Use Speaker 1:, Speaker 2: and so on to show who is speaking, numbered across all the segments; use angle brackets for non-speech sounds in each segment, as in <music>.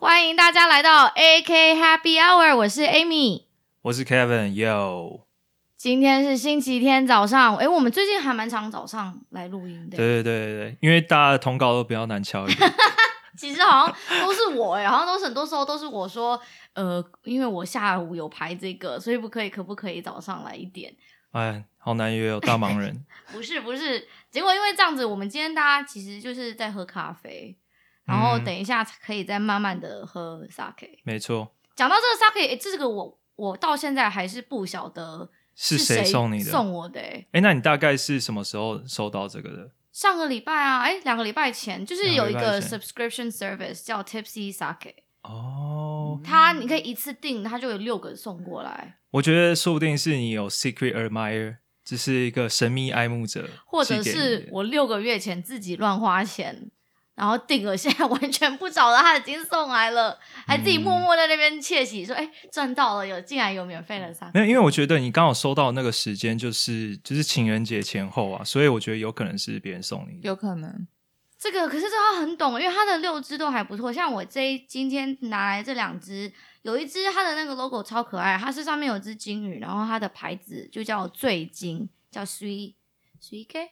Speaker 1: 欢迎大家来到 AK Happy Hour，我是 Amy。
Speaker 2: 我是 Kevin，Yo，
Speaker 1: 今天是星期天早上，诶，我们最近还蛮常早上来录音的。
Speaker 2: 对对对对对，因为大家的通告都比较难敲一 <laughs> 点，
Speaker 1: 其实好像都是我诶， <laughs> 好像都是很多时候都是我说，呃，因为我下午有排这个，所以不可以，可不可以早上来一点？
Speaker 2: 哎，好难约哦，大忙 <laughs> 人。
Speaker 1: 不是不是，结果因为这样子，我们今天大家其实就是在喝咖啡，然后
Speaker 2: 嗯
Speaker 1: 等一下可以再慢慢的喝 sake。
Speaker 2: 没错，
Speaker 1: 讲到这个 sake，诶这个我我到现在还是不晓得
Speaker 2: 是
Speaker 1: 谁
Speaker 2: 谁送你的？
Speaker 1: 送我的、诶
Speaker 2: 哎，那你大概是什么时候收到这个的？
Speaker 1: 上个礼拜啊，哎，两个礼拜前，就是有一
Speaker 2: 两
Speaker 1: 个
Speaker 2: 个礼拜前
Speaker 1: subscription service 叫 Tipsy Sake，
Speaker 2: 哦，
Speaker 1: 它你可以一次订，它就有六个送过来，
Speaker 2: 我觉得说不定是你有 secret admirer，只是一个神秘爱慕者，
Speaker 1: 或者
Speaker 2: 寄给你
Speaker 1: 是
Speaker 2: 的
Speaker 1: 我六个月前自己乱花钱，然后订了，现在完全不找了，它已经送来了，还自己默默在那边窃喜说，哎，赚到了，有竟然有免费的 Sake，
Speaker 2: 没有，因为我觉得你刚好收到那个时间就是就是情人节前后啊，所以我觉得有可能是别人送你的。
Speaker 3: 有可能。
Speaker 1: 这个可是这个它很懂，因为它的六只都还不错，像我这一今天拿来这两只，有一只它的那个 logo 超可爱，它是上面有只金鱼，然后它的牌子就叫醉金，叫 Sui Sui K，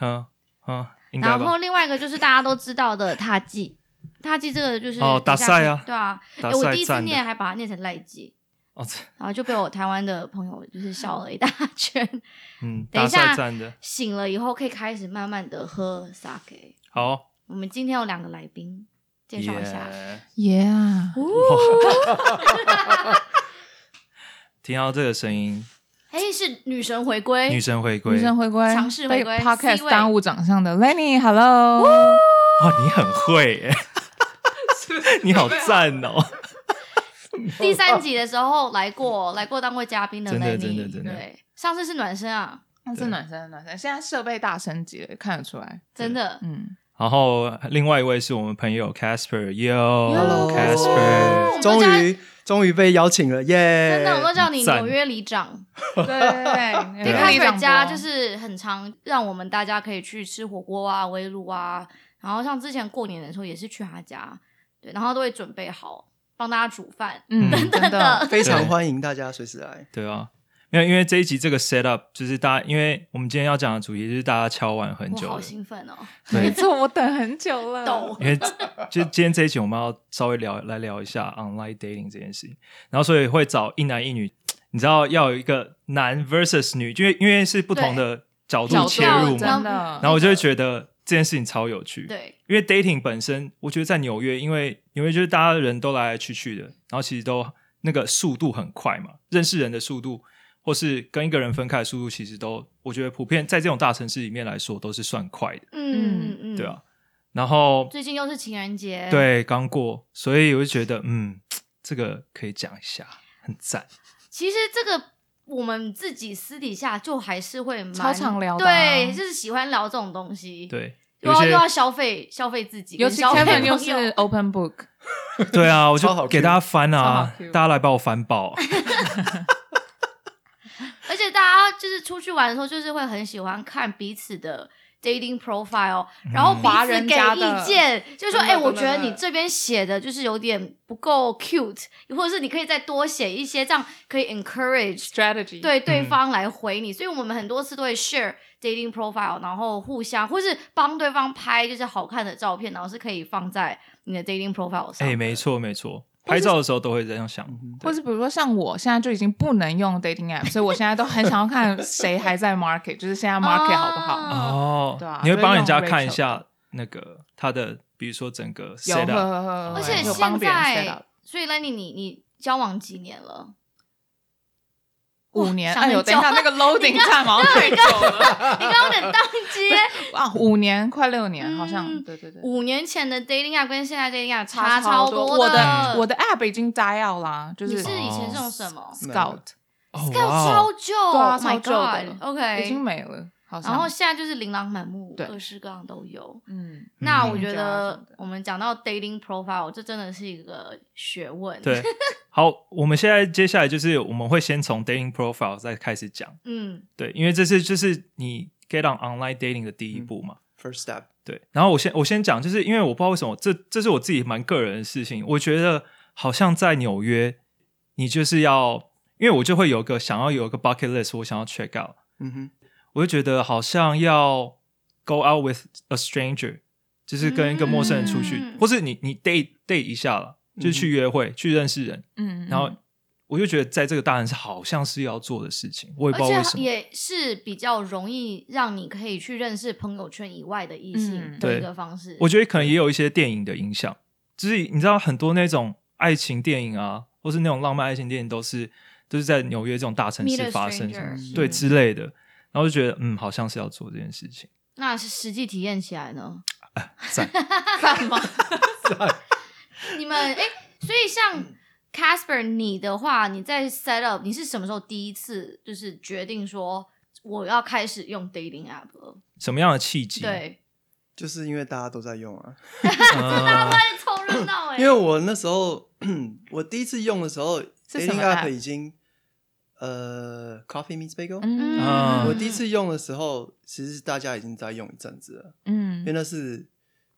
Speaker 2: 嗯嗯，应该
Speaker 1: 然后哎
Speaker 2: 吧？
Speaker 1: 另外一个就是大家都知道的踏记，踏记这个就是
Speaker 2: 哦打赛啊
Speaker 1: 对啊，
Speaker 2: 打
Speaker 1: 诶我
Speaker 2: 赛
Speaker 1: 第一次
Speaker 2: 赞的
Speaker 1: 念还把它念成赖记，
Speaker 2: 哦，这
Speaker 1: 然后就被我台湾的朋友就是笑了一大圈， <laughs>
Speaker 2: 嗯，
Speaker 1: 等一
Speaker 2: 打
Speaker 1: 下
Speaker 2: 赛赞的，
Speaker 1: 醒了以后可以开始慢慢的喝 sake。
Speaker 2: 好，
Speaker 1: 我们今天有两个来宾，介绍一下。
Speaker 2: 耶
Speaker 3: Yeah，
Speaker 2: 听到这个声音，
Speaker 1: 哎、是女神回归，
Speaker 2: 女神回归，
Speaker 3: 女生回归，
Speaker 1: 强势回归 C
Speaker 3: 被 Podcast
Speaker 1: 位
Speaker 3: 耽误长相的 Lenny，Hello，
Speaker 2: 哦，你很会耶，你好赞哦！
Speaker 1: 第三集的时候来过，来过当过嘉宾的
Speaker 2: 真的
Speaker 1: Lenny，
Speaker 2: 真的真的
Speaker 1: 对，上次是暖身啊，
Speaker 3: 那是
Speaker 2: 对
Speaker 3: 暖身暖身，现在设备大升级了，看得出来。
Speaker 1: 真的。 <laughs>
Speaker 3: 嗯，
Speaker 2: 然后另外一位是我们朋友
Speaker 1: Hello，
Speaker 2: 哦 Casper，Yo，Casper，
Speaker 1: Casper
Speaker 4: 终于终于被邀请了，耶！
Speaker 1: 真的，我都叫你
Speaker 2: 哎赞
Speaker 1: 纽约里长。
Speaker 3: 对对
Speaker 2: 啊
Speaker 3: 对啊
Speaker 1: 对
Speaker 3: 对
Speaker 1: c a
Speaker 3: 李
Speaker 1: s
Speaker 3: 长
Speaker 1: 家
Speaker 3: 博
Speaker 1: 就是很常让我们大家可以去吃火锅啊、围炉啊，然后像之前过年的时候也是去他家，对，然后都会准备好帮大家煮饭。 <laughs>
Speaker 3: 嗯，
Speaker 2: 嗯
Speaker 3: 真的，
Speaker 4: 非常欢迎大家随时来。
Speaker 2: 对啊，没有，因为这一集这个 set up 就是大家，因为我们今天要讲的主题就是大家敲完很
Speaker 1: 我
Speaker 2: 久
Speaker 1: 好
Speaker 2: 了，
Speaker 1: 兴奋哦，
Speaker 3: 没
Speaker 2: 对，
Speaker 3: 错，我等很久了。
Speaker 1: 抖。
Speaker 2: 因为就今天这一集我们要稍微聊来聊一下 online dating 这件事情，然后所以会找一男一女，你知道要有一个男 versus 女，因为因为是不同的角
Speaker 3: 角
Speaker 2: 度
Speaker 3: 度
Speaker 2: 切入
Speaker 3: 真
Speaker 2: 嘛，
Speaker 3: 的
Speaker 2: 然后我就会觉得这件事情超有趣，
Speaker 1: 对，
Speaker 2: 因为 dating 本身，我觉得在纽约，因为纽约就是大家人都来来去去的，然后其实都那个速度很快嘛，认识人的速度，或是跟一个人分开的速度，其实都我觉得普遍在这种大城市里面来说都是算快的，
Speaker 1: 嗯嗯嗯，
Speaker 2: 对啊。然后
Speaker 1: 最近又是情人节，，
Speaker 2: 对刚过，所以我就觉得嗯，这个可以讲一下，很赞。
Speaker 1: 其实这个我们自己私底下就还是会蛮
Speaker 3: 超常聊的啊
Speaker 1: 对，就是喜欢聊这种东西，，
Speaker 2: 对，
Speaker 1: 又
Speaker 2: 有
Speaker 1: 要
Speaker 2: 些
Speaker 1: 又要消费消费自己，
Speaker 3: 尤其
Speaker 1: 跟消费
Speaker 3: Kevin
Speaker 1: 朋
Speaker 3: 又
Speaker 1: 友
Speaker 3: 是哦 Open Book，
Speaker 2: 对啊，我
Speaker 4: 超好
Speaker 2: 就
Speaker 4: Q
Speaker 2: 给大家翻
Speaker 3: 超
Speaker 2: 啊
Speaker 3: 好 Q，
Speaker 2: 大家来帮我翻爆。
Speaker 1: 而且大家就是出去玩的时候，就是会很喜欢看彼此的 dating profile，然后彼
Speaker 3: 嗯华
Speaker 1: 此
Speaker 3: 人
Speaker 1: 给
Speaker 3: 家
Speaker 1: 意
Speaker 3: 的
Speaker 1: 见，就是说，
Speaker 3: 真
Speaker 1: 哎、
Speaker 3: 的
Speaker 1: 我
Speaker 3: 真
Speaker 1: 觉
Speaker 3: 的
Speaker 1: 得
Speaker 3: 真的
Speaker 1: 你这边写的就是有点不够 cute，或者是你可以再多写一些，这样可以 encourage
Speaker 3: strategy，
Speaker 1: 对对
Speaker 2: 嗯
Speaker 1: 方来回你。所以我们很多次都会 share dating profile，然后互相或是帮对方拍就是好看的照片，然后是可以放在你的 dating profile 上。
Speaker 2: 哎，没错没错，拍照的时候都会这样
Speaker 4: 嗯
Speaker 2: 想。
Speaker 3: 或是比如说像我现在就已经不能用 dating app，所以我现在都很想要
Speaker 1: <laughs>
Speaker 3: 看谁还在 market，就是现在 market 好不好？
Speaker 1: 啊
Speaker 2: 哦，
Speaker 3: 对啊
Speaker 2: 你会帮人家
Speaker 3: 所以用 Rachel
Speaker 2: 看一下那个他的，比如说整个
Speaker 3: 有，
Speaker 2: set
Speaker 3: 呵
Speaker 2: up，
Speaker 3: 呵呵，
Speaker 1: 而且
Speaker 3: 有
Speaker 1: 现
Speaker 3: 帮别人 set
Speaker 1: 在
Speaker 3: up，
Speaker 1: 所以 Lenny，你你交往几年了？
Speaker 3: <laughs> 五年，
Speaker 1: 想
Speaker 3: 哎呦，
Speaker 1: 很久
Speaker 3: 等一下
Speaker 1: <laughs>
Speaker 3: 那个 loading time 好像哦太久了
Speaker 1: 你刚刚有点宕机耶。 <laughs>
Speaker 3: 啊，五年快六年，好像
Speaker 1: 嗯
Speaker 3: 对对对，
Speaker 1: 五年前的 dating app 跟现在 dating app
Speaker 3: 差
Speaker 1: 超
Speaker 3: 多。
Speaker 1: 的。
Speaker 3: 我的我的 app 已经 die out 啦，就
Speaker 1: 你
Speaker 3: 是
Speaker 1: 是以前是用什么
Speaker 3: Scout
Speaker 2: 哦
Speaker 1: ？Scout
Speaker 2: 哇哦，
Speaker 1: 超旧
Speaker 3: 对啊
Speaker 1: ，Oh my
Speaker 3: 超旧的
Speaker 1: God。OK，
Speaker 3: 已经没了，好像。
Speaker 1: 然后现在就是琳琅满目，
Speaker 3: 对
Speaker 1: 各式各样都有。
Speaker 3: 嗯，
Speaker 1: 那
Speaker 2: 嗯
Speaker 1: 我觉
Speaker 3: 家什
Speaker 1: 得
Speaker 3: 么的
Speaker 1: 我们讲到 dating profile，这真的是一个学问。
Speaker 2: 对，好，我们现在接下来就是我们会先从 dating profile 再开始讲，
Speaker 1: 嗯，
Speaker 3: 嗯
Speaker 2: 对，因为这是就是你 get on online dating 的第一步嘛，
Speaker 4: First step，
Speaker 2: 对，然后我先我先讲，就是因为我不知道为什么，这这是我自己蛮个人的事情。我觉得好像在纽约，你就是要，因为我就会有一个想要有一个 bucket list，我想要 check out，
Speaker 4: 嗯哼，
Speaker 2: 我就觉得好像要 go out with a stranger，就是跟一个陌生人出去，
Speaker 1: 嗯
Speaker 2: 或是你你 date date 一下了，就是
Speaker 4: 嗯
Speaker 2: 去约会、去认识人。
Speaker 3: 嗯，
Speaker 2: 然后我就觉得在这个大城市好像是要做的事情，我也不知道为
Speaker 1: 而
Speaker 2: 什
Speaker 1: 且
Speaker 2: 么。
Speaker 1: 也是比较容易让你可以去认识朋友圈以外的异性的
Speaker 3: 嗯
Speaker 1: 一
Speaker 2: 对
Speaker 1: 个方式。
Speaker 2: 我觉得可能也有一些电影的影响，就是你知道很多那种爱情电影啊，或是那种浪漫爱情电影，都是都是在纽约这种大城
Speaker 1: Meet
Speaker 2: 市
Speaker 1: a
Speaker 2: 发生
Speaker 1: stranger 嗯
Speaker 2: 什么
Speaker 3: 是
Speaker 2: 对之类的，然后就觉得嗯，好像是要做这件事情，
Speaker 1: 那是实际体验起来
Speaker 2: <laughs>
Speaker 1: 呢？
Speaker 2: 哎
Speaker 1: <laughs>
Speaker 2: 赞。
Speaker 3: 干
Speaker 2: <laughs>
Speaker 3: 嘛？
Speaker 1: 你们哎、所以像 Casper 你的话，你在 set up 你是什么时候第一次就是决定说我要开始用 dating app 了？
Speaker 2: 什么样的契机？
Speaker 1: 对，
Speaker 4: 就是因为大家都在用啊。
Speaker 3: 嗯
Speaker 2: 呃，
Speaker 1: 太凑热闹哎、
Speaker 4: 因为我那时候 <clears throat> 我第一次用的时候
Speaker 3: 是什
Speaker 4: ，dating
Speaker 3: 么
Speaker 4: app
Speaker 3: app？
Speaker 4: 已经呃，Coffee Meets Bagel。
Speaker 3: 嗯
Speaker 2: 啊
Speaker 4: 我第一次用的时候，其实大家已经在用一阵子了，因为
Speaker 3: 嗯，
Speaker 4: 那是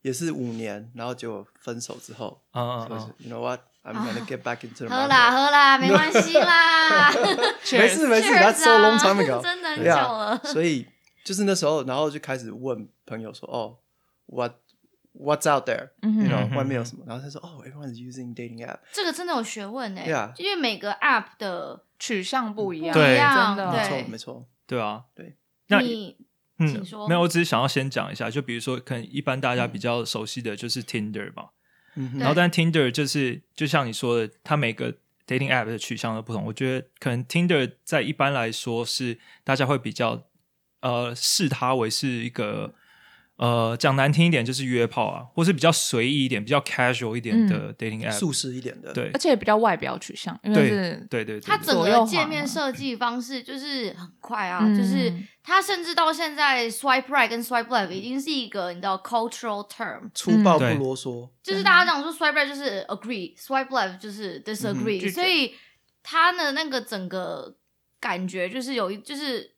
Speaker 4: 也是五年，然后结果分手之后，
Speaker 2: 嗯
Speaker 4: 就
Speaker 2: 嗯
Speaker 4: 是
Speaker 2: 嗯，
Speaker 4: You know what? I'm gonna get back into the
Speaker 1: 喝啦
Speaker 4: market.
Speaker 1: 喝啦，没关系啦，
Speaker 4: <laughs> 没事没事
Speaker 1: Cheers
Speaker 4: ，That's so long time
Speaker 1: 啊
Speaker 4: ago.
Speaker 1: 真的很久
Speaker 4: Yeah
Speaker 1: 了。 <laughs>
Speaker 4: 所以就是那时候，然后就开始问朋友说：“哦，what what's out there？”
Speaker 3: 嗯
Speaker 4: you
Speaker 2: 嗯
Speaker 4: know，
Speaker 2: 哼
Speaker 4: 外面有什么？然后他说：“哦，everyone's using dating app。
Speaker 1: 这个真的有学问哎、
Speaker 4: Yeah
Speaker 1: 因为每个 app 的
Speaker 3: 取向不一样，
Speaker 2: 对
Speaker 3: 真
Speaker 1: 对
Speaker 4: 没
Speaker 3: 的，
Speaker 4: 错，没错。
Speaker 2: 对啊，
Speaker 4: 对。
Speaker 2: 那
Speaker 1: 你请
Speaker 2: 嗯
Speaker 1: 说，嗯
Speaker 2: 没有，我只是想要先讲一下，就比如说，可能一般大家比较熟悉的就是 Tinder 吧，
Speaker 4: 嗯
Speaker 1: 对
Speaker 2: 然
Speaker 4: 哼，
Speaker 2: 后但 Tinder 就是就像你说的，它每个 dating app 的取向都不同。我觉得可能 Tinder 在一般来说是大家会比较呃视它为是一个呃讲难听一点就是约炮啊，或是比较随意一点、比较 casual 一点
Speaker 1: 嗯
Speaker 2: 的 dating app、
Speaker 4: 素食一点的，，
Speaker 1: 呃
Speaker 2: 对
Speaker 3: 而且比较外表取向，因为
Speaker 2: 对
Speaker 3: 是
Speaker 2: 对对对，
Speaker 1: 它整
Speaker 3: 左右
Speaker 1: 个
Speaker 3: 滑
Speaker 1: 界
Speaker 3: 嘛
Speaker 1: 面设计方式就是很快啊，
Speaker 3: 嗯
Speaker 1: 就是它甚至到现在 swipe right 跟 swipe left 已经是一个你知道 cultural term，
Speaker 4: 粗暴不
Speaker 2: 对
Speaker 4: 啰嗦。
Speaker 1: 就是大家讲说 swipe right 就是 agree，swipe left 就是 disagree，、
Speaker 3: 拒绝
Speaker 1: 所以它的那个整个感觉就是有一就是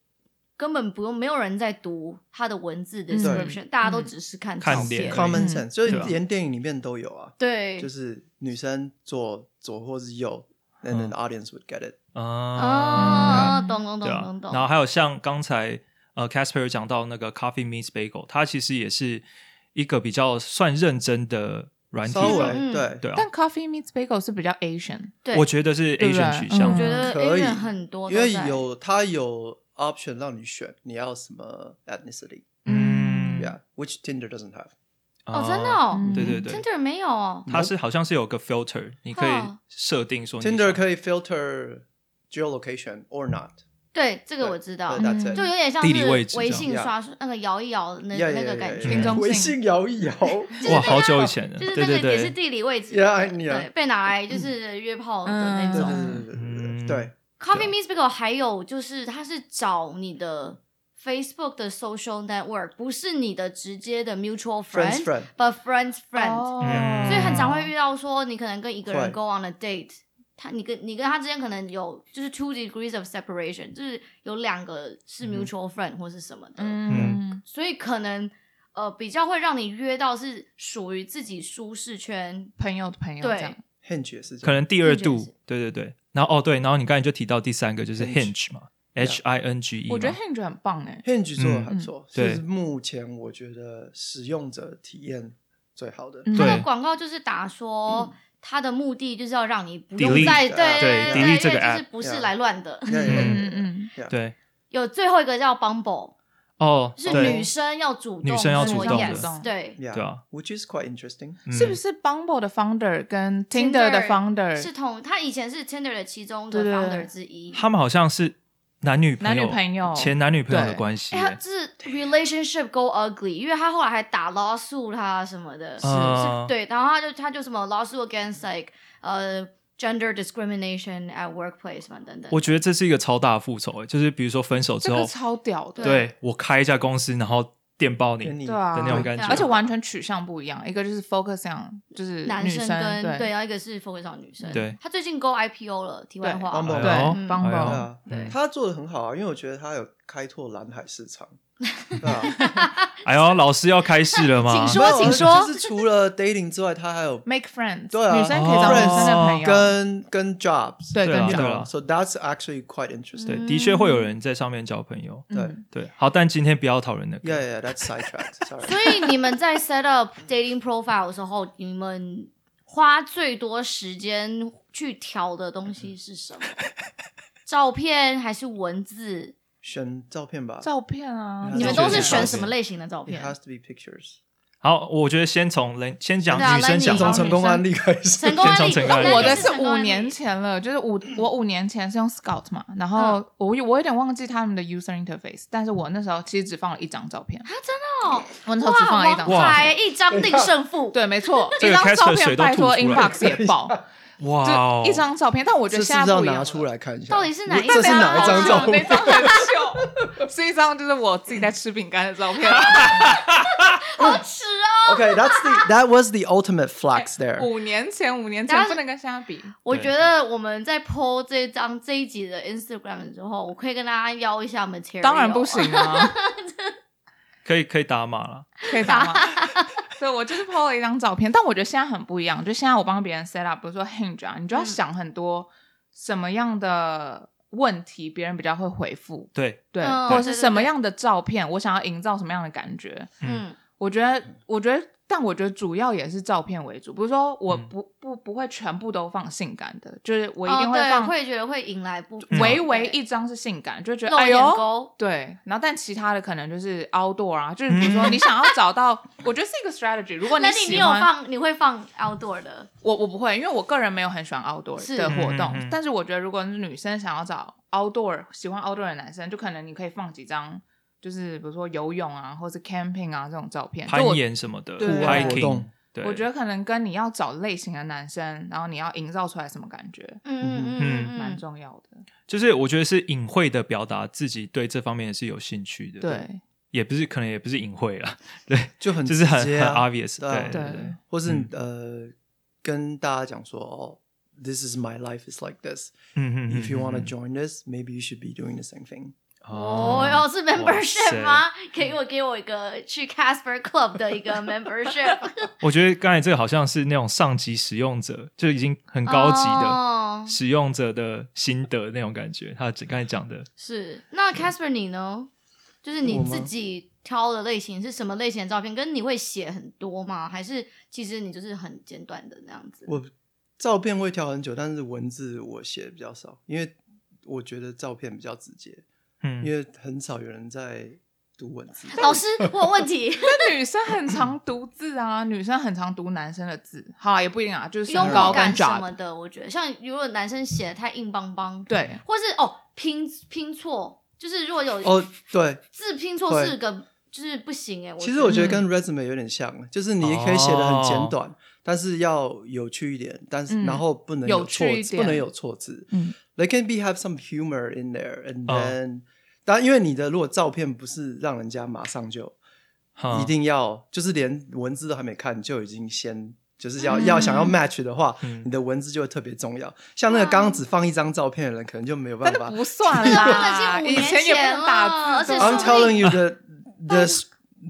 Speaker 1: 根本不用没有人在读它的文字的
Speaker 3: 嗯
Speaker 1: description，、大家都
Speaker 3: 嗯
Speaker 1: 只是看
Speaker 2: 看
Speaker 1: 照
Speaker 2: 脸
Speaker 1: 片，
Speaker 2: 而已
Speaker 4: Common
Speaker 3: 嗯
Speaker 4: sense，就是
Speaker 2: 对啊
Speaker 4: 连电影里面都有啊，
Speaker 1: 对，
Speaker 4: 就是女生左左或是右，and
Speaker 2: 嗯
Speaker 4: then the audience would get it。
Speaker 2: 啊，
Speaker 1: 哦，懂懂懂
Speaker 2: 对啊
Speaker 1: 懂。懂。
Speaker 2: 然后还有像刚才呃 Casper 有讲到那个 Coffee Meets Bagel，它其实也是一个比较算认真的软体
Speaker 4: 稍
Speaker 2: 吧，
Speaker 4: 微对，
Speaker 2: 对啊。
Speaker 3: 但 Coffee Meets Bagel 是比较 Asian，
Speaker 1: 嗯对，
Speaker 2: 我觉得是
Speaker 3: 对不对
Speaker 2: Asian 取向，啊
Speaker 1: 我
Speaker 3: 嗯
Speaker 1: 觉得
Speaker 4: 可以
Speaker 1: Asian 很多都
Speaker 4: 因
Speaker 1: 在，
Speaker 4: 为有它有 option 让你选你要什么 ethnicity，yeah，which
Speaker 2: 嗯，
Speaker 4: Tinder doesn't have。
Speaker 1: 哦，真的哦，
Speaker 3: 嗯
Speaker 2: 啊对对对
Speaker 1: Tinder 没有哦，
Speaker 2: 它是好像是有个 filter，你可以
Speaker 1: 哦
Speaker 2: 设定说你
Speaker 4: Tinder
Speaker 2: 想
Speaker 4: 可以 filter geolocation or not。
Speaker 1: 对，这个
Speaker 4: 对
Speaker 1: 我知道
Speaker 4: 对，，that's
Speaker 3: 嗯
Speaker 4: it。
Speaker 1: 就有点像
Speaker 2: 地理
Speaker 1: 是
Speaker 2: 位置
Speaker 1: 微
Speaker 2: 这样
Speaker 1: 信刷那个摇一摇的那
Speaker 4: Yeah, yeah,
Speaker 1: 那个
Speaker 4: yeah,
Speaker 1: 感
Speaker 4: yeah,
Speaker 1: 觉，
Speaker 3: 听众性
Speaker 4: yeah. 微信摇一摇，
Speaker 2: 哇，好久以前了，
Speaker 1: 就是
Speaker 2: 对
Speaker 1: 那
Speaker 2: 对
Speaker 1: 个也是
Speaker 2: 对，
Speaker 1: 地理位置的，
Speaker 4: Yeah, yeah.
Speaker 1: 对，被拿来就是约炮的
Speaker 2: 嗯
Speaker 1: 那
Speaker 4: 对对
Speaker 1: 种。
Speaker 4: 对对对对对，
Speaker 1: Coffee Meets Bagel 还有就是它是找你的 Facebook 的 social network，不是你的直接的 mutual
Speaker 4: friends friend
Speaker 1: friend，but friends friend。
Speaker 3: 哦
Speaker 1: 所以很常会遇到说，你可能跟一个人
Speaker 4: 会
Speaker 1: go on a date，他你跟你跟他之间可能有就是 two degrees of separation，就是有两个
Speaker 4: 嗯
Speaker 1: 是 mutual friend 或是什么的，
Speaker 3: 嗯
Speaker 1: 所以可能呃比较会让你约到是属于自己舒适圈，
Speaker 3: 朋友的朋友
Speaker 1: 对
Speaker 3: 这样，
Speaker 4: hinge 也是这
Speaker 2: 可
Speaker 4: 样，
Speaker 2: 能第二
Speaker 1: Hinge
Speaker 2: 度，对对对。然后哦对，然后你刚才就提到第三个就是
Speaker 4: Hinge
Speaker 2: hinge 嘛，H
Speaker 1: 啊
Speaker 2: I N G E，
Speaker 3: 我觉得
Speaker 2: 嘛
Speaker 3: Hinge 很棒哎，
Speaker 4: hinge 做的还不错，
Speaker 2: 嗯
Speaker 4: 是
Speaker 2: 对
Speaker 4: 目前我觉得使用者体验最好的。
Speaker 3: 嗯
Speaker 1: 它的
Speaker 2: 对
Speaker 1: 广告就是打说。它的目的就是要让你不用
Speaker 2: Delete 呃
Speaker 1: 再
Speaker 4: 对
Speaker 1: 对
Speaker 2: 对
Speaker 1: 对，因
Speaker 2: delete
Speaker 1: 为
Speaker 2: 这个
Speaker 1: 就是
Speaker 2: app
Speaker 1: 不是
Speaker 4: Yeah
Speaker 1: 来乱的。
Speaker 4: Yeah, yeah,
Speaker 3: 嗯
Speaker 4: yeah,
Speaker 3: 嗯嗯，
Speaker 4: yeah, yeah.
Speaker 2: 对
Speaker 1: 有最后一个叫 Bumble，
Speaker 2: 哦，
Speaker 1: 是
Speaker 2: 对
Speaker 1: 女生要主动
Speaker 2: 女生要
Speaker 1: 说
Speaker 2: 主动的
Speaker 1: yes，对，
Speaker 4: Yeah,
Speaker 2: 对啊
Speaker 4: which is quite interesting.
Speaker 2: 嗯
Speaker 3: 是不是 Bumble 的 founder 跟
Speaker 1: Tinder
Speaker 3: Tinder 的 founder
Speaker 1: 是同他以前是 Tinder 的其中一个
Speaker 3: 对对
Speaker 1: founder
Speaker 3: 对
Speaker 1: 之一。
Speaker 2: 他们好像是男女朋友
Speaker 3: 男女朋友
Speaker 2: 前男女朋友的
Speaker 3: 对
Speaker 2: 关系
Speaker 1: 哎、
Speaker 2: 耶，
Speaker 1: 他就是 relationship go ugly，因为他后来还打 lawsuit 他什么的，
Speaker 2: 啊
Speaker 1: 是对，然后他就他就什么 lawsuit against like 呃 gender discrimination at workplace 嘛等等。
Speaker 2: 我觉得这是一个超大的复仇耶，就是比如说分手之
Speaker 3: 这个
Speaker 2: 后，
Speaker 3: 超屌的，
Speaker 2: 对我开一家公司，然后电报你
Speaker 4: 跟你
Speaker 3: 对啊
Speaker 2: 的那种感觉
Speaker 1: 对啊
Speaker 3: 而且完全取向不一样，一个就是 focus on 就是
Speaker 1: 男
Speaker 3: 女
Speaker 1: 生跟
Speaker 3: 对
Speaker 1: 对，然啊后一个是 focus 上女生。
Speaker 2: 对
Speaker 1: 他最近 go IPO 了，题外话。
Speaker 4: Bumble
Speaker 2: 哎呦
Speaker 3: 对
Speaker 1: 嗯
Speaker 3: Bumble
Speaker 2: 哎
Speaker 4: 对
Speaker 2: 呦
Speaker 4: 啊，他做的很好啊，因为我觉得他有开拓蓝海市场。对啊
Speaker 2: 哎呦，老师要开始了吗？
Speaker 3: <laughs> 请说
Speaker 4: 没有
Speaker 3: 请说
Speaker 4: 就是除了 dating 之外，他还有
Speaker 3: make friends，
Speaker 4: 对啊
Speaker 3: 女生可以找女生的
Speaker 2: 哦
Speaker 3: 朋友，
Speaker 4: 跟跟 jobs，
Speaker 3: 对
Speaker 2: 对啊
Speaker 3: 跟
Speaker 2: 对
Speaker 4: you
Speaker 3: 找
Speaker 4: know，
Speaker 2: 啊
Speaker 4: so that's actually quite interesting.
Speaker 2: 对，的确会有人在上面交朋友。
Speaker 4: 对
Speaker 3: 嗯
Speaker 2: 对，好，但今天不要讨论那个。
Speaker 4: Yeah, yeah, that's sidetracked. Sorry.
Speaker 1: 所以你们在 set up dating profile 的时候，你们花最多时间去调的东西是什么？照片还是文字？
Speaker 4: 选照片吧。
Speaker 3: 照片啊，
Speaker 4: 嗯
Speaker 1: 你们都是
Speaker 2: 照片
Speaker 1: 选什么类型的照
Speaker 4: It
Speaker 1: 片？
Speaker 4: has to be pictures.
Speaker 2: 好，我觉得先从人先讲
Speaker 1: 对啊
Speaker 2: 女生讲
Speaker 1: 来你
Speaker 2: 好
Speaker 4: 从
Speaker 2: 了，
Speaker 4: 成功案例开始。
Speaker 1: 成功案例，
Speaker 2: 先从成功案例
Speaker 1: 哦
Speaker 3: 我的
Speaker 1: 那你
Speaker 3: 是
Speaker 1: 成功
Speaker 3: 五
Speaker 1: 案例
Speaker 3: 年前了，就
Speaker 1: <clears throat>
Speaker 3: 是五我五年前是用 Scout 嘛，然后
Speaker 1: 嗯
Speaker 3: 我有我有点忘记他们的 user interface，但是我那时候其实只放了一张照片，
Speaker 1: 啊，真的哦，
Speaker 3: 我那时候只放了一
Speaker 1: 哇，王
Speaker 3: 张照片，
Speaker 1: 牌一张定胜负，
Speaker 3: 对，没错，
Speaker 2: 这
Speaker 3: 一
Speaker 2: 个
Speaker 3: 张
Speaker 2: Casper
Speaker 3: 照
Speaker 2: 水
Speaker 3: 片
Speaker 2: 都
Speaker 3: 拜
Speaker 2: 吐出
Speaker 3: 托
Speaker 2: 来了
Speaker 3: inbox 也爆，
Speaker 2: 哇哦，
Speaker 3: 就一张照片，但我觉
Speaker 4: 这
Speaker 3: 得
Speaker 4: 是
Speaker 3: 现在
Speaker 4: 不是要
Speaker 3: 不一样
Speaker 4: 拿
Speaker 3: 了
Speaker 4: 出来看一下？
Speaker 1: 到底是哪一
Speaker 4: 这是
Speaker 1: 张
Speaker 4: 哪一张照
Speaker 3: 那
Speaker 4: 片？
Speaker 3: 张很秀，是一张就是我自己在吃饼干的照
Speaker 4: <laughs>
Speaker 3: 片，
Speaker 1: 好耻哦！
Speaker 4: <laughs> Okay, that's the that was the ultimate flex there.
Speaker 3: 五年前五年
Speaker 1: 大
Speaker 3: 前
Speaker 1: 家
Speaker 3: 不能跟现在比，
Speaker 1: 我
Speaker 2: 对
Speaker 1: 觉得我们在 PO 这张这一集的 Instagram 之后，我可以跟大家邀一下 material。
Speaker 3: 当然不，行啊，
Speaker 2: 可以可以打码了。
Speaker 3: 可以打吗？对，我就是 PO 了一张照片，但我觉得现在很不一样。就现在我帮别人 set up，比如说 Hinge 啊，你就要
Speaker 1: 嗯
Speaker 3: 想很多什么样的问题别人比较会回复，
Speaker 2: 对，
Speaker 3: 对，
Speaker 1: 嗯
Speaker 3: 或
Speaker 1: 对
Speaker 3: 者是
Speaker 1: 对
Speaker 3: 什么
Speaker 1: 对
Speaker 3: 样的照片，我想要营造什么样的感觉。
Speaker 1: 嗯，
Speaker 3: 我觉得，我觉得，但我觉得主要也是照片为主。比如说，我
Speaker 2: 嗯
Speaker 3: 不、不不会全部都放性感的，就是我一
Speaker 1: 哦
Speaker 3: 定会
Speaker 1: 对
Speaker 3: 放
Speaker 1: 会觉得会引来不
Speaker 2: 嗯
Speaker 3: 微微一张是性感，就觉得
Speaker 1: 露
Speaker 3: 哎
Speaker 1: 眼
Speaker 3: 呦，
Speaker 1: 沟，
Speaker 3: 对，然后但其他的可能就是 outdoor 啊，就是比如
Speaker 2: 嗯
Speaker 3: 说你想要找到，我觉得是一个 strategy。如果
Speaker 1: 那你你
Speaker 3: 喜
Speaker 1: 有
Speaker 3: 欢，
Speaker 1: 放你会放 outdoor 的，
Speaker 3: 我我不会，因为我个人没有很喜欢 outdoor
Speaker 1: 是
Speaker 3: 的活动。
Speaker 2: 嗯嗯嗯
Speaker 3: 但是我觉得，如果是女生想要找 outdoor 喜欢 outdoor 的男生，就可能你可以放几张，就是比如说游泳啊，或是 camping 啊这种照片。就
Speaker 2: 攀
Speaker 3: 我
Speaker 2: 岩什么的
Speaker 3: 对
Speaker 4: 户外活
Speaker 2: ，hiking，
Speaker 4: 动
Speaker 2: 对，
Speaker 3: 我觉得可能跟你要找类型的男生，然后你要营造出来什么感觉，
Speaker 1: 嗯嗯嗯嗯
Speaker 3: 蛮
Speaker 1: 嗯，
Speaker 3: 重要的。
Speaker 2: 就是我觉得是隐晦的表达自己对这方面是有兴趣的，，
Speaker 3: 对
Speaker 2: 也不是可能也不是隐晦啦，对，
Speaker 4: 就很
Speaker 2: 就是很 <laughs>
Speaker 4: 直
Speaker 2: 很
Speaker 4: 接啊
Speaker 2: obvious，
Speaker 4: 对啊
Speaker 2: 对嗯对
Speaker 3: 对
Speaker 4: 或是呃，跟大家讲说，哦，this oh, is my life is like this.
Speaker 2: 嗯嗯嗯
Speaker 4: If you want to
Speaker 2: 嗯
Speaker 4: join this, maybe you should be doing the same thing.
Speaker 1: 哦哟，是 membership
Speaker 2: 哇
Speaker 1: 吗？给我给我一个去 Casper Club 的一个 membership， <laughs>
Speaker 2: 我觉得刚才这个好像是那种上级使用者，就已经很高级的
Speaker 1: 哦
Speaker 2: 使用者的心得那种感觉。他刚才讲的，
Speaker 1: 是，那 Casper 你呢？就是
Speaker 4: 我
Speaker 1: 你
Speaker 4: 吗
Speaker 1: 自己挑的类型是什么类型的照片？跟你会写很多吗？还是其实你就是很简短的那样子？
Speaker 4: 我照片会挑很久，但是文字我写比较少，因为我觉得照片比较直接，因
Speaker 2: 嗯，
Speaker 4: 为很少有人在读文字。
Speaker 1: 老师，我有问题，
Speaker 3: 但女生很常读字啊，女生很常读男生的字。好啊，也不一定啊，就是身
Speaker 1: 幽
Speaker 3: 高
Speaker 1: 默
Speaker 3: 跟
Speaker 1: 感什
Speaker 3: job
Speaker 1: 么的，我觉得像如果男生写的太硬邦邦，
Speaker 3: 对，
Speaker 1: 或是哦拼拼错，就是如果有
Speaker 4: 哦，对，
Speaker 1: 字拼错是个就是不行哎。
Speaker 4: 其实我觉得
Speaker 2: 嗯
Speaker 1: 得
Speaker 4: 跟 resume 有点像，就是你可以写的很
Speaker 2: 哦
Speaker 4: 简短，但是要有趣一点，但是、
Speaker 3: 嗯
Speaker 4: 然后不能
Speaker 3: 有
Speaker 4: 错
Speaker 3: 趣一
Speaker 4: 字，
Speaker 3: 点
Speaker 4: 不能有错字。
Speaker 3: 嗯
Speaker 4: ，they can be have some humor in there and
Speaker 2: 哦
Speaker 4: then，、当然因为你的如果照片不是让人家马上就
Speaker 2: 哈
Speaker 4: 一定要，就是连文字都还没看就已经先。就是要、
Speaker 3: 嗯
Speaker 4: 要想要 match 的话，
Speaker 2: 嗯
Speaker 4: 你的文字就会特别重要。像那个刚刚只放一张照片的人，可能就没有办
Speaker 3: 啊但是
Speaker 4: 法。
Speaker 3: 不算啦，
Speaker 1: 这个已
Speaker 3: 以
Speaker 1: 经五年前了
Speaker 3: 前也不能打字的，
Speaker 1: 而
Speaker 4: I'm
Speaker 1: 且说
Speaker 4: telling
Speaker 3: <laughs>
Speaker 4: you the
Speaker 3: 嗯
Speaker 4: the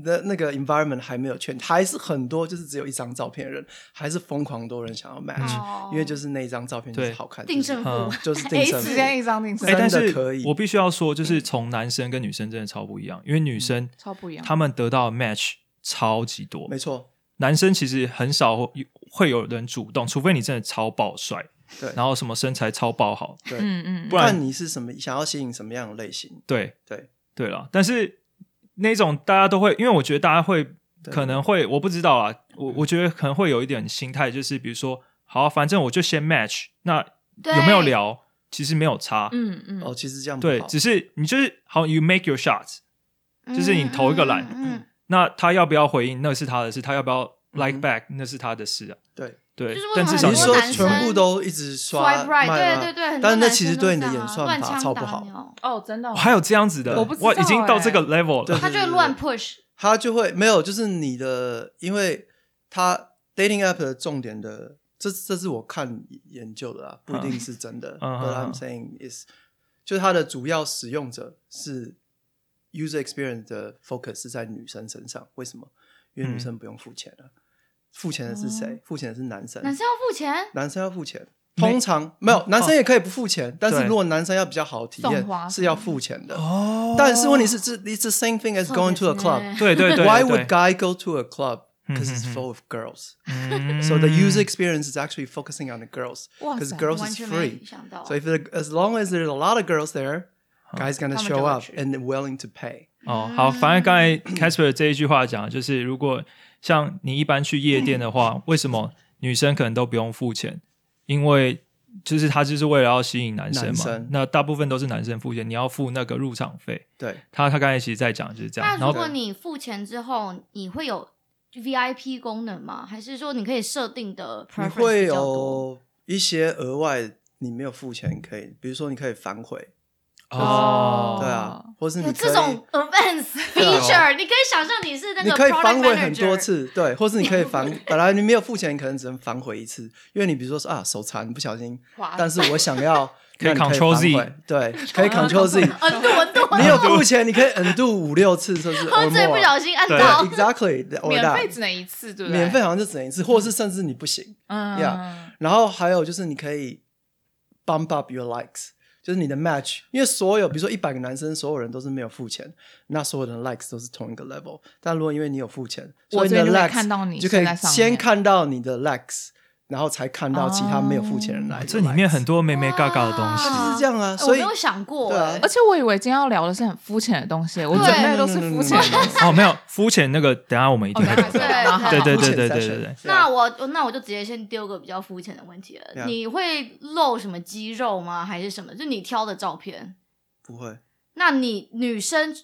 Speaker 4: the 那个 environment 还没有劝，还是很多就是只有一张照片的人，还是疯狂多人想要 match，、
Speaker 1: 哦
Speaker 4: 因为就是那一张照片就是好看，
Speaker 1: 定胜负
Speaker 2: 嗯，
Speaker 4: <laughs>
Speaker 1: <laughs>
Speaker 4: 就是定胜
Speaker 1: 哎
Speaker 4: 负
Speaker 3: 时间一张定
Speaker 4: 哎
Speaker 3: 时
Speaker 2: 哎、但
Speaker 4: 真
Speaker 2: 是
Speaker 4: 的可以
Speaker 2: 我必须要说，就是从男生跟女生真的超不一样，因为女生
Speaker 3: 超不一样。
Speaker 2: 他们得到的 match 超级多，
Speaker 4: 没错，
Speaker 2: 男生其实很少会会有人主动，除非你真的超爆帅，
Speaker 4: 对
Speaker 2: 然后什么身材超爆好，
Speaker 4: 对，
Speaker 3: 嗯
Speaker 2: 不
Speaker 3: 嗯，
Speaker 2: 然
Speaker 4: 看你是什么想要吸引什么样的类型，
Speaker 2: 对
Speaker 4: 对
Speaker 2: 对了，但是那种大家都会，因为我觉得大家会
Speaker 4: 对嗯
Speaker 2: 可能会，我不知道啊，我我觉得可能会有一点心态，就是比如说，好啊、反正我就先 match，那有没有？聊其实没有差，
Speaker 3: 嗯嗯，
Speaker 4: 哦，其实这样不
Speaker 2: 对，
Speaker 4: 好
Speaker 2: 只是你就是好，you make your shots，
Speaker 1: 对
Speaker 2: 就是你投一个篮
Speaker 1: 嗯嗯嗯嗯
Speaker 2: 那他要不要回应那是他的事，他要不要 like
Speaker 4: 嗯
Speaker 2: back、那是他的事啊，
Speaker 4: 对。
Speaker 2: 对
Speaker 1: 就是，为
Speaker 2: 但
Speaker 1: 什
Speaker 2: 至
Speaker 1: 么很
Speaker 2: 少
Speaker 4: 你
Speaker 1: 多
Speaker 4: 说
Speaker 1: 男生啊
Speaker 4: 全部都一直刷
Speaker 1: Swipe right，
Speaker 4: 卖
Speaker 1: 对
Speaker 4: 吗
Speaker 1: 对对，很多
Speaker 4: 但是那
Speaker 1: 男
Speaker 4: 其实
Speaker 1: 生都
Speaker 4: 对你
Speaker 1: 这
Speaker 4: 的
Speaker 1: 样
Speaker 4: 演
Speaker 1: 啊
Speaker 4: 算
Speaker 1: 乱
Speaker 4: 法
Speaker 1: 枪
Speaker 4: 超
Speaker 1: 打
Speaker 4: 不好，
Speaker 1: 鸟，
Speaker 3: 哦，真的哦，
Speaker 2: 还有这样子的，
Speaker 3: 我不知道
Speaker 2: 哇，已经到
Speaker 3: 欸
Speaker 2: 这个 level
Speaker 4: 对
Speaker 2: 了，
Speaker 1: 他就会乱 push，
Speaker 4: 他就会没有，就是你的，因为他 dating app 的重点的，这这是我看研究的啊，不一定是真的。
Speaker 2: 嗯
Speaker 4: But I'm saying is，就是它的主要使用者是 user experience 的 focus 是在女生身上，为什么？因为女生不用付钱啊，付钱的是
Speaker 1: 哦
Speaker 4: 谁？付钱的是男生，
Speaker 1: 男生要付钱，
Speaker 4: 男生要付钱。
Speaker 2: 没哦
Speaker 4: 通常没有，男生也可以不付钱，但是
Speaker 2: 对
Speaker 4: 如果男生要比较好的体
Speaker 3: 送花
Speaker 4: 验，是要付钱的。
Speaker 2: 哦
Speaker 4: 但是问题是，这 it's the same thing as going to
Speaker 1: 臭
Speaker 4: a club。
Speaker 1: 男生
Speaker 2: 对对对
Speaker 4: Why
Speaker 2: 对
Speaker 4: would guy go to a club?
Speaker 2: 嗯
Speaker 4: Because it's
Speaker 2: 嗯嗯
Speaker 4: full of girls.
Speaker 2: 嗯
Speaker 4: So the user experience is actually focusing on the girls
Speaker 3: 哇
Speaker 4: because
Speaker 3: 塞
Speaker 4: girls
Speaker 1: 完
Speaker 4: is
Speaker 1: 全没
Speaker 4: free.
Speaker 1: 想到
Speaker 4: So，if the, as long as there's a lot of girls there, guys gonna
Speaker 3: 他们
Speaker 4: show
Speaker 3: 就会
Speaker 4: up
Speaker 3: 去
Speaker 4: and willing to pay.
Speaker 2: 哦，好，反正刚才
Speaker 3: 嗯
Speaker 2: Casper 这一句话讲，就是如果像你一般去夜店的
Speaker 3: 嗯
Speaker 2: 话，为什么女生可能都不用付钱？因为就是他就是为了要吸引男生嘛，
Speaker 4: 男生
Speaker 2: 那大部分都是男生付钱，你要付那个入场费。
Speaker 4: 对，
Speaker 2: 他他刚才其实在讲就是这样，
Speaker 1: 那
Speaker 2: 啊然
Speaker 1: 如
Speaker 2: 后
Speaker 1: 果你付钱之后，你会有 VIP 功能吗？还是说你可以设定的 preference
Speaker 4: 你会
Speaker 1: 比较多
Speaker 4: 有一些额外你没有付钱可以，比如说你可以反悔，
Speaker 2: 哦，
Speaker 4: 对啊，或是你
Speaker 1: 有
Speaker 4: 可
Speaker 1: 这
Speaker 4: 以啊
Speaker 1: 种 advanced feature，你可以想象你是那
Speaker 4: 你
Speaker 1: 个
Speaker 4: 可以
Speaker 1: product
Speaker 4: 反悔很
Speaker 1: manager
Speaker 4: 多，次，对，或是你可以反， <laughs> 本来你没有付钱，你可能只能反悔一次，因为你比如说是啊手残不小心，
Speaker 3: 滑
Speaker 4: 但是我想要
Speaker 2: <laughs> 可以
Speaker 4: 那你
Speaker 2: Ctrl Z
Speaker 4: 反悔对，可以
Speaker 1: <laughs>
Speaker 4: Ctrl Z，
Speaker 1: 呃，对我对
Speaker 4: 你有付钱，你可以 undo 五六次，是不是？
Speaker 1: 我
Speaker 4: or
Speaker 1: 最不
Speaker 4: more
Speaker 1: 小心按
Speaker 2: 对
Speaker 1: 到，
Speaker 4: exactly or
Speaker 3: 免费
Speaker 4: that，
Speaker 3: 只能一次，对不对？
Speaker 4: 免费，好像就只能一次，或是甚至你不行。
Speaker 3: 嗯
Speaker 4: Yeah 然后还有就是你可以 bump up your likes，就是你的 match，因为所有比如说一百个男生，所有人都是没有付钱，那所有的 likes 都是同一个 level。但如果因为你有付钱，所
Speaker 3: 我
Speaker 4: 以你的
Speaker 3: 这边就可以
Speaker 4: likes
Speaker 3: 看到你
Speaker 4: 就可
Speaker 3: 现
Speaker 4: 以
Speaker 3: 在上面
Speaker 4: 先看到你的 likes，然后才看到其他没有付钱
Speaker 3: 哦
Speaker 4: 人来的 likes、
Speaker 2: 这里面很多妹妹嘎嘎的东西，
Speaker 1: 哇
Speaker 4: 就是这样啊，
Speaker 1: 哎
Speaker 4: 所以
Speaker 1: 我没有想过
Speaker 4: 对啊
Speaker 1: 哎
Speaker 3: 而且我以为今天要聊的是很肤浅的东西，我
Speaker 1: 对
Speaker 3: 准备的都是肤浅的东西。
Speaker 2: 哦，没有肤浅那个，等一下我们一定
Speaker 3: 哦
Speaker 2: 会聊
Speaker 1: 对
Speaker 2: 到。
Speaker 3: 然后
Speaker 2: 对对
Speaker 4: 肤浅
Speaker 2: 对对
Speaker 4: session
Speaker 2: 对对
Speaker 4: 啊
Speaker 1: 那我那我就直接先丢个比较肤浅的问题了
Speaker 4: Yeah
Speaker 1: 你会露什么肌肉吗？还是什么？就你挑的照片，
Speaker 4: 不会。
Speaker 1: 那你女生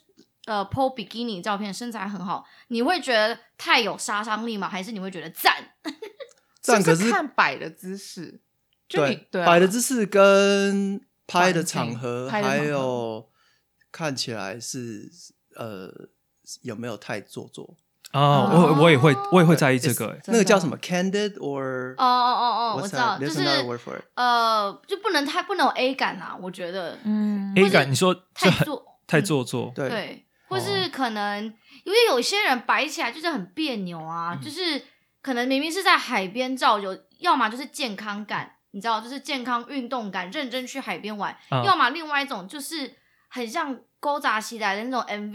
Speaker 1: 呃 PO 比基尼照片身材很好，你会觉得太有杀伤力吗？还是你会觉得赞？
Speaker 4: 这样
Speaker 3: 就
Speaker 4: 可
Speaker 3: 是
Speaker 4: 是
Speaker 3: 看摆的姿势，就你
Speaker 4: 对
Speaker 3: 对啊
Speaker 4: 摆的姿势跟拍的
Speaker 3: 环境
Speaker 4: 场合，
Speaker 3: 拍的场合
Speaker 4: 还有看起来是呃有没有太做作，
Speaker 2: 啊，哦我我也会我也会在意这个，欸
Speaker 4: 那个叫什么 candid or
Speaker 1: 哦哦哦哦，我
Speaker 4: what's
Speaker 1: 知道，
Speaker 4: that?
Speaker 1: 就
Speaker 4: There's
Speaker 1: 是
Speaker 4: another word for it.
Speaker 1: 呃，就不能太不能有 A 感啊，我觉得
Speaker 3: 嗯，
Speaker 2: A 欸感，你说
Speaker 1: 太
Speaker 2: 这很
Speaker 1: 做
Speaker 2: 太做作，
Speaker 4: 对
Speaker 1: 对，或
Speaker 2: 哦
Speaker 1: 是可能因为有些人摆起来就是很别扭啊，
Speaker 2: 嗯
Speaker 1: 就是可能明明是在海边照，有要么就是健康感，你知道，就是健康运动感，认真去海边玩；
Speaker 2: 嗯
Speaker 1: 要么另外一种就是很像勾扎起来的那种 MV，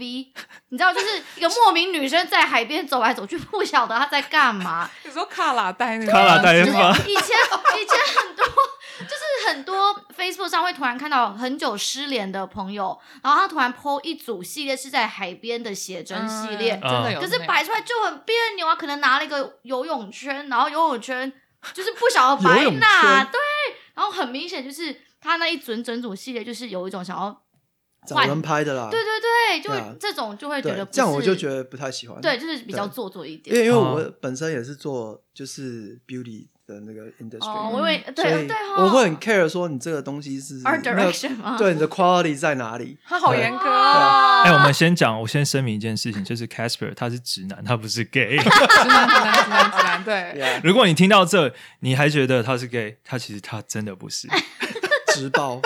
Speaker 1: 你知道，就是一个莫名女生在海边走来走去，不晓得她在干嘛。
Speaker 3: 你说卡拉带那个
Speaker 2: 卡拉带
Speaker 4: 哎
Speaker 1: 就是
Speaker 3: 嗯
Speaker 2: 吗
Speaker 1: 以前以前很多， <laughs> 就是很多 Facebook 上会突然看到很久失联的朋友，然后他突然 PO 一组系列是在海边的写真系列，
Speaker 4: 哦
Speaker 3: 嗯真的有
Speaker 1: 可
Speaker 3: 那个，
Speaker 1: 是摆出来就很别扭啊，可能拿了一个游泳圈，然后游泳圈就是不晓得
Speaker 4: 游
Speaker 1: 白
Speaker 4: 泳圈
Speaker 1: 拿，对，然后很明显就是他那一整整组系列就是有一种想要。
Speaker 4: 找人拍的啦，
Speaker 1: 对对对，就会、
Speaker 4: 啊对啊
Speaker 1: 这种就会觉
Speaker 4: 对
Speaker 1: 得不
Speaker 4: 这样我
Speaker 1: 是
Speaker 4: 就觉得不太喜欢，
Speaker 1: 对，，就是比较
Speaker 4: 对
Speaker 1: 做作一
Speaker 4: 因
Speaker 1: 点。
Speaker 4: 为因为
Speaker 2: 哦
Speaker 4: 我本身也是做就是 beauty 的那个
Speaker 1: 哦，
Speaker 4: industry，
Speaker 1: 我以为
Speaker 4: 嗯所
Speaker 1: 对
Speaker 4: 以
Speaker 1: 对哦，
Speaker 4: 我会很 care 说你这个东西是
Speaker 1: art
Speaker 4: 那个
Speaker 1: direction 吗？
Speaker 4: 对你的 quality 在
Speaker 1: <laughs>
Speaker 4: 哪里，
Speaker 3: 他好严格哦，
Speaker 1: 哦
Speaker 2: 哎、我们先讲，我先声明一件事情，就是 Casper 他是直男，他不是 gay。
Speaker 3: 直男直男直男直男， <laughs> 对，
Speaker 4: Yeah，
Speaker 2: 如果你听到这，你还觉得他是 gay，他其实他真的不是。
Speaker 4: 直爆，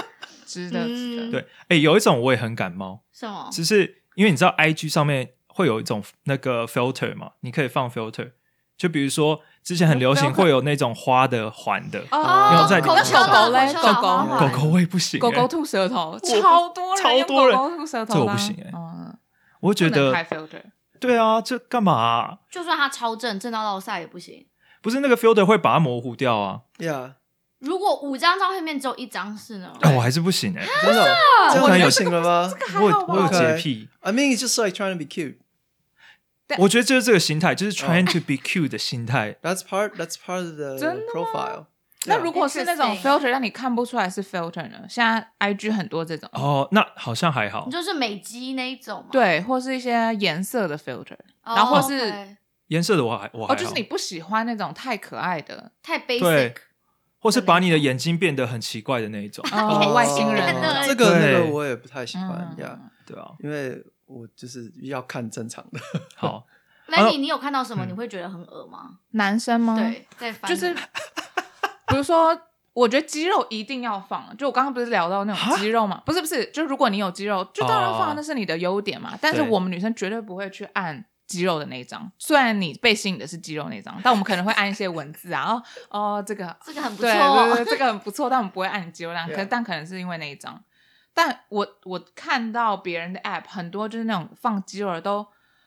Speaker 3: 值得值得。
Speaker 2: 对，哎、有一种我也很感冒，
Speaker 1: 什么？
Speaker 2: 就是因为你知道 IG 上面会有一种那个 filter 嘛，你可以放 filter，就比如说之前很流行
Speaker 3: filter
Speaker 2: 会有那种花的环的，
Speaker 3: 哦
Speaker 2: 要在
Speaker 1: 口
Speaker 2: 口
Speaker 1: 球
Speaker 3: 狗
Speaker 1: 口
Speaker 3: 嘞
Speaker 1: 球
Speaker 3: 狗狗
Speaker 1: 花
Speaker 2: 狗
Speaker 1: 环
Speaker 2: 狗我也不行、
Speaker 3: 狗
Speaker 2: 哎
Speaker 3: 狗吐舌头，
Speaker 2: 不
Speaker 3: 超多人
Speaker 2: 超
Speaker 3: 用
Speaker 2: 多人
Speaker 3: 狗狗吐舌头
Speaker 2: 这
Speaker 3: 啦，
Speaker 2: 我不行欸
Speaker 3: 嗯，
Speaker 2: 我觉
Speaker 3: 不能开
Speaker 2: 得
Speaker 3: filter，
Speaker 2: 对啊，这干嘛啊、
Speaker 1: 就算他超正，正到落赛也不行。
Speaker 2: 不是那个 filter 会把它模糊掉啊，
Speaker 4: yeah，
Speaker 1: 如果五张照片里面只有一张是呢？
Speaker 2: 哎、我还是不行哎、
Speaker 4: 真的哦，这
Speaker 2: 我觉
Speaker 4: 样
Speaker 2: 得
Speaker 4: 不行了
Speaker 3: <laughs>
Speaker 4: 吗？
Speaker 2: 我有
Speaker 3: 还好吧
Speaker 2: 我有洁
Speaker 4: OK
Speaker 2: 癖。
Speaker 4: I mean, it's just like trying to be cute.
Speaker 2: 我觉得就是这个心态，就是 trying to be cute 的心态。
Speaker 4: That's part. That's part of the
Speaker 3: 真的吗
Speaker 4: profile.
Speaker 3: 那如果是那种
Speaker 1: Interesting
Speaker 3: filter 让你看不出来是 filter 呢？现在 IG 很多这种，
Speaker 2: 哦，那好像还好
Speaker 1: 你。就是美肌那一种嘛。
Speaker 3: 对，或是一些颜色的 filter，
Speaker 1: 哦，
Speaker 3: 然后或是
Speaker 1: OK
Speaker 2: 颜色的我还我还好，
Speaker 3: 哦，就是你不喜欢那种太可爱 <laughs> 的
Speaker 1: 太
Speaker 2: 对
Speaker 1: basic，
Speaker 2: 或是把你的眼睛变得很奇怪的那一种，
Speaker 3: 哦外星人
Speaker 1: 哦
Speaker 3: 的
Speaker 4: 这个那
Speaker 2: 对
Speaker 4: 个我也不太喜欢
Speaker 3: 嗯
Speaker 4: 呀，
Speaker 2: 对啊。
Speaker 4: 因为我就是要看正常的。
Speaker 2: 好，
Speaker 1: 那
Speaker 2: 啊
Speaker 1: 你你有看到什么
Speaker 2: 嗯
Speaker 3: 嗯
Speaker 1: 你会觉得很恶吗？
Speaker 3: 男生吗？，
Speaker 1: 对，在翻
Speaker 3: <laughs> 就是比如说我觉得肌肉一定要放，就我刚刚不是聊到那种肌肉嘛？不是不是，就如果你有肌肉，就当然
Speaker 2: 哦
Speaker 3: 放，那是你的优点嘛。但是
Speaker 2: 对
Speaker 3: 我们女生绝对不会去按肌肉的那一张，虽然你被吸引的是肌肉那一张，但我们可能会按一些文字啊， <laughs> 哦哦，这个
Speaker 1: 这个很不错
Speaker 3: 对
Speaker 1: 哦、
Speaker 3: 对对，这个很不错，但我们不会按肌肉量，
Speaker 1: <laughs>
Speaker 4: Yeah
Speaker 3: 可但可能是因为那一张。但我我看到别人的 app 很多就是那种放肌肉的都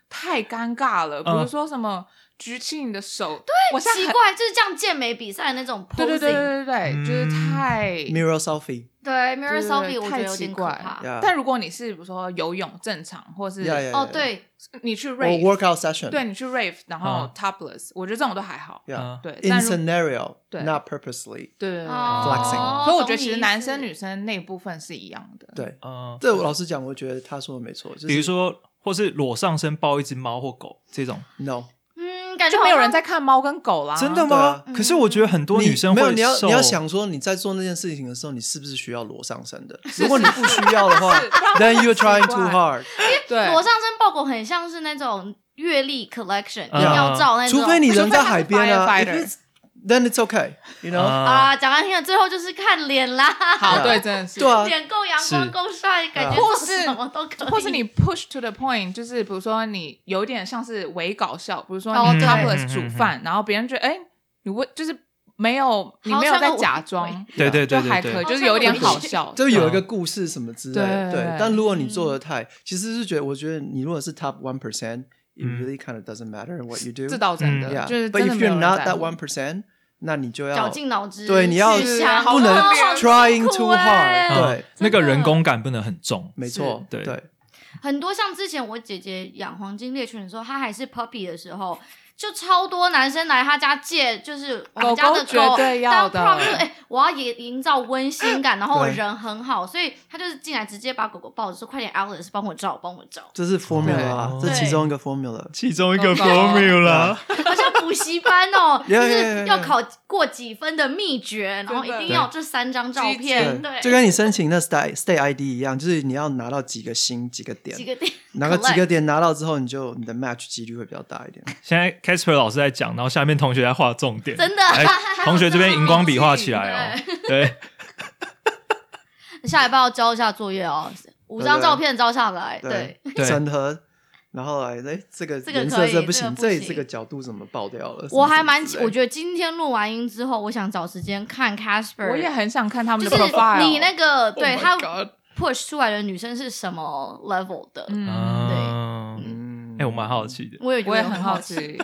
Speaker 3: 太尴尬了，比如
Speaker 2: 嗯
Speaker 3: 说什么举起你的手，对我现在
Speaker 1: 哎奇
Speaker 3: 很
Speaker 1: 怪，就是这样健美比赛的那种 posing，
Speaker 3: 对对对对对对，就是
Speaker 2: 嗯
Speaker 3: 太
Speaker 4: <laughs> mirror selfie，
Speaker 1: 对 mirror
Speaker 3: 对
Speaker 1: selfie 我觉
Speaker 3: 太
Speaker 1: 得有
Speaker 3: 奇
Speaker 1: 点可
Speaker 3: 怪
Speaker 1: 怕。
Speaker 4: Yeah
Speaker 3: 但如果你是比如说游泳正常，或是
Speaker 4: Yeah, yeah, yeah.
Speaker 1: 哦，对，
Speaker 3: 你去
Speaker 4: 我
Speaker 3: rave，
Speaker 4: workout session，
Speaker 3: 对你去 rave，然后 topless，、我觉得这种都还好。
Speaker 4: ，yeah，
Speaker 3: 对，
Speaker 4: in
Speaker 3: 但如
Speaker 4: scenario
Speaker 3: 对
Speaker 4: not purposely，
Speaker 3: 对对对对。
Speaker 1: 哦
Speaker 4: Flexing
Speaker 3: 所以我觉得其实
Speaker 1: 懂你意思
Speaker 3: 男生女生那部分是一样的。
Speaker 4: 对，
Speaker 2: 嗯，
Speaker 4: 这我老实讲，我觉得他说的没错，就是
Speaker 2: 比如说或是裸上身抱一只猫或狗这种，
Speaker 4: no，
Speaker 1: 嗯，感觉
Speaker 3: 就没有
Speaker 1: 好像
Speaker 3: 人在看猫跟狗啦。
Speaker 2: 真的
Speaker 4: 对啊
Speaker 2: 吗？可是我觉得很多
Speaker 4: 你
Speaker 2: 女生
Speaker 4: 没有
Speaker 2: 会
Speaker 4: 你要
Speaker 2: 受
Speaker 4: 你要想说你在做那件事情的时候，你是不是需要裸上身的？
Speaker 3: 是
Speaker 4: 如果你不需要的话
Speaker 3: 是不然
Speaker 4: ，then you're trying
Speaker 3: 奇 <laughs>
Speaker 4: too
Speaker 3: 怪
Speaker 4: hard，
Speaker 3: 对，
Speaker 1: <laughs> 裸上身抱狗很像是那种阅历 collection
Speaker 2: 嗯
Speaker 1: 要照那种，
Speaker 4: 除非你人在海边啊
Speaker 3: 除非他是
Speaker 4: if it's-，then it's okay，you know，
Speaker 2: 啊，
Speaker 1: 啊，讲难听的，最后就是看脸啦，
Speaker 3: 好，对，真的是。
Speaker 4: 对啊，
Speaker 1: 脸够阳光
Speaker 2: 是
Speaker 1: 够帅，感觉
Speaker 4: 对
Speaker 3: 啊
Speaker 1: 做什么都 <laughs> 可以，
Speaker 3: 或是你 push to the point，就是比如说你有点像是伪搞笑，比如说
Speaker 1: 哦
Speaker 3: 你
Speaker 1: 对
Speaker 3: topless 煮
Speaker 4: 嗯
Speaker 3: 饭，然后别人觉得哎，你为就是没有你没有在
Speaker 1: 好
Speaker 3: 假
Speaker 1: 像
Speaker 3: 装，
Speaker 2: 对对
Speaker 3: 就
Speaker 2: 对
Speaker 3: 还
Speaker 2: 对
Speaker 3: 可以，
Speaker 2: 对，
Speaker 3: 就是有点好
Speaker 1: <laughs>
Speaker 3: 笑。
Speaker 4: 就有一个故事什么之类的，
Speaker 3: 对
Speaker 4: 对
Speaker 3: 对。
Speaker 4: 但如果你做的太，其实是觉得，我觉得你如果是 top one percent，it
Speaker 2: 嗯
Speaker 4: really kind of doesn't matter what you do。
Speaker 3: 这倒真的，
Speaker 4: 嗯 Yeah，
Speaker 3: 就是
Speaker 4: but
Speaker 3: 真的
Speaker 4: if
Speaker 3: 没有
Speaker 4: you're
Speaker 3: 人
Speaker 4: not
Speaker 3: 在
Speaker 4: that one percent，那你就
Speaker 1: 绞
Speaker 4: 要
Speaker 1: 尽脑汁，
Speaker 4: 对你要
Speaker 1: 去想
Speaker 4: 不能
Speaker 1: 哦好
Speaker 4: trying
Speaker 1: 辛苦
Speaker 4: too
Speaker 1: 欸
Speaker 4: hard。对，
Speaker 2: 那
Speaker 1: 真
Speaker 2: 个
Speaker 1: 的
Speaker 2: 人工感不能很重，
Speaker 4: 没错，
Speaker 2: 是
Speaker 4: 对，
Speaker 1: 很多像之前我姐姐养黄金猎犬的时候，她还是 puppy 的时候，就超多男生来她家借，就是我们
Speaker 3: 狗
Speaker 1: 家的
Speaker 3: 狗绝对要的
Speaker 1: 当 prom 就是哎、我要也营造温馨感，然后我
Speaker 4: 对
Speaker 1: 人很好，所以她就是进来直接把狗狗抱着说：“快点，Alice，帮我照，帮我照。
Speaker 4: 这是 formula，啊
Speaker 2: 对
Speaker 4: 这其中一个 formula。
Speaker 2: 其中一
Speaker 3: 个 formula
Speaker 1: 好像补习班
Speaker 2: <laughs>
Speaker 1: 哦，就
Speaker 4: Yeah, yeah, yeah,
Speaker 1: 是
Speaker 4: yeah.
Speaker 1: 要考过几分的秘诀，然后一定要这三张照片，对，
Speaker 4: 就跟你申请那 stay stay ID 一样，就是你要拿到几个星几个
Speaker 1: 几
Speaker 4: 点，
Speaker 1: 个点，
Speaker 4: 拿个几
Speaker 1: collect
Speaker 4: 个点拿到之后，你就你的 match 几率会比较大一点。
Speaker 2: 现在 Casper 老师在讲，然后下面同学在画重点，
Speaker 1: 真的 <laughs>
Speaker 2: 来，哎同学这边荧光笔画起来哦，对，
Speaker 1: 下一步要交一下作业哦，五张照片交下来，对
Speaker 4: 对。 <laughs>
Speaker 2: 对
Speaker 4: 审核，然后来，哎，这个
Speaker 1: 这个
Speaker 4: 颜
Speaker 1: 可
Speaker 4: 色
Speaker 1: 以
Speaker 4: 这不
Speaker 1: 这个
Speaker 4: 行，
Speaker 1: 不
Speaker 4: 这
Speaker 1: 行
Speaker 4: 这个角度怎么爆掉了？
Speaker 1: 我还蛮期，我
Speaker 4: 得
Speaker 1: 觉得今天录完音之后，我想找时间看 Casper。
Speaker 3: 我也很想看他们
Speaker 1: 就
Speaker 3: 的
Speaker 1: 是
Speaker 3: profile。
Speaker 1: 你那个
Speaker 3: Oh
Speaker 1: 对
Speaker 3: my
Speaker 1: 他
Speaker 3: God
Speaker 1: push 出来的女生是什么 level 的？
Speaker 4: 啊
Speaker 3: 嗯，
Speaker 2: 嗯，
Speaker 4: 嗯
Speaker 2: 哎，我蛮好奇的，
Speaker 1: 我也觉
Speaker 3: 我也
Speaker 1: 得
Speaker 3: 很
Speaker 1: 好
Speaker 3: 好。奇。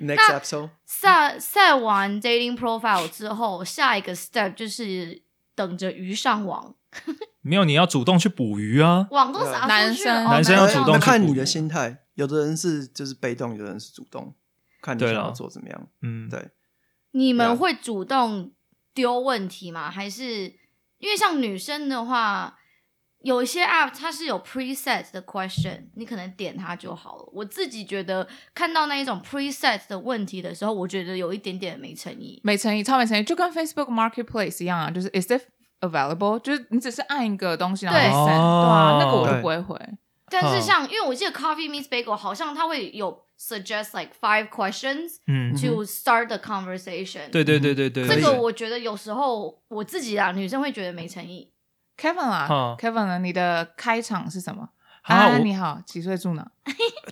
Speaker 4: Next episode，
Speaker 1: 晒晒完 dating profile 之后，下一个 step 就是等着鱼上网，
Speaker 2: 没有，你要主动去捕鱼啊，
Speaker 1: 网都撒出去了
Speaker 3: 男生
Speaker 1: 哦
Speaker 2: 男生要主动
Speaker 4: 那
Speaker 2: 去
Speaker 4: 看
Speaker 2: 补
Speaker 4: 你的
Speaker 2: 的
Speaker 4: 心态，有的人是就是被动，有的人是主动，看你
Speaker 2: 对
Speaker 4: 想要
Speaker 2: 啦
Speaker 4: 做怎么样。
Speaker 2: 嗯，
Speaker 4: 对，
Speaker 1: 你们
Speaker 4: Yeah
Speaker 1: 会主动丢问题吗？还是因为像女生的话，有一些 app 它是有 preset 的 question，你可能点它就好了。我自己觉得看到那一种 preset 的问题的时候，我觉得有一点点没诚意。
Speaker 3: 没诚意，超没诚意，就跟 Facebook Marketplace 一样啊，就是 Is it available？就是你只是按一个东西然后
Speaker 1: 对
Speaker 3: send，对啊，
Speaker 2: 哦
Speaker 3: 那个我就不会回。
Speaker 1: 但是
Speaker 2: 嗯
Speaker 1: 像因为我记得 Coffee Meets Bagel 好像它会有 suggest like five questions
Speaker 2: 嗯，
Speaker 1: to start the conversation。
Speaker 2: 对对对对对，
Speaker 1: 这个
Speaker 2: 对
Speaker 1: 我觉得有时候我自己啊，女生会觉得没诚意。
Speaker 3: Kevin 啦、
Speaker 2: 嗯
Speaker 4: 哦
Speaker 3: k e v i n 呢？你的开场是什么？
Speaker 2: 啊，
Speaker 3: 你
Speaker 2: 我
Speaker 3: 好，几岁住哪？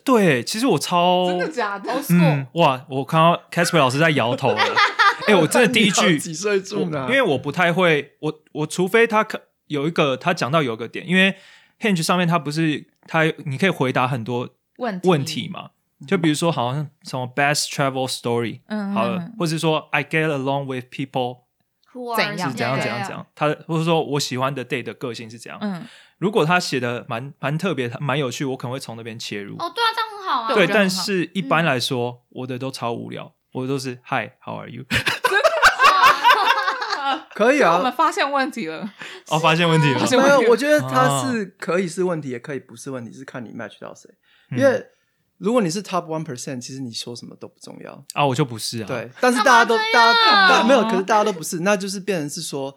Speaker 2: 对，其实我
Speaker 4: 哦
Speaker 2: 超
Speaker 3: 假的
Speaker 1: Old school，、
Speaker 2: 嗯，哇，我看到 Casper 老师在摇
Speaker 4: <laughs>
Speaker 2: 头了，哎，我真的第一
Speaker 4: 看你
Speaker 2: 句
Speaker 4: 要几岁
Speaker 2: 我
Speaker 4: 住哪？
Speaker 2: 因为我不太会，我我除非他可有一个他讲到有一个点，因为 Hinge 上面他不是他你可以回答很多
Speaker 3: 问题
Speaker 2: 问题嘛，就比如说好像什么 best travel story，
Speaker 3: 嗯
Speaker 2: 好了
Speaker 3: 嗯，
Speaker 2: 或是说 I get along with people
Speaker 3: 怎样
Speaker 2: 是怎样怎样怎样，他或者说我喜欢的 day 的个性是怎样。
Speaker 3: 嗯，
Speaker 2: 如果他写的蛮蛮特别，蛮有趣，我可能会从那边切入。
Speaker 1: 哦，对啊，这样很好啊。
Speaker 3: 对
Speaker 2: 对，
Speaker 3: 我觉得很
Speaker 2: 但
Speaker 3: 好
Speaker 2: 是一般来说，我的都超无聊，我都是 Hi，How are you？
Speaker 4: 可以
Speaker 3: 我们
Speaker 4: 啊，
Speaker 3: 发现问题了，
Speaker 2: 哦，发现问题了
Speaker 3: 发，现
Speaker 4: 没
Speaker 3: 问题
Speaker 4: 有，
Speaker 3: 了
Speaker 4: 我觉得它
Speaker 2: 啊
Speaker 4: 是可以是问题，也可以不是问题，是看你 match 到谁。
Speaker 2: 嗯
Speaker 4: 因为如果你是 top one percent，其实你说什么都不重要。
Speaker 2: 啊，我就不是啊。
Speaker 4: 对，但是大家都大家大没有，可是大家都不是，那就是变成是说，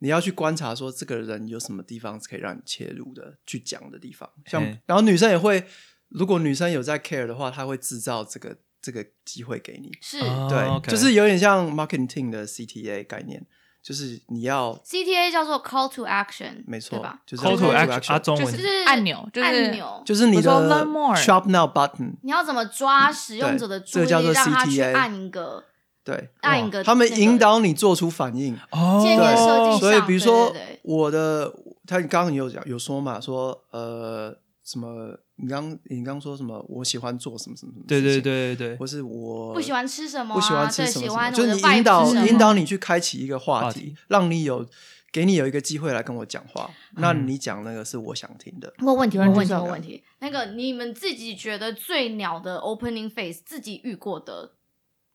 Speaker 4: 你要去观察说这个人有什么地方是可以让你切入的，去讲的地方。像
Speaker 2: 嗯
Speaker 4: 然后女生也会，如果女生有在 care 的话，她会制造这个这个机会给你。
Speaker 1: 是，
Speaker 2: 啊
Speaker 4: 对，
Speaker 2: OK
Speaker 4: 就是有点像 marketing 的 CTA 概念，就是你要
Speaker 1: CTA 叫做 Call to Action，
Speaker 4: 没错
Speaker 1: 对吧？
Speaker 4: 就是
Speaker 2: Call to
Speaker 1: Call to
Speaker 2: action 啊，中
Speaker 3: 就
Speaker 2: 文
Speaker 1: 就是是
Speaker 3: 按钮，就是
Speaker 1: 按钮，
Speaker 4: 就是你
Speaker 3: 我
Speaker 4: 的
Speaker 3: 说 learn more
Speaker 4: shop now button，
Speaker 1: 你要怎么抓使用者的注意
Speaker 4: 这个叫
Speaker 1: 力，
Speaker 4: 做
Speaker 1: 让他去
Speaker 4: CTA
Speaker 1: 按一个
Speaker 4: 对
Speaker 1: 按一呃个那个，
Speaker 4: 哦他们引导你做出反应。
Speaker 2: 哦
Speaker 1: 界面设计
Speaker 4: 所以比如说
Speaker 1: 对对对
Speaker 4: 我的，他你刚刚有讲有说嘛，说呃什么，你刚你刚说什么，我喜欢做什么什么什么，
Speaker 2: 对对，对对对，
Speaker 4: 或是我
Speaker 1: 不喜欢吃什么啊，
Speaker 4: 不喜欢吃什
Speaker 1: 对，喜
Speaker 4: 么什么，
Speaker 1: 欢
Speaker 4: 就
Speaker 1: 我
Speaker 4: 是
Speaker 1: 的
Speaker 4: 你
Speaker 1: vibe
Speaker 4: 引导
Speaker 1: 是什么
Speaker 4: 引导你去开启一个话
Speaker 2: 话
Speaker 4: 题
Speaker 2: 题，
Speaker 4: 让你有给你有一个机会来跟我讲话。
Speaker 1: 嗯
Speaker 4: 那你讲那个是我想听的，
Speaker 1: 问问题，问问题，
Speaker 3: 嗯
Speaker 1: 问问题。那个你们自己觉得最鸟的 opening phase，自己遇过的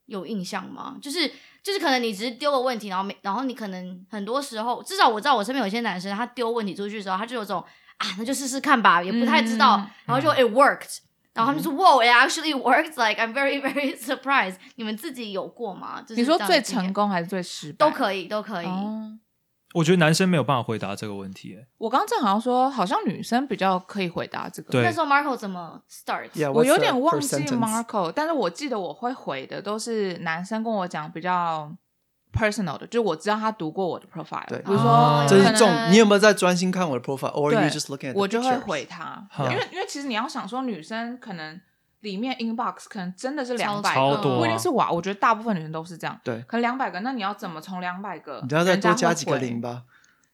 Speaker 1: 有印象吗？就是就是可能你只是丢个问题，然后没，然后你可能很多时候，至少我知道我身边有些男生，他丢问题出去的时候，他就有种啊，那就试试看吧，也不太知道，
Speaker 3: 嗯
Speaker 1: 然后就 it worked，然后他们就说 wow it actually worked like I'm very <laughs> very surprised。你们自己有过吗？就是
Speaker 3: 你说
Speaker 1: 这样的
Speaker 3: 最
Speaker 1: 经验
Speaker 3: 成功还是最失败？
Speaker 1: 都可以，都可以。
Speaker 3: 哦
Speaker 2: 我觉得男生没有办法回答这个问题，哎
Speaker 3: 我刚刚正好像说，好像女生比较可以回答这个。
Speaker 2: 对
Speaker 1: 那时候 Marco 怎么 start？
Speaker 4: Yeah，
Speaker 3: 我
Speaker 4: what's
Speaker 3: 有
Speaker 4: the
Speaker 3: 点
Speaker 4: first
Speaker 3: 忘记
Speaker 4: sentence？
Speaker 3: Marco，但是我记得我会回的都是男生跟我讲比较 personal 的，就是我知道他读过我的 profile，
Speaker 4: 对
Speaker 3: 比如说
Speaker 2: 哦
Speaker 4: 这
Speaker 3: 可
Speaker 4: 是
Speaker 3: 能
Speaker 4: 重，你有没有在专心看我的 profile，or you
Speaker 3: 对
Speaker 4: just looking at？
Speaker 3: 我就会回，他，因
Speaker 2: 哈
Speaker 3: 为因为其实你要想说女生可能里面 inbox 可能真的是两百
Speaker 2: 超
Speaker 3: 个，
Speaker 2: 多啊
Speaker 3: 不一定是我啊，我觉得大部分女生都是这样，
Speaker 4: 对
Speaker 3: 可能两百个，那你要怎么从两百个，
Speaker 4: 你等下再多加几个
Speaker 3: 人家会
Speaker 4: 零吧。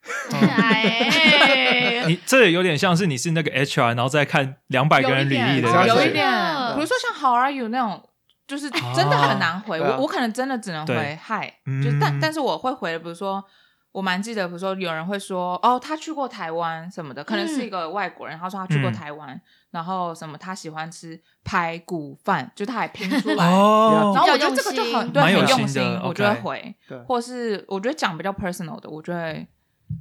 Speaker 1: <laughs> 哎
Speaker 2: 你这也有点像是你是那个 HR，然后再看两百个人履历的
Speaker 4: 有一点
Speaker 2: 那
Speaker 4: 哦
Speaker 2: 种，
Speaker 4: 有一
Speaker 3: 点
Speaker 1: 真的
Speaker 3: 比如说像 How are you 那种，就是真的很难回。
Speaker 4: 啊对啊
Speaker 3: 我我可能真的只能回
Speaker 2: 哦对
Speaker 3: Hi，
Speaker 2: 嗯
Speaker 3: 就是但但是我会回，比如说我蛮记得，比如说有人会说哦，他去过台湾什么
Speaker 4: 嗯
Speaker 3: 的，可能是一个外国人，他说他
Speaker 2: 嗯
Speaker 3: 去过台湾，然后什么他喜欢吃排骨饭，就他还拼出
Speaker 2: <laughs>
Speaker 3: 来。然
Speaker 2: 哦，
Speaker 3: 后我觉得这个就很对，
Speaker 2: 蛮
Speaker 3: 很
Speaker 2: 有
Speaker 3: 用
Speaker 2: 心
Speaker 3: 心
Speaker 2: 的，
Speaker 3: 我
Speaker 2: OK
Speaker 3: 就会回
Speaker 4: 对，
Speaker 3: 或是我觉得讲比较 personal 的，我就会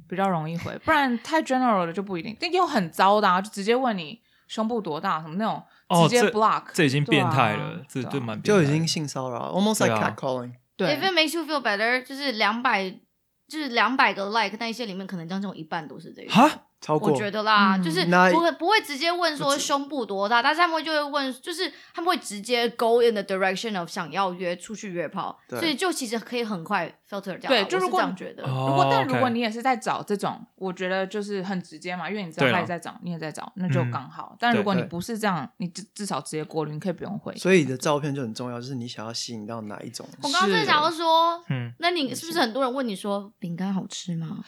Speaker 3: 比较容易回，不然太 general 的就不一定。但也有很糟的啊，就直接问你胸部多大什么那种，
Speaker 2: 哦
Speaker 3: 直接
Speaker 2: 这
Speaker 3: block，
Speaker 2: 这已经
Speaker 3: 对
Speaker 2: 变
Speaker 3: 啊
Speaker 2: 态了，这
Speaker 3: 对啊
Speaker 2: 这蛮变
Speaker 4: 就
Speaker 2: 态
Speaker 4: 已
Speaker 2: 的
Speaker 4: 经性骚扰了，almost
Speaker 2: 对
Speaker 4: like
Speaker 2: 啊
Speaker 4: catcalling。
Speaker 1: If it makes you feel better，就是两百，就是两百个 like 那一些里面，可能将近有一半都是这个。
Speaker 2: 哈，
Speaker 4: 超过
Speaker 1: 我觉得啦，
Speaker 3: 嗯
Speaker 1: 就是
Speaker 4: 那
Speaker 1: 不会不会直接问说胸部多大，但是他们就会问，就是他们会直接 go in the direction of 想要约出去约炮，
Speaker 4: 对
Speaker 1: 所以就其实可以很快 filter 掉啦。
Speaker 3: 对
Speaker 1: 我
Speaker 3: 就是如
Speaker 1: 这
Speaker 3: 果
Speaker 1: 样觉得，
Speaker 2: 哦
Speaker 3: 如果但如
Speaker 2: OK
Speaker 3: 果你也是在找这种，我觉得就是很直接嘛，因为你知道
Speaker 2: 对啦
Speaker 3: 他也在找，你也在找，那就
Speaker 2: 嗯
Speaker 3: 刚好。但如果
Speaker 4: 对
Speaker 3: 你
Speaker 4: 对
Speaker 3: 不是这样，你至至少直接过滤，你可以不用回。
Speaker 4: 所以你的照片就很重要，就是你想要吸引到哪一种。
Speaker 1: 我刚刚正想要说，
Speaker 2: <laughs> 嗯，
Speaker 1: 那你是不是很多人问你说饼干好吃吗？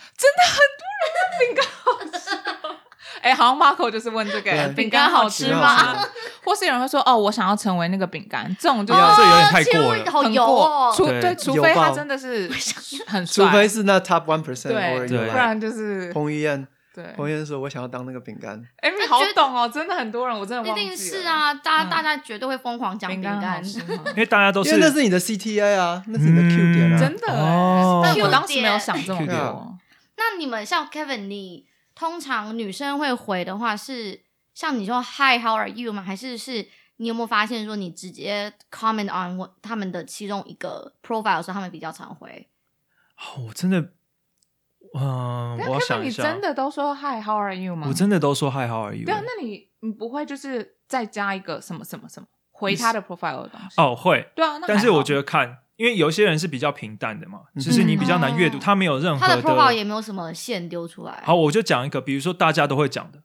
Speaker 3: 哎，好像 Marco 就是问这
Speaker 4: 对
Speaker 3: 个哎
Speaker 1: 饼干好吃
Speaker 4: 饼干好
Speaker 1: 吗？
Speaker 4: 吃
Speaker 3: <laughs> 或是有人会说哦，我想要成为那个饼干，这种就
Speaker 2: 对啊
Speaker 3: 是
Speaker 2: 这有点太
Speaker 1: 哦切
Speaker 2: 过
Speaker 1: 入
Speaker 2: 了
Speaker 1: 好
Speaker 3: 很
Speaker 1: 油
Speaker 3: 过
Speaker 1: 哦。
Speaker 3: 除
Speaker 2: 对
Speaker 3: 对，除
Speaker 4: 油
Speaker 3: 非他
Speaker 4: 爆
Speaker 3: 真的是很
Speaker 4: 除
Speaker 3: 帅，
Speaker 4: 非是那 top one percent，
Speaker 3: 对，
Speaker 2: 对
Speaker 3: 不然就是
Speaker 4: 彭于晏，
Speaker 3: 对。
Speaker 4: 彭于晏说我想要当那个饼干，
Speaker 3: 哎，你好懂哦，真的很多人，我真的
Speaker 1: 一
Speaker 3: 忘记
Speaker 1: 定是
Speaker 3: 了，
Speaker 1: 啊，大家、
Speaker 3: 嗯
Speaker 1: 大家绝对会疯狂讲
Speaker 3: 饼
Speaker 1: 饼
Speaker 3: 干好
Speaker 1: 干，
Speaker 3: 吃
Speaker 2: <laughs>
Speaker 3: 吗？
Speaker 2: 因为大家都
Speaker 4: 因为那是你的 CTA 啊，那是你的 Q 点啊。
Speaker 2: 嗯
Speaker 3: 真的哎
Speaker 2: 哦
Speaker 3: 但我
Speaker 1: Q
Speaker 3: 当时没有
Speaker 1: 点
Speaker 3: 想这么
Speaker 2: Q
Speaker 4: 点
Speaker 3: 多。
Speaker 1: 那你们像 Kevin，你通常女生会回的话是像你说 Hi，How are you 吗？还是是你有没有发现说你直接 comment on 我他们的其中一个 profile 的时候，他们比较常回？
Speaker 2: 哦我真的，嗯，我要
Speaker 3: 那
Speaker 2: 想一
Speaker 3: 啊哎你
Speaker 2: 下，
Speaker 3: 真的都说 Hi，How are you 吗？
Speaker 2: 我真的都说 Hi How are you？
Speaker 3: 对啊，那你你不会就是再加一个什么什么什么回他的 profile 的东西？
Speaker 2: 哦会，
Speaker 3: 对啊，那哦
Speaker 2: 但是我觉
Speaker 3: 得
Speaker 2: 得看，因为有些人是比较平淡的嘛，
Speaker 4: 嗯
Speaker 2: 就是你比较难阅读，
Speaker 1: 哦
Speaker 2: 他没有任何
Speaker 1: 他的 profile 也没有什么线丢出来。
Speaker 2: 好，嗯我就讲一个，比如说大家都会讲的，